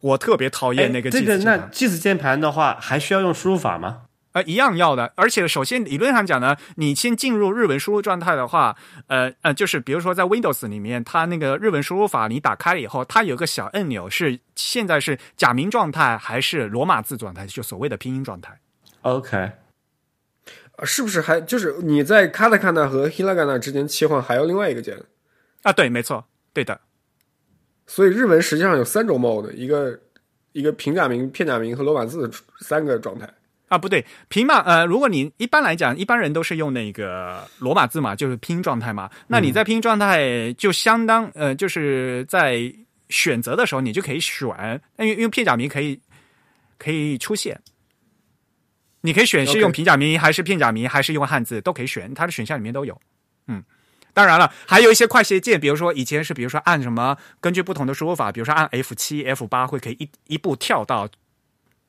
Speaker 1: 我特别讨
Speaker 3: 哎
Speaker 1: 厌那个 GIS
Speaker 3: 这
Speaker 1: 键盘。
Speaker 3: 个那 GIS 键盘的话，还需要用输入法吗？
Speaker 1: 呃，一样要的。而且，首先理论上讲呢，你先进入日文输入状态的话，呃呃，就是比如说在 Windows 里面，它那个日文输入法你打开了以后，它有个小按钮是现在是假名状态还是罗马字状态，就所谓的拼音状态。
Speaker 3: OK，
Speaker 2: 啊是不是还就是你在卡塔卡纳和 hiragana 之间切换还要另外一个键？
Speaker 1: 啊，对，没错，对的。
Speaker 2: 所以日文实际上有三种 mode，一个一个平假名、片假名和罗马字三个状态。
Speaker 1: 啊，不对，平码呃，如果你一般来讲，一般人都是用那个罗马字嘛，就是拼音状态嘛。那你在拼音状态就相当呃，就是在选择的时候，你就可以选，因为因为片假名可以可以出现，你可以选是
Speaker 2: OK
Speaker 1: 用平假名还是片假名还是用汉字都可以选，它的选项里面都有。嗯，当然了，还有一些快捷键，比如说以前是比如说按什么，根据不同的输入法，比如说按 F 七、F 八会可以一一步跳到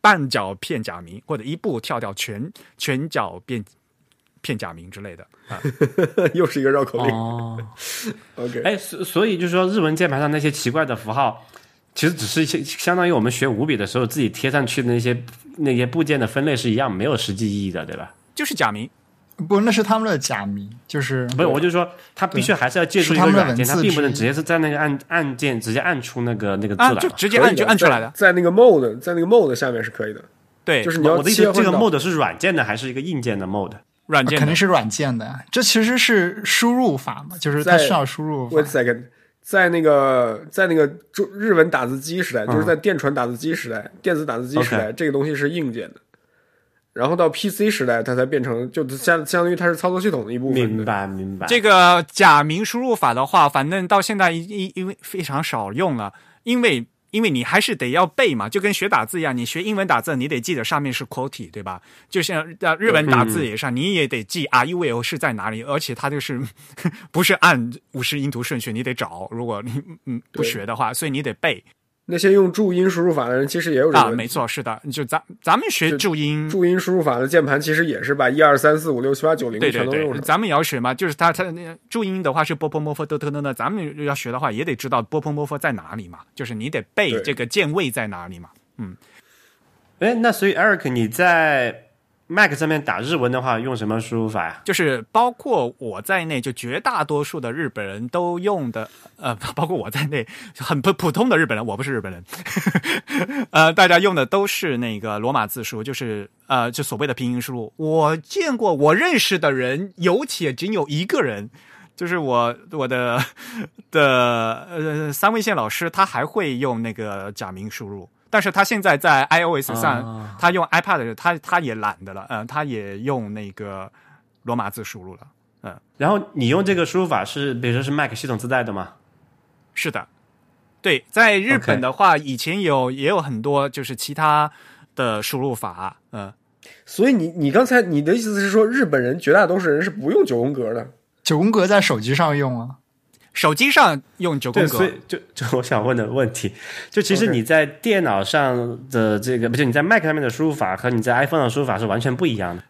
Speaker 1: 半角片假名，或者一步跳到全全角变片假名之类的。
Speaker 2: 又是一个绕口令。
Speaker 3: 哦，
Speaker 2: OK，
Speaker 3: 哎，所所以就是说，日文键盘上那些奇怪的符号，其实只是相相当于我们学五笔的时候自己贴上去的那些那些部件的分类是一样，没有实际意义的，对吧？
Speaker 1: 就是假名。
Speaker 4: 不，那是他们的假名，就是
Speaker 3: 不是，我就说他必须还是要借助一
Speaker 4: 是他
Speaker 3: 个
Speaker 4: 们的
Speaker 3: 软件，
Speaker 4: 文
Speaker 3: 他
Speaker 4: 字
Speaker 3: 并不能
Speaker 4: 之
Speaker 3: 直
Speaker 4: 一
Speaker 3: 接是在那个按按键直接按出那个那个字
Speaker 1: 啊，
Speaker 3: 来
Speaker 1: 就
Speaker 3: 嘛。
Speaker 1: 直接按
Speaker 2: 可以
Speaker 1: 就
Speaker 2: 的
Speaker 1: 按出来的。
Speaker 2: 在在那个 mode，在那个 mode 下面是可以的，
Speaker 1: 对，
Speaker 2: 就是你要
Speaker 3: 我的意思
Speaker 2: 切，换
Speaker 3: 这个
Speaker 2: 到
Speaker 3: mode 是软件的还是一个硬件的 mode？
Speaker 1: 软件的
Speaker 4: 肯定是软件的呀。这其实是输入法嘛，就是
Speaker 2: 在
Speaker 4: 它需要输入法
Speaker 2: Wait a。second，在那个在那个中日文打字机时代，
Speaker 1: 嗯
Speaker 2: 就是在电传打字机时代、电子打字机时代
Speaker 3: OK
Speaker 2: 这个东西是硬件的。然后到 PC 时代，它才变成就相相当于它是操作系统的一部分
Speaker 3: 明
Speaker 2: 的。
Speaker 3: 白明白。
Speaker 1: 这个假名输入法的话，反正到现在因因因为非常少用了，因为因为你还是得要背嘛，就跟学打字一样，你学英文打字你得记得上面是 quote 对吧？就像呃日文打
Speaker 2: 嗯
Speaker 1: 字也是啊，你也得记 r u l 是在哪里，而且它就是 不是按五十音图顺序，你得找。如果你嗯不
Speaker 2: 对
Speaker 1: 学的话，所以你得背
Speaker 2: 那些用注音输入法的人，其实也有这个
Speaker 1: 啊，
Speaker 2: 问题。
Speaker 1: 没错，是的，就咱咱们学
Speaker 2: 就
Speaker 1: 注音
Speaker 2: 注音输入法的键盘其实也是把一二三四五六七八九零
Speaker 1: 对
Speaker 2: 全
Speaker 1: 对
Speaker 2: 都用
Speaker 1: 对，
Speaker 2: 上。
Speaker 1: 咱们也要学嘛，就是它它那注音的话是波波摩佛德特呢呢，咱们要学的话也得知道波波摩佛在哪里嘛，就是你得背
Speaker 2: 对
Speaker 1: 这个键位在哪里嘛。
Speaker 3: 哎，那所以 Eric 你在 Mac 上面打日文的话，用什么输入法呀、
Speaker 1: 就是包括我在内，就绝大多数的日本人都用的，呃，包括我在内，很普普通的日本人，我不是日本人， 呃，大家用的都是那个罗马字输，就是呃，就所谓的拼音输入。我见过，我认识的人有且仅有一个人，就是我我的的呃三位线老师，他还会用那个假名输入。但是他现在在 iOS 上，
Speaker 3: 啊
Speaker 1: 他用 iPad，的时候他他也懒得了，嗯、他也用那个罗马字输入了。
Speaker 3: 然后你用这个输入法是，比如说是 Mac 系统自带的吗？
Speaker 1: 是的，对，在日
Speaker 3: OK
Speaker 1: 本的话以前有也有很多就是其他的输入法，嗯、
Speaker 2: 所以你你刚才你的意思是说，日本人绝大多数人是不用九宫格的？
Speaker 4: 九宫格在手机上用啊，
Speaker 1: 手机上用九宫
Speaker 3: 对，所
Speaker 1: 格
Speaker 3: 以，就 就我想问的问题，就其实
Speaker 2: OK
Speaker 3: 你在电脑上的这个，不是你在 Mac 上面的输入法和你在 iPhone 上的输入法是完全不一样的。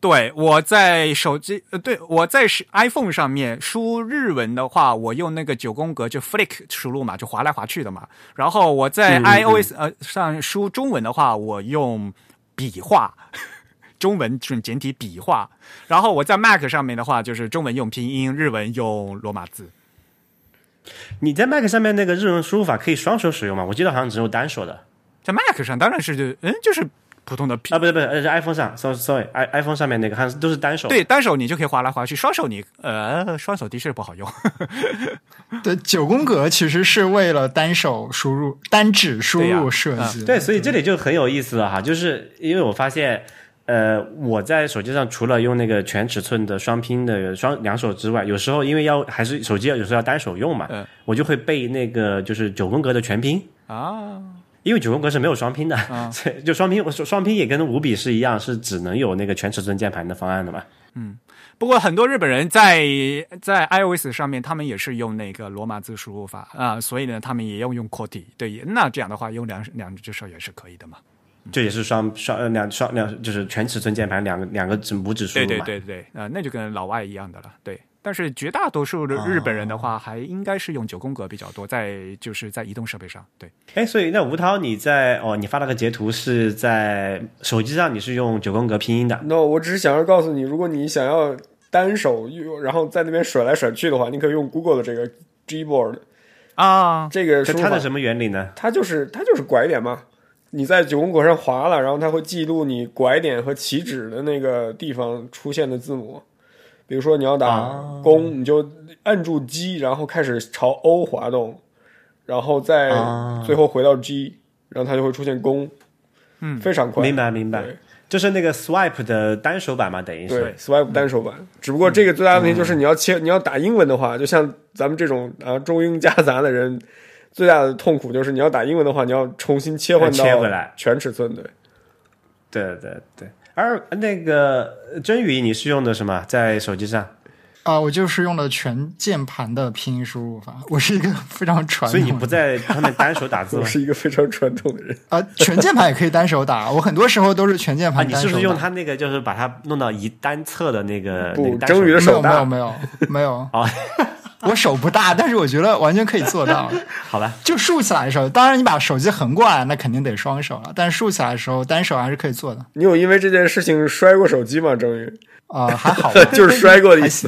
Speaker 1: 对，我在手机，呃，对我在是 iPhone 上面输日文的话，我用那个九宫格就 flick 输入嘛，就划来划去的嘛。然后我在
Speaker 3: 嗯嗯
Speaker 1: iOS 呃上输中文的话，我用笔画， 中文用简体笔画。然后我在 Mac 上面的话，就是中文用拼音，日文用罗马字。
Speaker 3: 你在 Mac 上面那个日文输入法可以双手使用吗？我记得好像只有单手的
Speaker 1: 在 Mac 上当然是就嗯就是普通的拼
Speaker 3: 啊，不是不是，呃是 iPhone 上，sorry sorry，i iPhone 上面那个好像都是单手。
Speaker 1: 对，单手你就可以划来划去，双手你呃双手的确不好用。
Speaker 4: 对，九宫格其实是为了单手输入、单指输
Speaker 1: 对呀
Speaker 4: 入设计的。
Speaker 3: 对，啊所以这里就很有意思了哈，就是因为我发现，呃，我在手机上除了用那个全尺寸的双拼的双两手之外，有时候因为要还是手机要有时候要单手用嘛，
Speaker 1: 嗯
Speaker 3: 我就会背那个就是九宫格的全拼
Speaker 1: 啊。
Speaker 3: 因为九宫格是没有双拼的，
Speaker 2: 啊
Speaker 3: 所以就双拼，我说双拼也跟五笔是一样，是只能有那个全尺寸键盘的方案的嘛。
Speaker 1: 不过很多日本人在在 iOS 上面，他们也是用那个罗马字输入法啊、所以呢，他们也要用 QWERTY。对，那这样的话，用两两只手也是可以的嘛。
Speaker 2: 嗯
Speaker 3: 这也是双双呃两双两就是全尺寸键盘两个两个指拇指输入
Speaker 1: 对
Speaker 3: 嘛。
Speaker 1: 对对对，啊、那就跟老外一样的了。对，但是绝大多数的日本人的话，还应该是用九宫格比较多，在就是在移动设备上。对，
Speaker 3: 哎，所以那吴涛你在哦，你发了个截图是在手机上，你是用九宫格拼音的，
Speaker 2: no，我只是想要告诉你，如果你想要单手用，然后在那边甩来甩去的话，你可以用 Google 的这个 Gboard
Speaker 1: 啊，
Speaker 2: 这个输
Speaker 3: 这
Speaker 2: 入
Speaker 3: 它
Speaker 2: 法
Speaker 3: 的，什么原理呢？
Speaker 2: 它就是它就是拐点嘛。你在九宫格上划了，然后它会记录你拐点和起止的那个地方出现的字母。比如说你要打
Speaker 3: 啊
Speaker 2: 弓，你就按住 G，然后开始朝 O 滑动，然后再
Speaker 3: 啊
Speaker 2: 最后回到 G，然后它就会出现弓。嗯，非常快。
Speaker 3: 明白明白
Speaker 2: 对，
Speaker 3: 就是那个 swipe 的单手版嘛，等于是
Speaker 2: 对，Swipe 单手版。只不过这个最大的问题
Speaker 3: 嗯
Speaker 2: 就是你要切，你要打英文的话，就像咱们这种啊中英夹杂的人，最大的痛苦就是你要打英文的话，你要重新切换
Speaker 3: 要切回
Speaker 2: 到
Speaker 3: 来
Speaker 2: 全尺寸。对，
Speaker 3: 对对对。而那个真宇，你是用的什么？在手机上，
Speaker 4: 啊、我就是用了全键盘的拼音输入法，我是一个非常传
Speaker 3: 所以你
Speaker 4: 统
Speaker 3: 不
Speaker 4: 的。
Speaker 3: 在上面单手打字
Speaker 2: 我
Speaker 3: 吗？
Speaker 2: 是一个非常传统的人。
Speaker 4: 啊、全键盘也可以单手打，我很多时候都是全键
Speaker 3: 啊，
Speaker 2: 嗯
Speaker 4: 盘
Speaker 3: 你
Speaker 4: 单手
Speaker 3: 是
Speaker 4: 打。
Speaker 3: 不是用它那个，就是把它弄到一单侧的那个
Speaker 2: 不
Speaker 3: 那个单手
Speaker 2: 蒸鱼的
Speaker 4: 没有
Speaker 2: 手
Speaker 4: 没
Speaker 2: 大
Speaker 4: 有没有没有，
Speaker 3: 哦
Speaker 4: 我手不大，但是我觉得完全可以做到。
Speaker 3: 好吧，
Speaker 4: 就竖起来的时候，当然你把手机横过来，那肯定得双手了。但是竖起来的时候，单手还是可以做的。
Speaker 2: 你有因为这件事情摔过手机吗？郑 宇，
Speaker 4: 啊、还好吧
Speaker 2: 就是摔过的意思。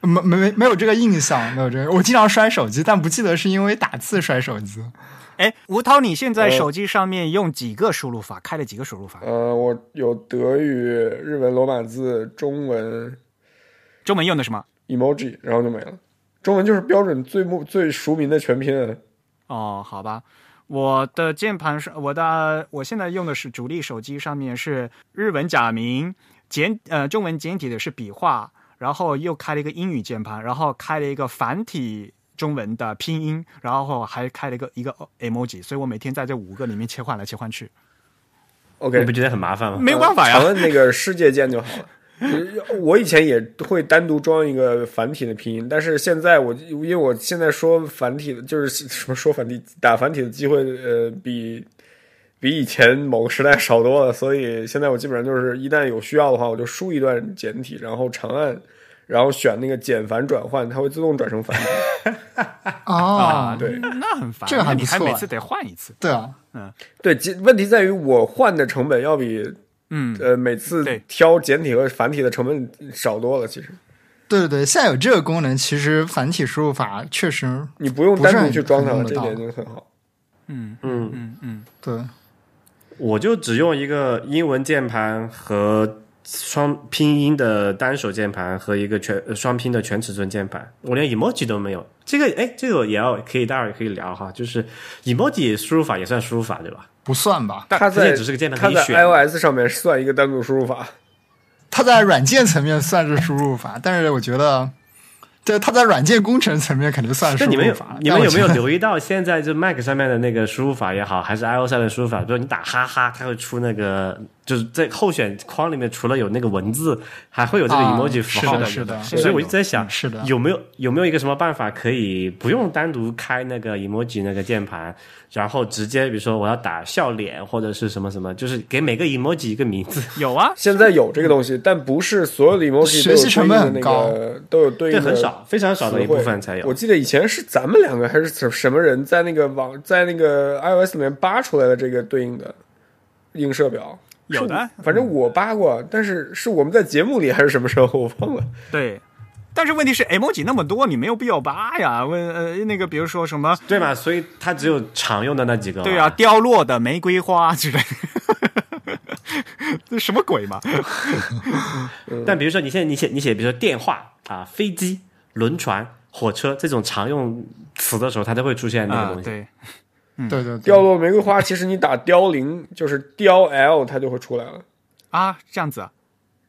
Speaker 4: 没没没没有这个印象，没有这个。我经常摔手机，但不记得是因为打字摔手机。
Speaker 1: 哎，吴涛，你现在
Speaker 2: 呃
Speaker 1: 手机上面用几个输入法？开了几个输入法？
Speaker 2: 呃，我有德语、日文罗马字、中文
Speaker 1: 中文用的什么？
Speaker 2: emoji，然后就没了。中文就是标准最目最熟民的全拼啊。
Speaker 1: 哦，好吧，我的键盘上，我的我现在用的是主力手机，上面是日文假名简呃中文简体的是笔画，然后又开了一个英语键盘，然后开了一个繁体中文的拼音，然后还开了一个一个 emoji，所以我每天在这五个里面切换来切换去，
Speaker 2: OK，
Speaker 3: 你不觉得很麻烦吗？
Speaker 1: 没有办法呀
Speaker 2: 长。按啊那个世界键就好了。 呃我以前也会单独装一个繁体的拼音，但是现在我因为我现在说繁体的，就是 什么说繁体打繁体的机会，呃，比比以前某个时代少多了，所以现在我基本上就是一旦有需要的话，我就输一段简体，然后长按，然后选那个简繁转换，它会自动转成繁体。
Speaker 3: 啊
Speaker 4: 哦，
Speaker 2: 对
Speaker 1: 那很烦，
Speaker 4: 这个还
Speaker 1: 那
Speaker 4: 不
Speaker 1: 你还
Speaker 4: 错
Speaker 1: 每
Speaker 4: 哎
Speaker 1: 次得换一次。
Speaker 4: 对啊，
Speaker 2: 对，其问题在于我换的成本要比
Speaker 1: 嗯，
Speaker 2: 呃每次
Speaker 1: 对
Speaker 2: 挑简体和繁体的成本少多了，其实。
Speaker 4: 对对对，现在有这个功能，其实繁体输入法确实
Speaker 2: 你不用
Speaker 4: 不是
Speaker 2: 单独去装它，
Speaker 4: 很用
Speaker 2: 这
Speaker 4: 得
Speaker 2: 一
Speaker 4: 到
Speaker 2: 点就很好。
Speaker 3: 嗯，
Speaker 4: 对。
Speaker 3: 我就只用一个英文键盘和双拼音的单手键盘和一个全呃双拼的全尺寸键盘，我连 emoji 都没有。这个哎，这个也要可以，待会儿也可以聊哈。就是 emoji 输入法也算输入法对吧？
Speaker 4: 不算吧，
Speaker 2: 它在
Speaker 3: 这只是个键盘
Speaker 2: 它
Speaker 3: 可以
Speaker 2: 在
Speaker 3: 选
Speaker 2: iOS 上面算一个单独输入法，
Speaker 4: 它在软件层面算是输入法， 但是我觉得，对它在软件工程层面肯定算是
Speaker 3: 那
Speaker 4: 输
Speaker 3: 你们
Speaker 4: 入
Speaker 3: 有
Speaker 4: 法。
Speaker 3: 你们有没有
Speaker 4: 但我觉得
Speaker 3: 留意到，现在就 Mac 上面的那个输入法也好，还是 iOS 上的输入法，比如你打哈哈，它会出那个，就是在候选框里面除了有那个文字，还会有这个
Speaker 4: 啊
Speaker 3: emoji 符
Speaker 4: 是
Speaker 3: 号。
Speaker 4: 的，是的，
Speaker 1: 是的
Speaker 3: 所以我一直在想，
Speaker 4: 嗯是的
Speaker 3: 有没有有没有一个什么办法可以不用单独开那个 emoji 那个键盘，然后直接比如说我要打笑脸或者是什么什么，就是给每个 emoji 一个名字，
Speaker 1: 有啊，
Speaker 2: 现在有这个东西，但不是所有的 emoji 都
Speaker 4: 学
Speaker 2: 有
Speaker 4: 习
Speaker 2: 对
Speaker 4: 嗯成
Speaker 2: 应
Speaker 4: 本
Speaker 2: 的
Speaker 4: 很
Speaker 2: 那
Speaker 4: 高
Speaker 2: 个都有对应
Speaker 3: 对，
Speaker 2: 的
Speaker 3: 很少，非常少的一部
Speaker 2: 词汇
Speaker 3: 分才有。
Speaker 2: 我记得以前是咱们两个还是什么人在那个网在那个 iOS 里面扒出来的这个对应的映射表，
Speaker 1: 有的
Speaker 2: 是反正我扒过，但是是我们在节目里还是什么时候我忘了。
Speaker 1: 对。但是问题是，emoji 那么多，你没有必要扒呀。问呃，那个比如说什么，
Speaker 3: 对嘛，所以它只有常用的那几个嘛。
Speaker 1: 对啊，凋落的玫瑰花之类的， 这什么鬼嘛？
Speaker 3: 但比如说你现在你写你写，比如说电话啊、飞机、轮船、火车这种常用词的时候，它都会出现那
Speaker 1: 啊
Speaker 3: 个东西。
Speaker 1: 对，
Speaker 4: 对对对
Speaker 2: 掉落玫瑰花，其实你打凋零就是凋 L，它就会出来了。
Speaker 1: 啊，这样子啊，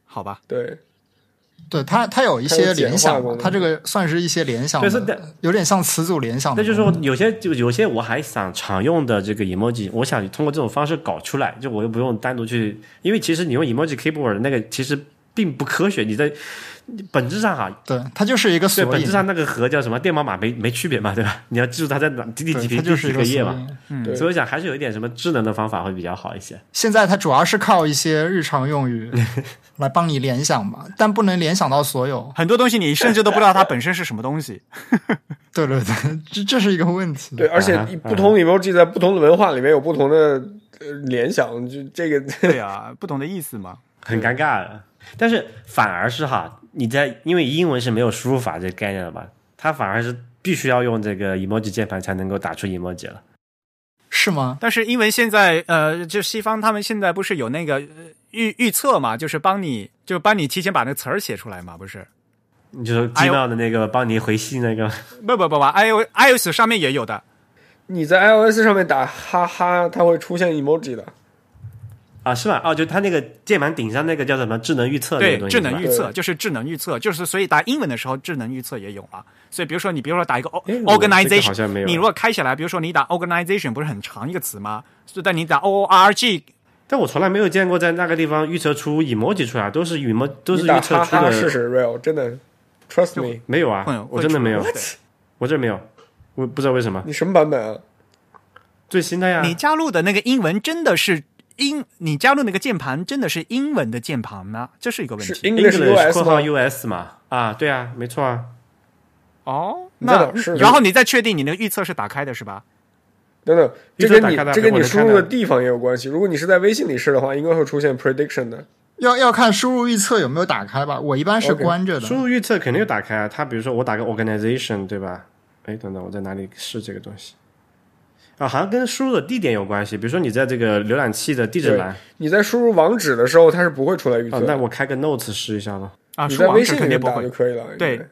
Speaker 1: 好吧，
Speaker 2: 对，
Speaker 4: 对，它它有一
Speaker 2: 它有
Speaker 4: 些
Speaker 2: 简
Speaker 4: 联
Speaker 2: 化
Speaker 4: 想
Speaker 2: 功
Speaker 4: 嘛
Speaker 2: 能，
Speaker 4: 它这个算是一些联想
Speaker 3: 对是
Speaker 4: 的
Speaker 3: 的，
Speaker 4: 有点像词组联想
Speaker 3: 那
Speaker 4: 的
Speaker 3: 就是
Speaker 4: 功能。
Speaker 3: 说，有些就有些我还想常用的这个 emoji，我想通过这种方式搞出来，就我又不用单独去，因为其实你用 emoji keyboard 那个其实并不科学，你在你本质上哈，
Speaker 4: 对，它就是一个
Speaker 3: 对
Speaker 4: 索
Speaker 3: 本
Speaker 4: 引
Speaker 3: 质，上那个和叫什么电码码没没区别嘛，对吧？你要记住它在哪第第
Speaker 4: 对
Speaker 3: 几
Speaker 4: 它
Speaker 3: 篇
Speaker 4: 就
Speaker 3: 第
Speaker 4: 是
Speaker 3: 几
Speaker 4: 一
Speaker 3: 个
Speaker 4: 个索
Speaker 3: 页嘛。
Speaker 4: 引。
Speaker 3: 所以我想还是有一点什么智能的方法会比较好一些。
Speaker 4: 现在它主要是靠一些日常 用语来帮你联想嘛，但不能联想到所有。
Speaker 1: 很多东西你甚至都不知道它本身是什么东 西。
Speaker 4: 对对对，这这是一个问
Speaker 1: 嗯
Speaker 4: 题。
Speaker 2: 对，而且
Speaker 3: 啊哈
Speaker 2: 不同 emoji 在不同的文化里面有不同的呃联想，就这个
Speaker 1: 对啊，不同的意思嘛。
Speaker 3: 很尴尬的。但是反而是哈，你在因为英文是没有输入法这个概念的嘛，它反而是必须要用这个 emoji 键盘才能够打出 emoji 了。
Speaker 4: 是吗？
Speaker 1: 但是因为现在呃，就西方他们现在不是有那个呃预预测嘛，就是帮你就帮你提前把那个词儿写出来嘛，不是？
Speaker 3: 你就说
Speaker 1: 哎呦
Speaker 3: Gmail 的那个帮你回信那个，
Speaker 1: 不不不不，i o i o s 上面也有的。
Speaker 2: 你在 iOS 上面打哈哈，它会出现 emoji 的。
Speaker 3: 啊，是吧？哦，就它那个键盘顶上那个叫什么智能预测那
Speaker 1: 对
Speaker 3: 个，东西，
Speaker 1: 智能预
Speaker 3: 测。
Speaker 1: 测就是智能预测，就是所以打英文的时候，智能预测也有嘛。所以比如说你，比如说打一个 o
Speaker 3: 哎我这个
Speaker 1: organization，
Speaker 3: 好像没有
Speaker 1: 你如果开起来，比如说你打 organization 不是很长一个词吗？就但你打 o r g，
Speaker 3: 但我从来没有见过在那个地方预测出 emoji 出来，啊都是 emo 都是
Speaker 2: 你打
Speaker 3: 预测
Speaker 2: 哈
Speaker 3: 出
Speaker 2: 哈
Speaker 3: 的，
Speaker 2: 试试 real，真的，trust me，
Speaker 3: 没有
Speaker 1: 嗯会有
Speaker 3: 啊，我真的没有
Speaker 1: 会出，对
Speaker 3: 我这没有，我不知道为什么
Speaker 2: 你什么版本啊？
Speaker 3: 最新的呀。
Speaker 1: 你加入的那个英文真的是英，你加入那个键盘真的是英文的键盘吗？这是一个问
Speaker 2: 是
Speaker 1: 题。
Speaker 2: English
Speaker 3: English
Speaker 2: US
Speaker 3: 括号
Speaker 2: 吗？
Speaker 3: US 嘛？啊，对啊，没错啊。
Speaker 1: 哦，
Speaker 2: 你在哪
Speaker 1: 那
Speaker 2: 儿试试
Speaker 1: 然后你再确定你那个预测是打开的是吧？
Speaker 2: 等等，
Speaker 1: 一
Speaker 2: 这
Speaker 1: 直
Speaker 2: 跟
Speaker 1: 打
Speaker 2: 你
Speaker 1: 开大屏
Speaker 2: 这跟
Speaker 1: 我
Speaker 2: 你
Speaker 1: 就
Speaker 2: 输
Speaker 1: 看
Speaker 2: 入
Speaker 1: 到
Speaker 2: 的地方也有关系。如果你是在微信里试的话，应该会出现 prediction 的。
Speaker 4: 要要看输入预测有没有打开吧，我一般是
Speaker 2: OK，
Speaker 4: 关着的。
Speaker 3: 输入预测肯定有打开啊，它比如说我打个 organization 对吧？哎，等等，我在哪里试这个东西？啊，好像跟输入的地点有关系。比如说你在这个浏览器的地址
Speaker 2: 对
Speaker 3: 栏，
Speaker 2: 你在输入网址的时候，它是不会出来预测
Speaker 3: 哦，
Speaker 2: 的。
Speaker 3: 那我开个 notes 试一下吧。
Speaker 1: 啊，
Speaker 2: 你
Speaker 1: 输
Speaker 2: 在
Speaker 1: 网
Speaker 2: 微
Speaker 1: 址
Speaker 2: 信里
Speaker 1: 肯定
Speaker 2: 面
Speaker 1: 不
Speaker 2: 打就
Speaker 1: 会，
Speaker 2: 可以了。应
Speaker 1: 对
Speaker 2: 该，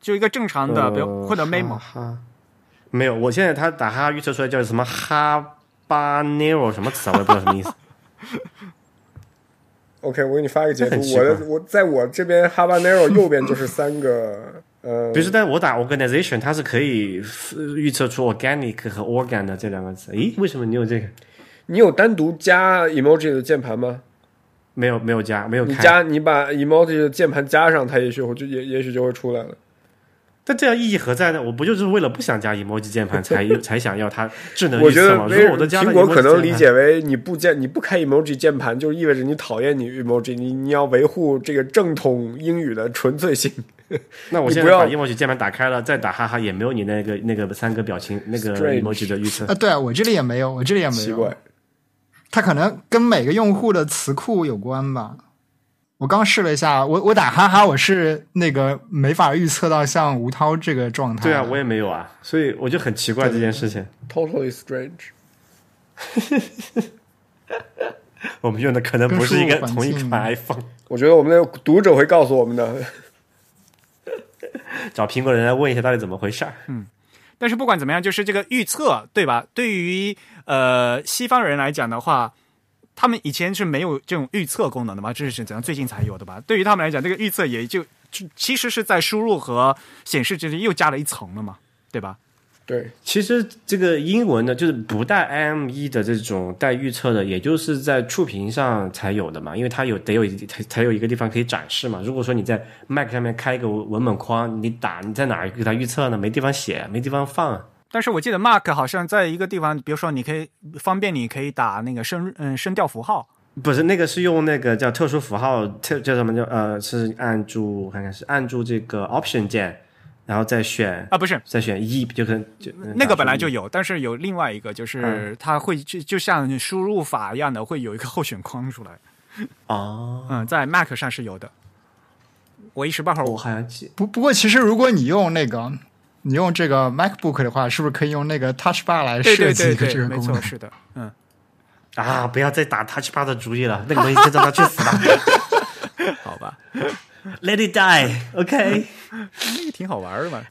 Speaker 1: 就一个正常的，比
Speaker 3: 呃
Speaker 1: 如或者 memo
Speaker 3: 哈哈没有，我现在他打哈预测出来叫什么哈巴 nero 什么词啊，我也不知道什么 意思。
Speaker 2: OK，我给你发一 个截
Speaker 3: 这
Speaker 2: 图
Speaker 3: 很。奇
Speaker 2: 我
Speaker 3: 怪
Speaker 2: 的我在我这边 Habanero 右边就是三个，呃
Speaker 3: 比，如说，但我打 organization，它是可以呃预测出 organic 和 organ 的这两个词。咦，为什么你有这个？
Speaker 2: 你有单独加 emoji 的键盘吗？
Speaker 3: 没有，没有加，没有
Speaker 2: 你
Speaker 3: 开。
Speaker 2: 加你把 emoji 的键盘加上，它也许会就也也许就会出来了。
Speaker 3: 但这样意义何在呢？我不就是为了不想加 emoji 键 盘才才想要它智能
Speaker 2: 我
Speaker 3: 预
Speaker 2: 觉
Speaker 3: 测
Speaker 2: 得
Speaker 3: 吗？如
Speaker 2: 微
Speaker 3: 果我都加了
Speaker 2: 苹果可
Speaker 3: emoji
Speaker 2: 能理
Speaker 3: 键盘
Speaker 2: 解为你不键你不开 emoji 键盘，就意味着你讨厌你 emoji，你你要维护这个正统英语的纯粹性。
Speaker 3: 那我
Speaker 2: 你
Speaker 3: 现
Speaker 2: 不
Speaker 3: 在
Speaker 2: 要
Speaker 3: 把 emoji 键盘打开了，再打哈哈也没有你那个那个三个表情那个
Speaker 2: Strange
Speaker 3: emoji 的预测
Speaker 4: 啊，。对我这里也没有，我这里也没
Speaker 2: 奇
Speaker 4: 有
Speaker 2: 怪。，
Speaker 4: 它可能跟每个用户的词库有关吧。我刚试了一下，我我打哈哈，我是那个没法预测到像吴涛这个状态的。
Speaker 3: 对啊，我也没有啊，所以我就很奇怪这件事情。
Speaker 2: Totally strange。
Speaker 3: 我们用的可能不是一个同一款 iPhone。
Speaker 2: 我觉得我们的读者会告诉我们的。
Speaker 3: 找苹果人来问一下到底怎么回事儿。
Speaker 1: 但是不管怎么样，就是这个预测，对吧？对于呃西方人来讲的话，他们以前是没有这种预测功能的嘛，这是怎样最近才有的吧？对于他们来讲，这个预测也就就其实是在输入和显示之间又加了一层了嘛，对吧？
Speaker 2: 对，
Speaker 3: 其实这个英文的，就是不带 IME 的这种带预测的，也就是在触屏上才有的嘛，因为它有得有一才才有一个地方可以展示嘛。如果说你在 Mac 上面开一个文本框，你打你在哪儿给它预测呢？没地方写，没地方放啊。
Speaker 1: 但是我记得 Mark 好像在一个地方，比如说你可以方便你可以打那个声嗯声调符号，
Speaker 3: 不是那个是用那个叫特殊符号，特叫什么叫呃是按住我看看是按住这个 Option 键，然后再选
Speaker 1: 啊，不是
Speaker 3: 再选 E 就可能就
Speaker 1: 那个本来
Speaker 3: 就。
Speaker 1: 就有，但是有另外一个，就是它会就就像输入法一样的，会有一个候选框出来。
Speaker 3: 哦，
Speaker 1: 嗯，在 Mac 上是有的。我一时半会儿
Speaker 4: 哦
Speaker 3: 我
Speaker 1: 我
Speaker 3: 好像记
Speaker 4: 不不过其实如果你用那个你用这个 MacBook 的话，是不是可以用那个 Touch Bar 来
Speaker 1: 对对
Speaker 4: 设计
Speaker 1: 对
Speaker 4: 一个这
Speaker 1: 对，
Speaker 4: 个
Speaker 1: 没
Speaker 4: 功
Speaker 1: 错，
Speaker 4: 能？
Speaker 1: 是的，嗯，
Speaker 3: 啊，不要再打 Touch Bar 的主意了，那个东西真让他去死吧
Speaker 1: 好吧，
Speaker 3: ，Let it die，OK、
Speaker 1: 那个挺好玩的嘛。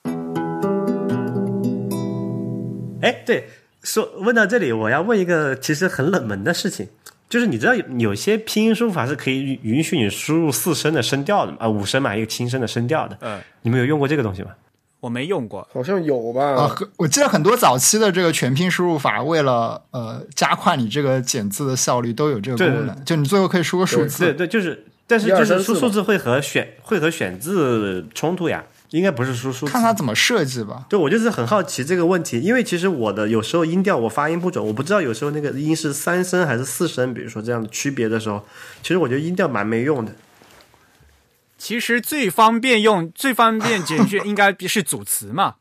Speaker 3: 哎，对，说问到这里，我要问一个其实很冷门的事情，就是你知道有有些拼音输入法是可以允允许你输入四声的声调的嘛啊、五声嘛，一个轻声的声调的。
Speaker 1: 嗯，
Speaker 3: 你们有用过这个东西吗？
Speaker 1: 我没用过，
Speaker 2: 好像有吧？
Speaker 4: 啊，和我记得很多早期的这个全拼输入法，为了呃加快你这个减字的效率，都有这个
Speaker 3: 对
Speaker 4: 功能。就你最后可以输个数
Speaker 3: 对
Speaker 4: 字，
Speaker 3: 对，就是，但是
Speaker 2: 一二
Speaker 3: 就
Speaker 2: 三
Speaker 3: 是输
Speaker 2: 四
Speaker 3: 数
Speaker 2: 嘛
Speaker 3: 字会和选会和选字冲突呀，应该不是输数字。
Speaker 4: 看它怎么设计吧。
Speaker 3: 对，我就是很好奇这个问题，因为其实我的有时候音调我发音不准，我不知道有时候那个音是三声还是四声，比如说这样的区别的时候，其实我觉得音调蛮没用的。
Speaker 1: 其实最方便用、最方便解决应该是组词嘛，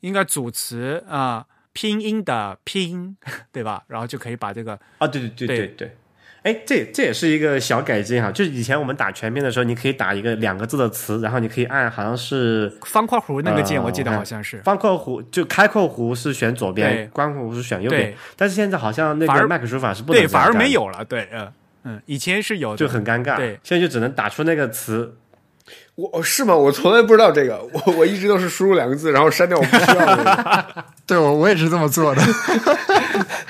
Speaker 1: 应该组词啊、拼音的拼，对吧？然后就可以把这个
Speaker 3: 啊，对
Speaker 1: 对
Speaker 3: 对对对。哎，这这也是一个小改进哈，就是以前我们打全面的时候，你可以打一个两个字的词，然后你可以按好像是
Speaker 1: 方括弧那个键，
Speaker 4: 啊
Speaker 3: 呃
Speaker 1: 我记得
Speaker 4: 哎
Speaker 3: 看
Speaker 1: 好像是。
Speaker 3: 方括弧，就开括弧是选左
Speaker 1: 对
Speaker 3: 边，关括弧是选右边
Speaker 1: 对。
Speaker 3: 但是现在好像那
Speaker 1: 反而
Speaker 3: 个 Mac 输入法是不能
Speaker 1: 对，
Speaker 3: 这样
Speaker 1: 反而
Speaker 3: 干
Speaker 1: 没
Speaker 3: 的，
Speaker 1: 有了。对，嗯嗯，以前是有的，
Speaker 3: 就很尴尬。
Speaker 1: 对
Speaker 3: 现在就只能打出那个词，
Speaker 2: 我哦是吗？我从来不知道这个，我我一直都是输入两个字，然后删掉我不需要的、
Speaker 4: 对我我也是这么做的。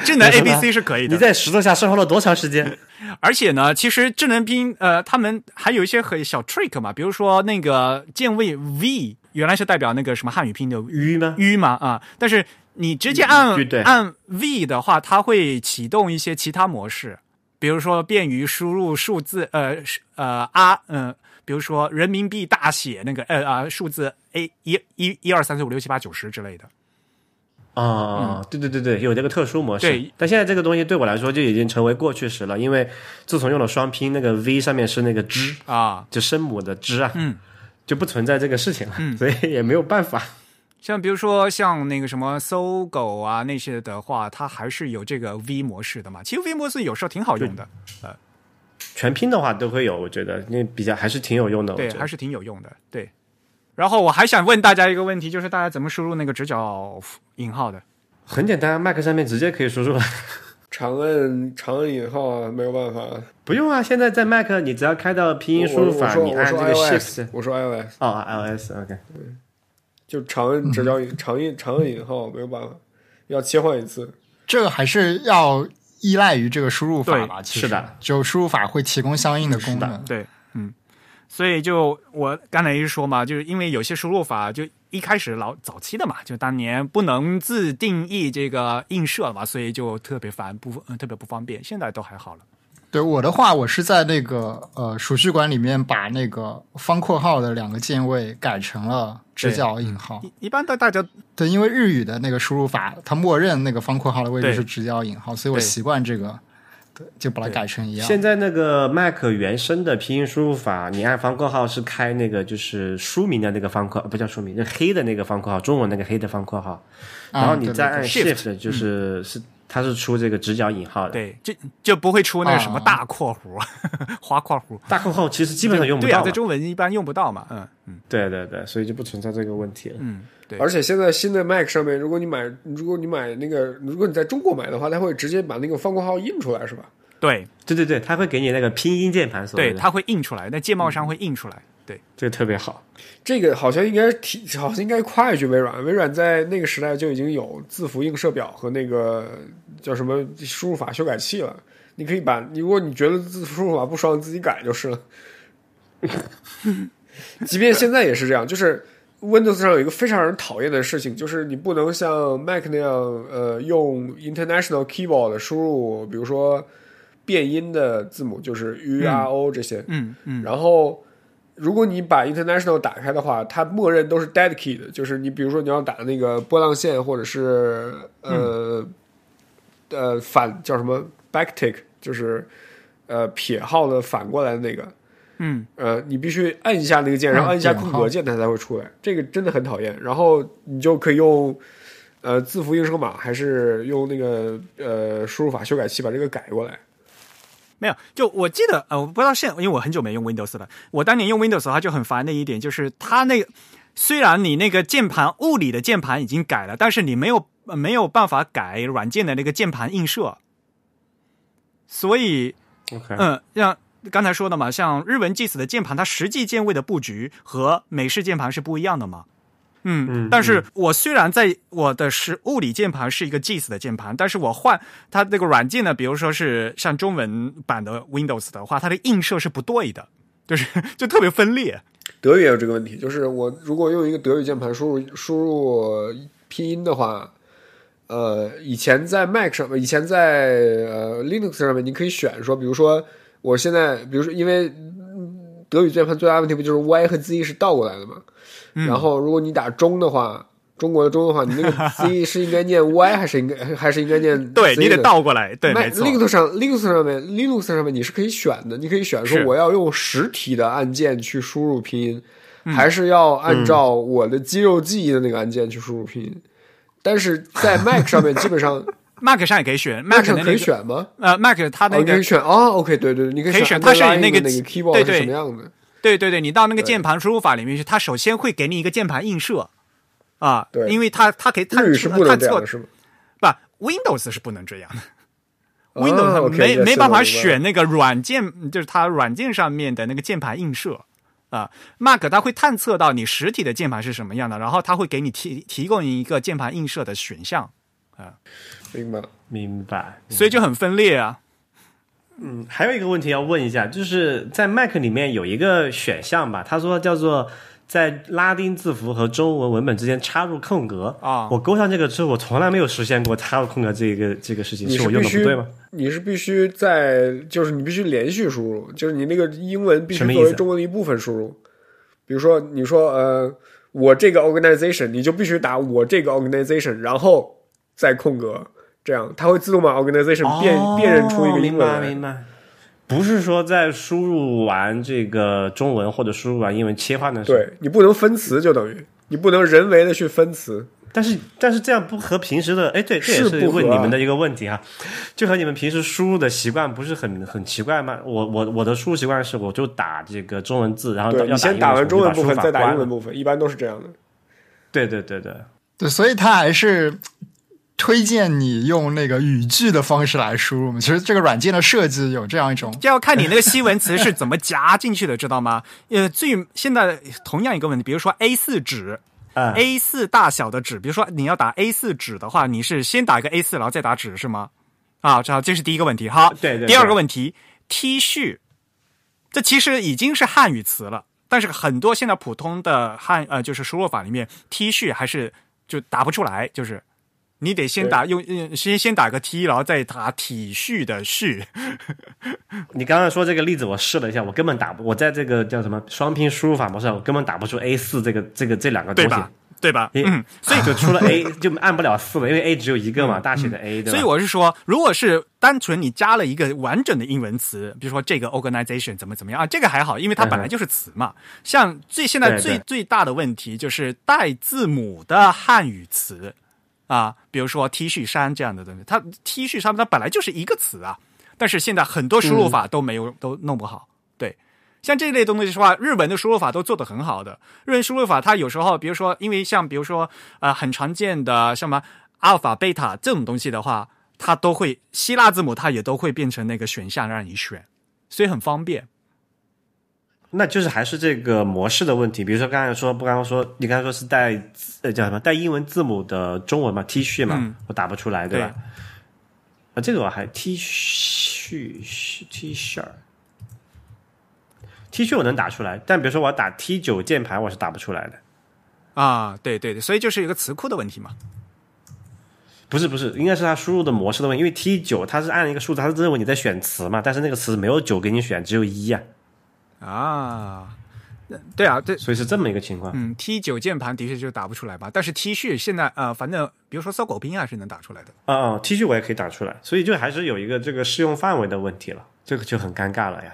Speaker 1: 智能
Speaker 3: 没
Speaker 1: A
Speaker 3: 什么
Speaker 1: B C 是可以
Speaker 3: 你
Speaker 1: 的。
Speaker 3: 在石头下生活了多长时间？
Speaker 1: 而且呢，其实智能兵呃，他们还有一些很小 trick 嘛，比如说那个键位 V 原来是代表那个什么汉语拼音的
Speaker 3: 鱼吗？
Speaker 1: U 嘛啊，但是你直接按
Speaker 3: 对对
Speaker 1: 按 V 的话，它会启动一些其他模式，比如说便于输入数字呃是呃啊嗯、比如说人民币大写那个呃啊数字 A 一一一二三四五六七八九十之类的。
Speaker 3: 啊、对对对对，有这个特殊模
Speaker 1: 嗯
Speaker 3: 式。
Speaker 1: 对
Speaker 3: 但现在这个东西对我来说就已经成为过去时了，因为自从用了双拼，那个 V 上面是那个之，
Speaker 1: 啊，
Speaker 3: 就声母的之啊，嗯，就不存在这个事情了，
Speaker 1: 嗯
Speaker 3: 所以也没有办法。
Speaker 1: 像比如说像那个什么搜狗啊那些的话，它还是有这个 V 模式的嘛。其实 V 模式有时候挺好用的，呃，
Speaker 3: 全拼的话都会有，我觉得那比较还是挺有用的。我
Speaker 1: 对，
Speaker 3: 觉得
Speaker 1: 还是挺有用的。对。然后我还想问大家一个问题，就是大家怎么输入那个直角引号的？
Speaker 3: 很简单，Mac 上面直接可以输入了，
Speaker 2: 长按长按引号啊，没有办法。
Speaker 3: 不用啊。现在在 Mac，你只要开到拼音输
Speaker 2: 我
Speaker 3: 入
Speaker 2: 我
Speaker 3: 法，
Speaker 2: 说
Speaker 3: 你
Speaker 2: 我
Speaker 3: 按这
Speaker 2: 说
Speaker 3: 个
Speaker 2: iOS，
Speaker 3: Shift
Speaker 2: 我说 iOS，
Speaker 3: 哦啊，iOS OK。
Speaker 2: 就长
Speaker 3: 嗯
Speaker 2: 按直角引长按长按引号没有办法，要切换一次。
Speaker 4: 这个还是要依赖于这个输入法吧。其实
Speaker 3: 是的，
Speaker 4: 就输入法会提供相应的功能。
Speaker 1: 对，嗯，所以就我刚才一说嘛，就是因为有些输入法就一开始老早期的嘛，就当年不能自定义这个映射嘛，所以就特别烦不、呃特别不方便。现在都还好了。
Speaker 4: 对我的话，我是在那个呃数据管里面把那个方括号的两个键位改成了直角引号。
Speaker 1: 一般的大家
Speaker 4: 对，因为日语的那个输入法，它默认那个方括号的位置
Speaker 1: 对
Speaker 4: 是直角引号，所以我
Speaker 1: 对
Speaker 4: 习惯这个，对，就把它改成一样。
Speaker 3: 现在那个 Mac 原生的拼音输入法，你按方括号是开那个就是书名的那个方括，不叫书名，就黑的那个方括号，中文那个黑的方括号，
Speaker 4: 啊
Speaker 3: 然后你
Speaker 4: 对
Speaker 3: 再
Speaker 4: 对
Speaker 3: 按
Speaker 1: 对嗯
Speaker 3: Shift 就是是它是出这个直角引号的。
Speaker 1: 对就就不会出那个什么
Speaker 4: 啊
Speaker 1: 大括弧、 花括弧，
Speaker 3: 大括号其实基本上用不
Speaker 1: 对啊，
Speaker 3: 到
Speaker 1: 在
Speaker 3: 了，
Speaker 1: 中文一般用不到嘛。嗯嗯
Speaker 3: 对对对，所以就不存在这个问题了。
Speaker 1: 嗯，对。
Speaker 2: 而且现在新的 Mac 上面，如果你买如果你买那个如果你在中国买的话，它会直接把那个方括号印出来是吧？
Speaker 1: 对
Speaker 3: 对对对，它会给你那个拼音键盘，所谓
Speaker 1: 对，
Speaker 3: 的
Speaker 1: 它会印出来，那键帽
Speaker 3: 嗯
Speaker 1: 上会印出来。对，
Speaker 3: 这个特别好。
Speaker 2: 这个好像应该提，好像应该夸一句微软。微软在那个时代就已经有字符映射表和那个叫什么输入法修改器了。你可以把，如果你觉得字符输入法不爽，你自己改就是了。 即便现在也是这样，就是 Windows 上有一个非常让人讨厌的事情，就是你不能像 Mac 那样，呃，用 International Keyboard 输入，比如说变音的字母，就是 U、R、O 这些。
Speaker 1: 嗯嗯，
Speaker 2: 然后，如果你把 international 打开的话，它默认都是 dead key 的，就是你比如说你要打那个波浪线或者是呃、呃反叫什么 backtick，就是呃撇号的反过来的那个，
Speaker 1: 嗯，
Speaker 2: 呃，你必须按一下那个键，然后按一下空格键，它才会出来。这个真的很讨厌。然后你就可以用呃字符映射码，还是用那个呃输入法修改器把这个改过来。
Speaker 1: 没有，就我记得，呃，我不知道现因为我很久没用 Windows 了。我当年用 Windows 的话就很烦的一点就是，它那个虽然你那个键盘物理的键盘已经改了，但是你没有、呃没有办法改软件的那个键盘映射，所以
Speaker 3: OK，
Speaker 1: 嗯，像刚才说的嘛，像日文 GIS 的键盘，它实际键位的布局和美式键盘是不一样的嘛。嗯，但是我虽然在我的是物理键盘是一个 GIS 的键盘，但是我换它那个软件呢，比如说是像中文版的 Windows 的话，它的映射是不对的， 就是就特别分裂。
Speaker 2: 德语也有这个问题，就是我如果用一个德语键盘输入输入拼音的话，呃，以前在 Mac 上面，以前在呃 Linux 上面，你可以选说，比如说我现在，比如说因为嗯德语键盘最大的问题不就是 Y 和 Z 是倒过来的嘛？
Speaker 1: 嗯
Speaker 2: 然后如果你打中的话，中国的中的话，你那个 Z 是应该念 Y 还是应该还是应该念 Z 呢？
Speaker 1: 对你得倒过来，对，
Speaker 2: Mac
Speaker 1: 没错，
Speaker 2: Linux 上 Linux 上面 Linux 上面你是可以选的，你可以选说
Speaker 1: 是
Speaker 2: 我要用实体的按键去输入拼音，
Speaker 1: 嗯
Speaker 2: 还是要按照我的肌肉记忆的那个按键去输入拼音。但是 在 Mac 上面，基本上
Speaker 1: Mac 上也可以选
Speaker 2: Mac
Speaker 1: ，Mac
Speaker 2: 上
Speaker 1: 的
Speaker 2: 可以
Speaker 1: 那个
Speaker 2: 选吗？
Speaker 1: 呃，Mac 它
Speaker 2: 哦，
Speaker 1: 那
Speaker 2: 你可
Speaker 1: 个
Speaker 2: 以选哦，OK，对对，你可以
Speaker 1: 可以
Speaker 2: 选
Speaker 1: 选它是
Speaker 2: underline
Speaker 1: 那个
Speaker 2: 的那
Speaker 1: 机
Speaker 2: 个 keyboard
Speaker 1: 对
Speaker 2: 是
Speaker 1: 对
Speaker 2: 什么样的？
Speaker 1: 对对对，你到那个键盘输入法里面去，它首先会给你一个键盘映射啊，
Speaker 2: 对
Speaker 1: 因为它它可以探
Speaker 2: 日语是不能
Speaker 1: 探
Speaker 2: 这样的，
Speaker 1: 测
Speaker 2: 是吗？
Speaker 1: 不，Windows 是不能这样的。
Speaker 2: 哦
Speaker 1: Windows 它
Speaker 2: OK，
Speaker 1: 没、没办
Speaker 2: yes，我明白
Speaker 1: 法
Speaker 2: 了
Speaker 1: 选那个软件，就是它软件上面的那个键盘映射啊、Mac 它会探测到你实体的键盘是什么样的，然后它会给你提提供一个键盘映射的选项，
Speaker 2: 明白了。
Speaker 3: 明白。嗯
Speaker 1: 所以
Speaker 2: 嗯
Speaker 1: 就很分裂啊。
Speaker 3: 还有一个问题要问一下，就是在 Mac 里面有一个选项吧，他说叫做在拉丁字符和中文文本之间插入空格
Speaker 1: 啊
Speaker 3: 我勾上这个之后，我从来没有实现过插入空格这个这个事情，
Speaker 2: 你
Speaker 3: 是
Speaker 2: 是
Speaker 3: 我用
Speaker 2: 必
Speaker 3: 的不
Speaker 2: 须
Speaker 3: 对吗？
Speaker 2: 你是必须在，就是你必须连续输入，就是你那个英文必须
Speaker 3: 什么意
Speaker 2: 作为
Speaker 3: 思
Speaker 2: 中文的一部分输入。比如说，你说呃，我这个 organization，你就必须打我这个 organization，然后再空格，这样它会自动把 organization 辨、辨认出一个
Speaker 3: 哦
Speaker 2: 英
Speaker 3: 明
Speaker 2: 文
Speaker 3: 白
Speaker 2: 来。
Speaker 3: 明白。不是说在输入完这个中文或者输入完英文切换的时候，
Speaker 2: 对你不能分词，就等于你不能人为的去分词。
Speaker 3: 但是但是这样不和平时的哎对，这也
Speaker 2: 是
Speaker 3: 是
Speaker 2: 不合啊
Speaker 3: 问你们的一个问题哈、就和你们平时输入的习惯不是很很奇怪吗？我我我的输入习惯是我就打这个中文字，然后
Speaker 2: 对
Speaker 3: 啊要
Speaker 2: 你先
Speaker 3: 打
Speaker 2: 打
Speaker 3: 英
Speaker 2: 完中文
Speaker 3: 我就
Speaker 2: 部
Speaker 3: 把
Speaker 2: 分，
Speaker 3: 输
Speaker 2: 再
Speaker 3: 入法
Speaker 2: 打
Speaker 3: 关
Speaker 2: 英文
Speaker 3: 了
Speaker 2: 部分，一般都是这样的。
Speaker 3: 对对对对，
Speaker 4: 对，所以它还是推荐你用那个语句的方式来输入嘛。其实这个软件的设计有这样一种，
Speaker 1: 这要看你那个西文词是怎么夹进去的，知道吗？ 呃，最现在同样一个问题，比如说 A 四纸。
Speaker 3: 嗯
Speaker 1: A 四大小的纸，比如说你要打 A 四纸的话，你是先打一个 A 四，然后再打纸是吗？啊，这这是第一个问题。好，
Speaker 3: 对对对
Speaker 1: 第二个问题，T 恤，这其实已经是汉语词了，但是很多现在普通的汉呃就是输入法里面 T 恤还是就打不出来，就是你得先打用嗯先先打个 T，然后再打体恤的恤。
Speaker 3: 你刚刚说这个例子，我试了一下，我根本打不，我在这个叫什么双拼输入法模式上，我根本打不出 A 四这个这个这两个东
Speaker 1: 对
Speaker 3: 西，
Speaker 1: 吧？对吧？
Speaker 3: 因
Speaker 1: 嗯，
Speaker 3: 所以就出了 A 就按不了四了，因为 A 只有一个嘛，大写的 A，对吧？
Speaker 1: 嗯所以我是说，如果是单纯你加了一个完整的英文词，比如说这个 organization 怎么怎么样啊，这个还好，因为它本来就是词嘛。像最现在
Speaker 3: 对
Speaker 1: 最
Speaker 3: 对
Speaker 1: 最大的问题就是带字母的汉语词啊，比如说 T 恤衫这样的东西，它 T 恤衫它本来就是一个词啊，但是现在很多输入法都没有、都弄不好，对。像这类东西的话，日文的输入法都做得很好的。日文输入法它有时候，比如说，因为像比如说，呃，很常见的像什么阿尔法、贝塔这种东西的话，它都会希腊字母它也都会变成那个选项让你选，所以很方便。
Speaker 3: 那就是还是这个模式的问题，比如说刚才说不刚刚说，你刚才说是带字呃叫什么带英文字母的中文嘛 T 恤嘛，
Speaker 1: 嗯
Speaker 3: 我打不出来对吧？啊，这个我还 T 恤 T 恤 T 恤我能打出来，但比如说我要打 T 九键盘，我是打不出来的。
Speaker 1: 啊，对对对，所以就是一个词库的问题嘛。
Speaker 3: 不是不是，应该是它输入的模式的问题，因为 T 九它是按一个数字，它是认为你在选词嘛，但是那个词没有九给你选，只有一呀、
Speaker 1: 啊，那对啊，这
Speaker 3: 所以是这么一个情况。
Speaker 1: 嗯，T 九键盘的确就打不出来吧，但是 T 恤现在啊、呃反正比如说搜狗拼啊是能打出来的。
Speaker 3: 啊、啊 t 恤我也可以打出来，所以就还是有一个这个适用范围的问题了，这个就很尴尬了呀。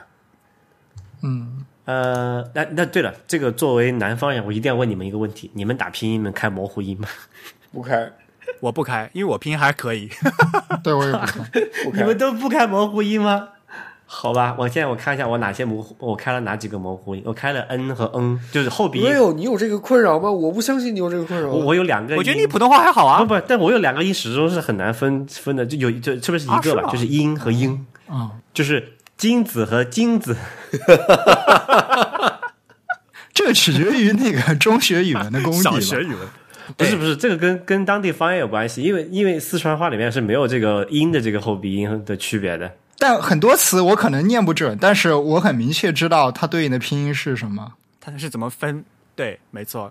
Speaker 3: 嗯，呃，那那对了，这个作为南方人，我一定要问你们一个问题：你们打拼音能开模糊音吗？
Speaker 2: 不开，
Speaker 1: 我不开，因为我拼还可以。
Speaker 4: 对我也不看。
Speaker 2: 不
Speaker 3: 你
Speaker 2: 开
Speaker 3: 们。都不开模糊音吗？好吧，我现在我看一下我哪些模糊，我开了哪几个模糊音？我开了 n 和 n，就是后鼻音
Speaker 2: 没。有，你有这个困扰吗？我不相信你有这个困扰啊。
Speaker 3: 我我有两个音，
Speaker 1: 我觉得你普通话还好啊
Speaker 3: 不。不，但我有两个音始终是很难分分的，就有就特别是一
Speaker 1: 啊是啊
Speaker 3: 个吧，
Speaker 1: 吗
Speaker 3: 就是音和英。
Speaker 4: 嗯，
Speaker 3: 就是金子和金子，
Speaker 4: 这个取决于那个中学语文的功底吧。
Speaker 1: 语文
Speaker 3: 不是不是，这个跟跟当地方言有关系，因为因为四川话里面是没有这个音的这个后鼻音的区别的。
Speaker 4: 但很多词我可能念不准，但是我很明确知道它对应的拼音是什么。
Speaker 1: 它是怎么分？对，没错。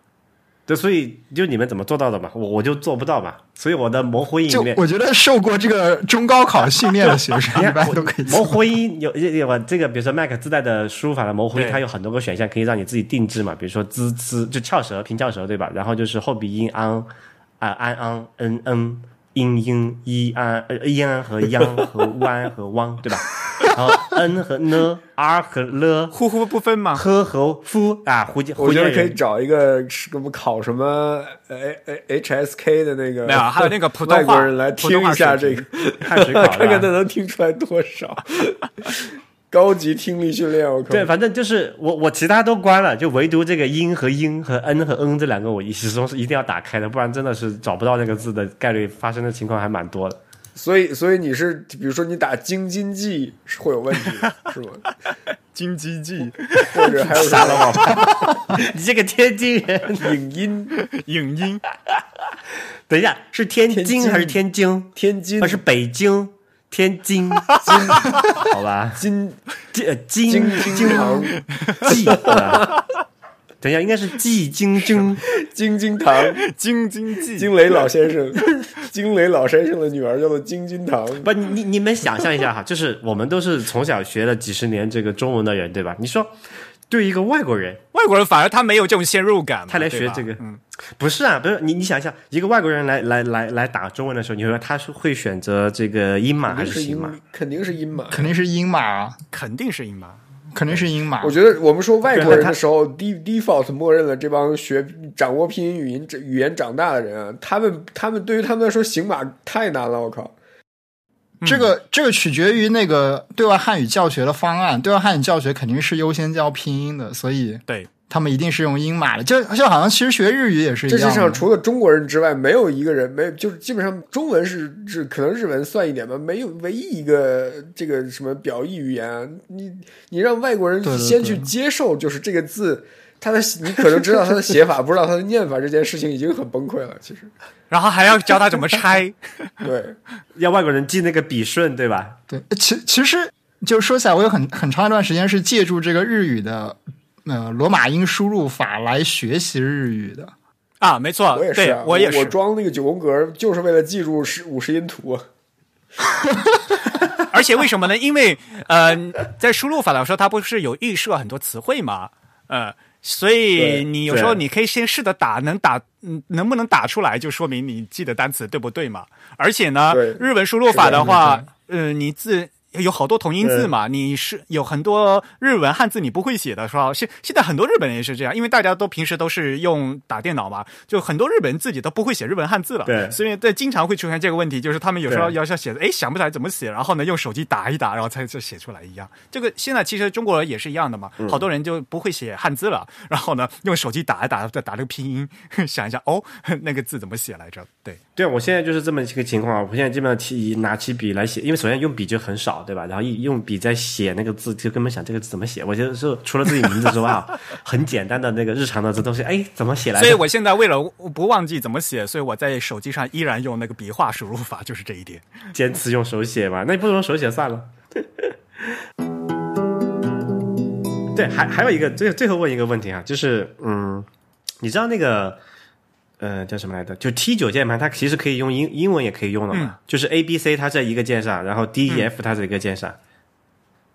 Speaker 3: 对，所以就你们怎么做到的嘛？我我就做不到嘛，所以我的模糊音里
Speaker 4: 就
Speaker 3: 面，
Speaker 4: 我觉得受过这个中高考训练的学生一般都可以
Speaker 3: 模
Speaker 4: 做。
Speaker 3: 糊音有有有这个，比如说 Mac 自带的输入法的模糊音，
Speaker 1: 对
Speaker 3: 它有很多个选项可以让你自己定制嘛，比如说滋滋就翘舌平翘舌对吧？然后就是后鼻音昂啊安昂嗯嗯音音一安呃一安和央和弯和汪对吧？然后 n 和呢 r 和了
Speaker 1: 呼呼不分 嘛。
Speaker 3: 呵和夫啊福建
Speaker 2: 我
Speaker 3: 福
Speaker 2: 觉得
Speaker 3: 建
Speaker 2: 可以
Speaker 3: 人
Speaker 2: 找一个什么考什么呃 A A HSK 的那个，
Speaker 1: 没有啊还有 那个普通话
Speaker 2: 外国人来听一下这个，
Speaker 3: 汉水考
Speaker 2: 看看他
Speaker 3: 的啊。
Speaker 2: 能听出来多少。 高级听力训练，我靠！
Speaker 3: 对，反正就是我，我其他都关了，就唯独这个音和音和 n 和 n 这两个，我始终是一定要打开的，不然真的是找不到那个字的概率发生的情况还蛮多的。
Speaker 2: 所以所以你是比如说你打京津冀是会有问 题的，是吗？
Speaker 1: 京津冀
Speaker 2: 或者还 有
Speaker 3: 杀
Speaker 2: 啥
Speaker 3: 了我吧！你这个天津人，
Speaker 2: 影音、
Speaker 1: 影音
Speaker 3: 等一下，是天
Speaker 2: 天津
Speaker 3: 津还是天津？
Speaker 2: 天津
Speaker 1: 啊
Speaker 3: 还、是北京？天津，好吧，
Speaker 2: 津
Speaker 3: 这呃京
Speaker 2: 京
Speaker 3: 京
Speaker 2: 京堂、
Speaker 3: 冀。啊等一下，应该是冀京京。
Speaker 2: 京津堂、
Speaker 1: 京津冀
Speaker 2: 惊雷老先生、惊雷老先生的女儿叫做京津堂。
Speaker 3: 不，你你你们想象一下哈，就是我们都是从小学了几十年这个中文的人，对吧？你说，对于一个外国人，
Speaker 1: 外国人反而他没有这种先入感嘛，
Speaker 3: 他来
Speaker 1: 对
Speaker 3: 学
Speaker 1: 吧
Speaker 3: 这个
Speaker 1: 嗯，
Speaker 3: 不是啊，不是你，你想一下，一个外国人来来来来打中文的时候，你说他是会选择这个英码
Speaker 2: 肯
Speaker 3: 还
Speaker 2: 定
Speaker 3: 是
Speaker 2: 是
Speaker 3: 西码？
Speaker 2: 英，肯定是英码。
Speaker 4: 肯定是英码啊，
Speaker 1: 肯定是英码。
Speaker 4: 肯定是英码啊
Speaker 2: 我。觉得我们说外国
Speaker 3: 对
Speaker 2: 人
Speaker 3: 他
Speaker 2: 的时候，de default 默认了这帮学掌握拼音语音语言长大的人啊，他们他们对于他们来说行码太难了，我靠！
Speaker 4: 这个这个取决于那个对外汉语教学的方案，对外汉语教学肯定是优先教拼音的，所以
Speaker 1: 对，
Speaker 4: 他们一定是用英码的。就就好像其实学日语也是一
Speaker 2: 这
Speaker 4: 样啊
Speaker 2: 世
Speaker 4: 的，
Speaker 2: 上除了中国人之外，没有一个人没有，就是基本上中文是是可能日文算一点吧，没有唯一一个这个什么表意语言啊，你你让外国人
Speaker 4: 对对
Speaker 2: 先去接受，就是这个字，它的你可能知道它的写法，不知道它的念法，这件事情已经很崩溃了。其实，
Speaker 1: 然后还要教他怎么拆，
Speaker 2: 对，
Speaker 3: 要外国人记那个笔顺，对吧？
Speaker 4: 对，其其实就说起来，我有很很长一段时间是借助这个日语的呃罗马音输入法来学习日语的。
Speaker 1: 啊，没错，
Speaker 2: 我也是、
Speaker 1: 对
Speaker 2: 啊，
Speaker 1: 也
Speaker 2: 我
Speaker 1: 是，
Speaker 2: 装那个九宫格就是为了记住十五十音图啊。
Speaker 1: 而且为什么呢？因为呃，在输入法来说，它不是有预设很多词汇嘛，呃，所以
Speaker 2: 对
Speaker 1: 你有时候
Speaker 3: 对
Speaker 1: 你可以先试着打，能打，嗯能不能打出来，就说明你记的单词对不对嘛。而且呢
Speaker 2: 对，
Speaker 1: 日文输入法的话，呃，你字。有好多同音字嘛，你是有很多日文汉字你不会写的，是吧？现现在很多日本人也是这样，因为大家都平时都是用打电脑嘛，就很多日本人自己都不会写日文汉字了，
Speaker 3: 对
Speaker 1: 所以对经常会出现这个问题，就是他们有时候
Speaker 3: 对
Speaker 1: 要要写，哎，想不起来怎么写，然后呢用手机打一打，然后才就写出来一样。这个现在其实中国人也是一样的嘛，好多人就不会写汉字了，然后呢用手机打一打，再打这个拼音， 想一下哦，那个字怎么写来着？对，
Speaker 3: 对，啊我现在就是这么一个情况啊。我现在基本上提拿起笔来写，因为首先用笔就很少，对吧？然后一用笔在写那个字，就根本想这个字怎么写。我觉得是除了自己名字之外啊， 很简单的那个日常的这东西，哎，怎么写来着？
Speaker 1: 所以我现在为了不忘记怎么写，所以我在手机上依然用那个笔画输入法，就是这一点。
Speaker 3: 坚持用手写嘛，那 你不如用手写算了。对，还还有一个最最后问一个问题啊，就是嗯，你知道那个呃叫什么来着？就 T 九键盘，它其实可以用英英文也可以用的嘛，
Speaker 4: 嗯
Speaker 3: 就是 A B C 它在一个键上，然后 D E F 它在一个键上、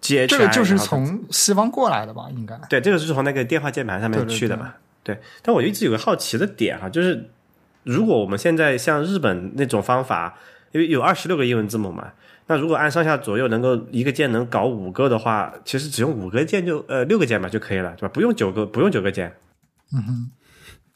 Speaker 3: g H
Speaker 4: 这个就是
Speaker 3: 然后
Speaker 4: 从西方过来的吧？应该
Speaker 3: 对，这个是从那个电话键盘上面
Speaker 4: 对对
Speaker 3: 去的嘛。对但我一直有个好奇的点哈，就是如果我们现在像日本那种方法，因为有二十六个英文字母嘛，那如果按上下左右能够一个键能搞五个的话，其实只用五个键就呃六个键吧就可以了，对吧？不用九个，不用九个键。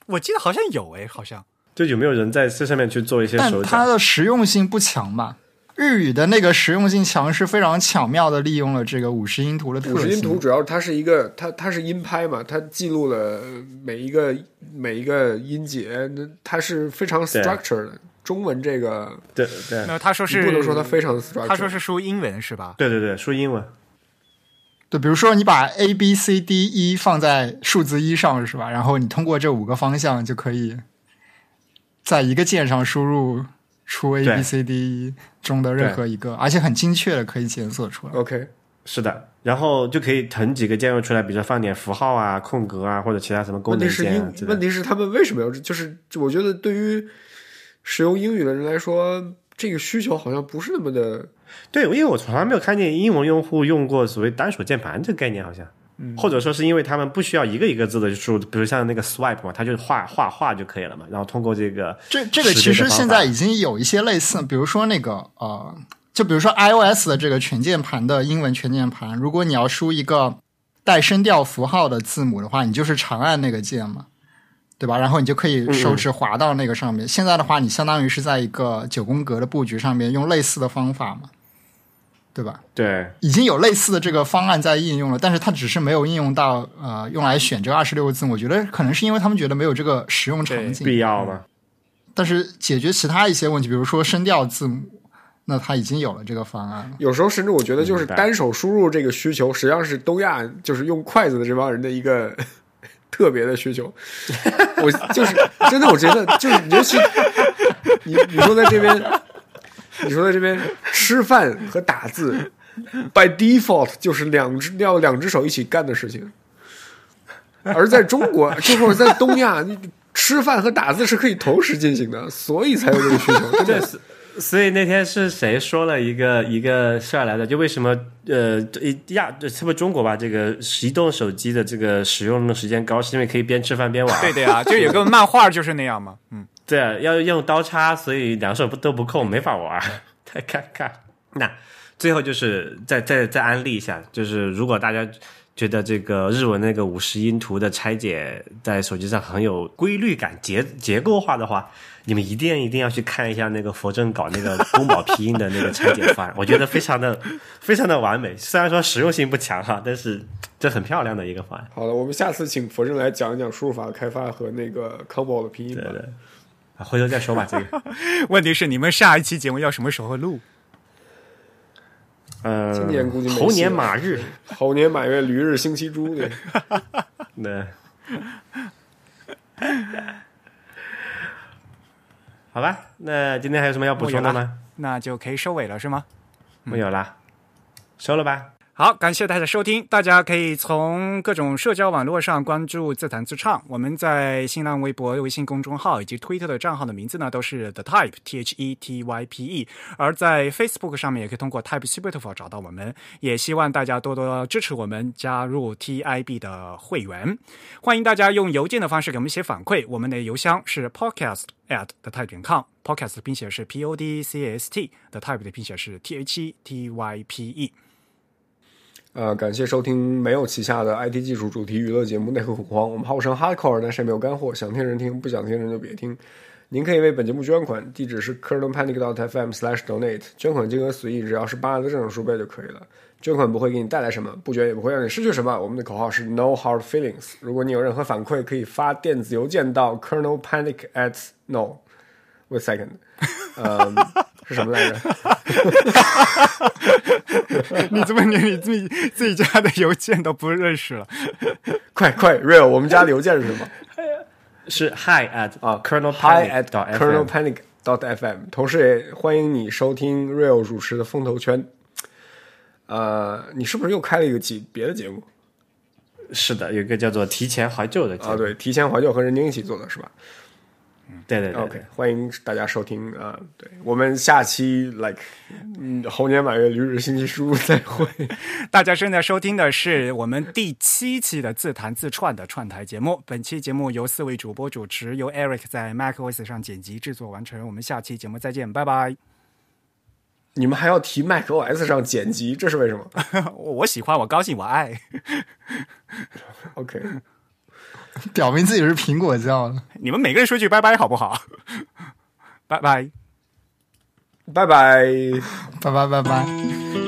Speaker 1: 我记得好像有哎，好像
Speaker 3: 就有没有人在这上面去做一些手
Speaker 4: 但它
Speaker 3: 脚？
Speaker 4: 的实用性不强吧？日语的那个实用性强是非常巧妙的利用了这个五十音图的特
Speaker 2: 五十音
Speaker 4: 性。
Speaker 2: 图主要它是一个，它它是音拍嘛，它记录了每一个每一个音节，那它是非常
Speaker 3: 对
Speaker 2: structure 的。中文这个
Speaker 3: 对对
Speaker 1: 没有他说
Speaker 2: 你
Speaker 1: 是
Speaker 2: 不能说它非常 structure，
Speaker 1: 他说是输英文是 吧？
Speaker 3: 对对对，说英文。
Speaker 4: 对，比如说你把 A B C D E 放在数字一上是吧？然后你通过这五个方向就可以在一个键上输入出 A
Speaker 3: 对
Speaker 4: B C D E 中的任何一个，而且很精确的可以检索出来。
Speaker 2: OK，
Speaker 3: 是的，然后就可以腾几个键位出来，比如说放点符号啊、空格啊，或者其他什么功
Speaker 2: 问题
Speaker 3: 能
Speaker 2: 是
Speaker 3: 键啊
Speaker 2: 英
Speaker 3: 之，类
Speaker 2: 问
Speaker 3: 的。
Speaker 2: 题是他们为什么要这？就是我觉得对于使用英语的人来说，这个需求好像不是那么的。
Speaker 3: 对，因为我从来没有看见英文用户用过所谓单手键盘这个概念，好像，或者说是因为他们不需要一个一个字的去输入，比如像那个 swipe 嘛，他就画画画就可以了嘛，然后通过这个
Speaker 4: 这这个其实现在已经有一些类似，比如说那个呃，就比如说 iOS 的这个全键盘的英文全键盘，如果你要输一个带声调符号的字母的话，你就是长按那个键嘛，对吧？然后你就可以手指滑到那个上面。现在的话，你相当于是在一个九宫格的布局上面用类似的方法嘛，对吧？
Speaker 3: 对
Speaker 4: 已经有类似的这个方案在应用了，但是它只是没有应用到呃用来选这二十六个字母。我觉得可能是因为他们觉得没有这个实用场
Speaker 1: 对
Speaker 4: 景，
Speaker 3: 必要嘛，
Speaker 4: 但是解决其他一些问题，比如说声调字母，那它已经有了这个方案了。
Speaker 2: 有时候甚至我觉得，就是
Speaker 3: 明白
Speaker 2: 单手输入这个需求，实际上是东亚就是用筷子的这帮人的一个 特别的需求。我就是真的，我觉得就是尤其你你说在这边，你说在这边吃饭和打字，by default 就是两只要两只手一起干的事情，而在中国，就是我在 东亚，你吃饭和打字是可以同时进行的，所以才有这个需求。真的
Speaker 3: 对，是所以那天是谁说了一个一个事儿来的？就为什么呃一亚特别中国吧，这个移动手机的这个使用的时间高，是因为可以边吃饭边玩。
Speaker 1: 对的呀、就有个漫画就是那样嘛， 嗯，
Speaker 3: 对啊，要用刀叉，所以两手不都不空，没法玩，太尴尬。那最后就是再再再安利一下，就是如果大家觉得这个日文那个五十音图的拆解在手机上很有规律感、结结构化的话，你们一定一定要去看一下那个佛正搞那个宫保拼音的那个拆解方案，我 觉得非常的非常的完美。虽然说实用性不强哈、但是这很漂亮的一个方案。
Speaker 2: 好了，我们下次请佛正来讲一讲输入法的开发和那个 Combo 的拼音吧。
Speaker 3: 对对，啊回头再说吧，这 个。
Speaker 1: 问题是你们下一期节目要什么时候录？
Speaker 3: 呃，
Speaker 2: 今年估计没戏了
Speaker 3: 猴年马日，
Speaker 2: 猴年马月驴日星期猪对。
Speaker 3: 对。 好吧，那今天还有什么要补充的
Speaker 1: 没有
Speaker 3: 吗？
Speaker 1: 那就可以收尾了，是吗？
Speaker 3: 没有啦，收了吧。
Speaker 1: 好，感谢大家收听。大家可以从各种社交网络上关注“自弹自唱”。我们在新浪微博、微信公众号以及推特的账号的名字呢，都是 The Type T H E T Y P E。而在 Facebook 上面也可以通过 Type s u p e r t f u l 找到我们。也希望大家多多支持我们，加入 TIB 的会员。欢迎大家用邮件的方式给我们写反馈。我们的邮箱是 podcast at the type 点 com。podcast 的拼写是 p o d c a s t，the type 的拼写是 t h e t y p e。
Speaker 2: 呃，感谢收听没有旗下的 IT 技术主题娱乐节目《内核恐慌》，我们号称 hardcore，但是没有干货，想听人听，不想听人就别听。您可以为本节目捐款，地址是 kernelpanic.fm/donate，捐款金额随意，只要是八的正整数倍就可以了。捐款不会给你带来什么，不捐也不会让你失去什么。我们的口号是 No Hard Feelings。如果你有任何反馈，可以发电子邮件到 kernelpanic at no wait a second，嗯，是什么来着？
Speaker 1: 你怎么连你自己自己家的邮件都不认识了？
Speaker 2: 快快 real，我们家的邮件是什么？
Speaker 3: 是 hi at
Speaker 2: 啊
Speaker 3: kernel
Speaker 2: hi
Speaker 3: panic
Speaker 2: at
Speaker 3: dot fm
Speaker 2: kernel panic dot fm，同时也欢迎你收听 Real 主持的风投圈。呃，你是不是又开了一个几别的节目
Speaker 3: 是的，有一个叫做提前怀旧的节目
Speaker 2: 啊？对，提前怀旧和任宁一起做的是吧
Speaker 3: 对对对对
Speaker 2: ？OK，欢迎大家收听啊、对我们下期 like 嗯猴年马月驴日星期书再会。
Speaker 1: 大家正在收听的是我们第七期的自弹自串的串台节目。本期节目由四位主播主持，由 Eric 在 macOS 上剪辑制作完成。我们下期节目再见，拜拜。
Speaker 2: 你们还要提 macOS 上剪辑，这是为什么
Speaker 1: 我我喜欢，我高兴，我爱。
Speaker 2: ？OK，
Speaker 4: 表明自己是苹果教的。
Speaker 1: 你们每个人说句拜拜好不好？ 拜拜。
Speaker 2: 拜拜。
Speaker 4: 拜拜拜拜。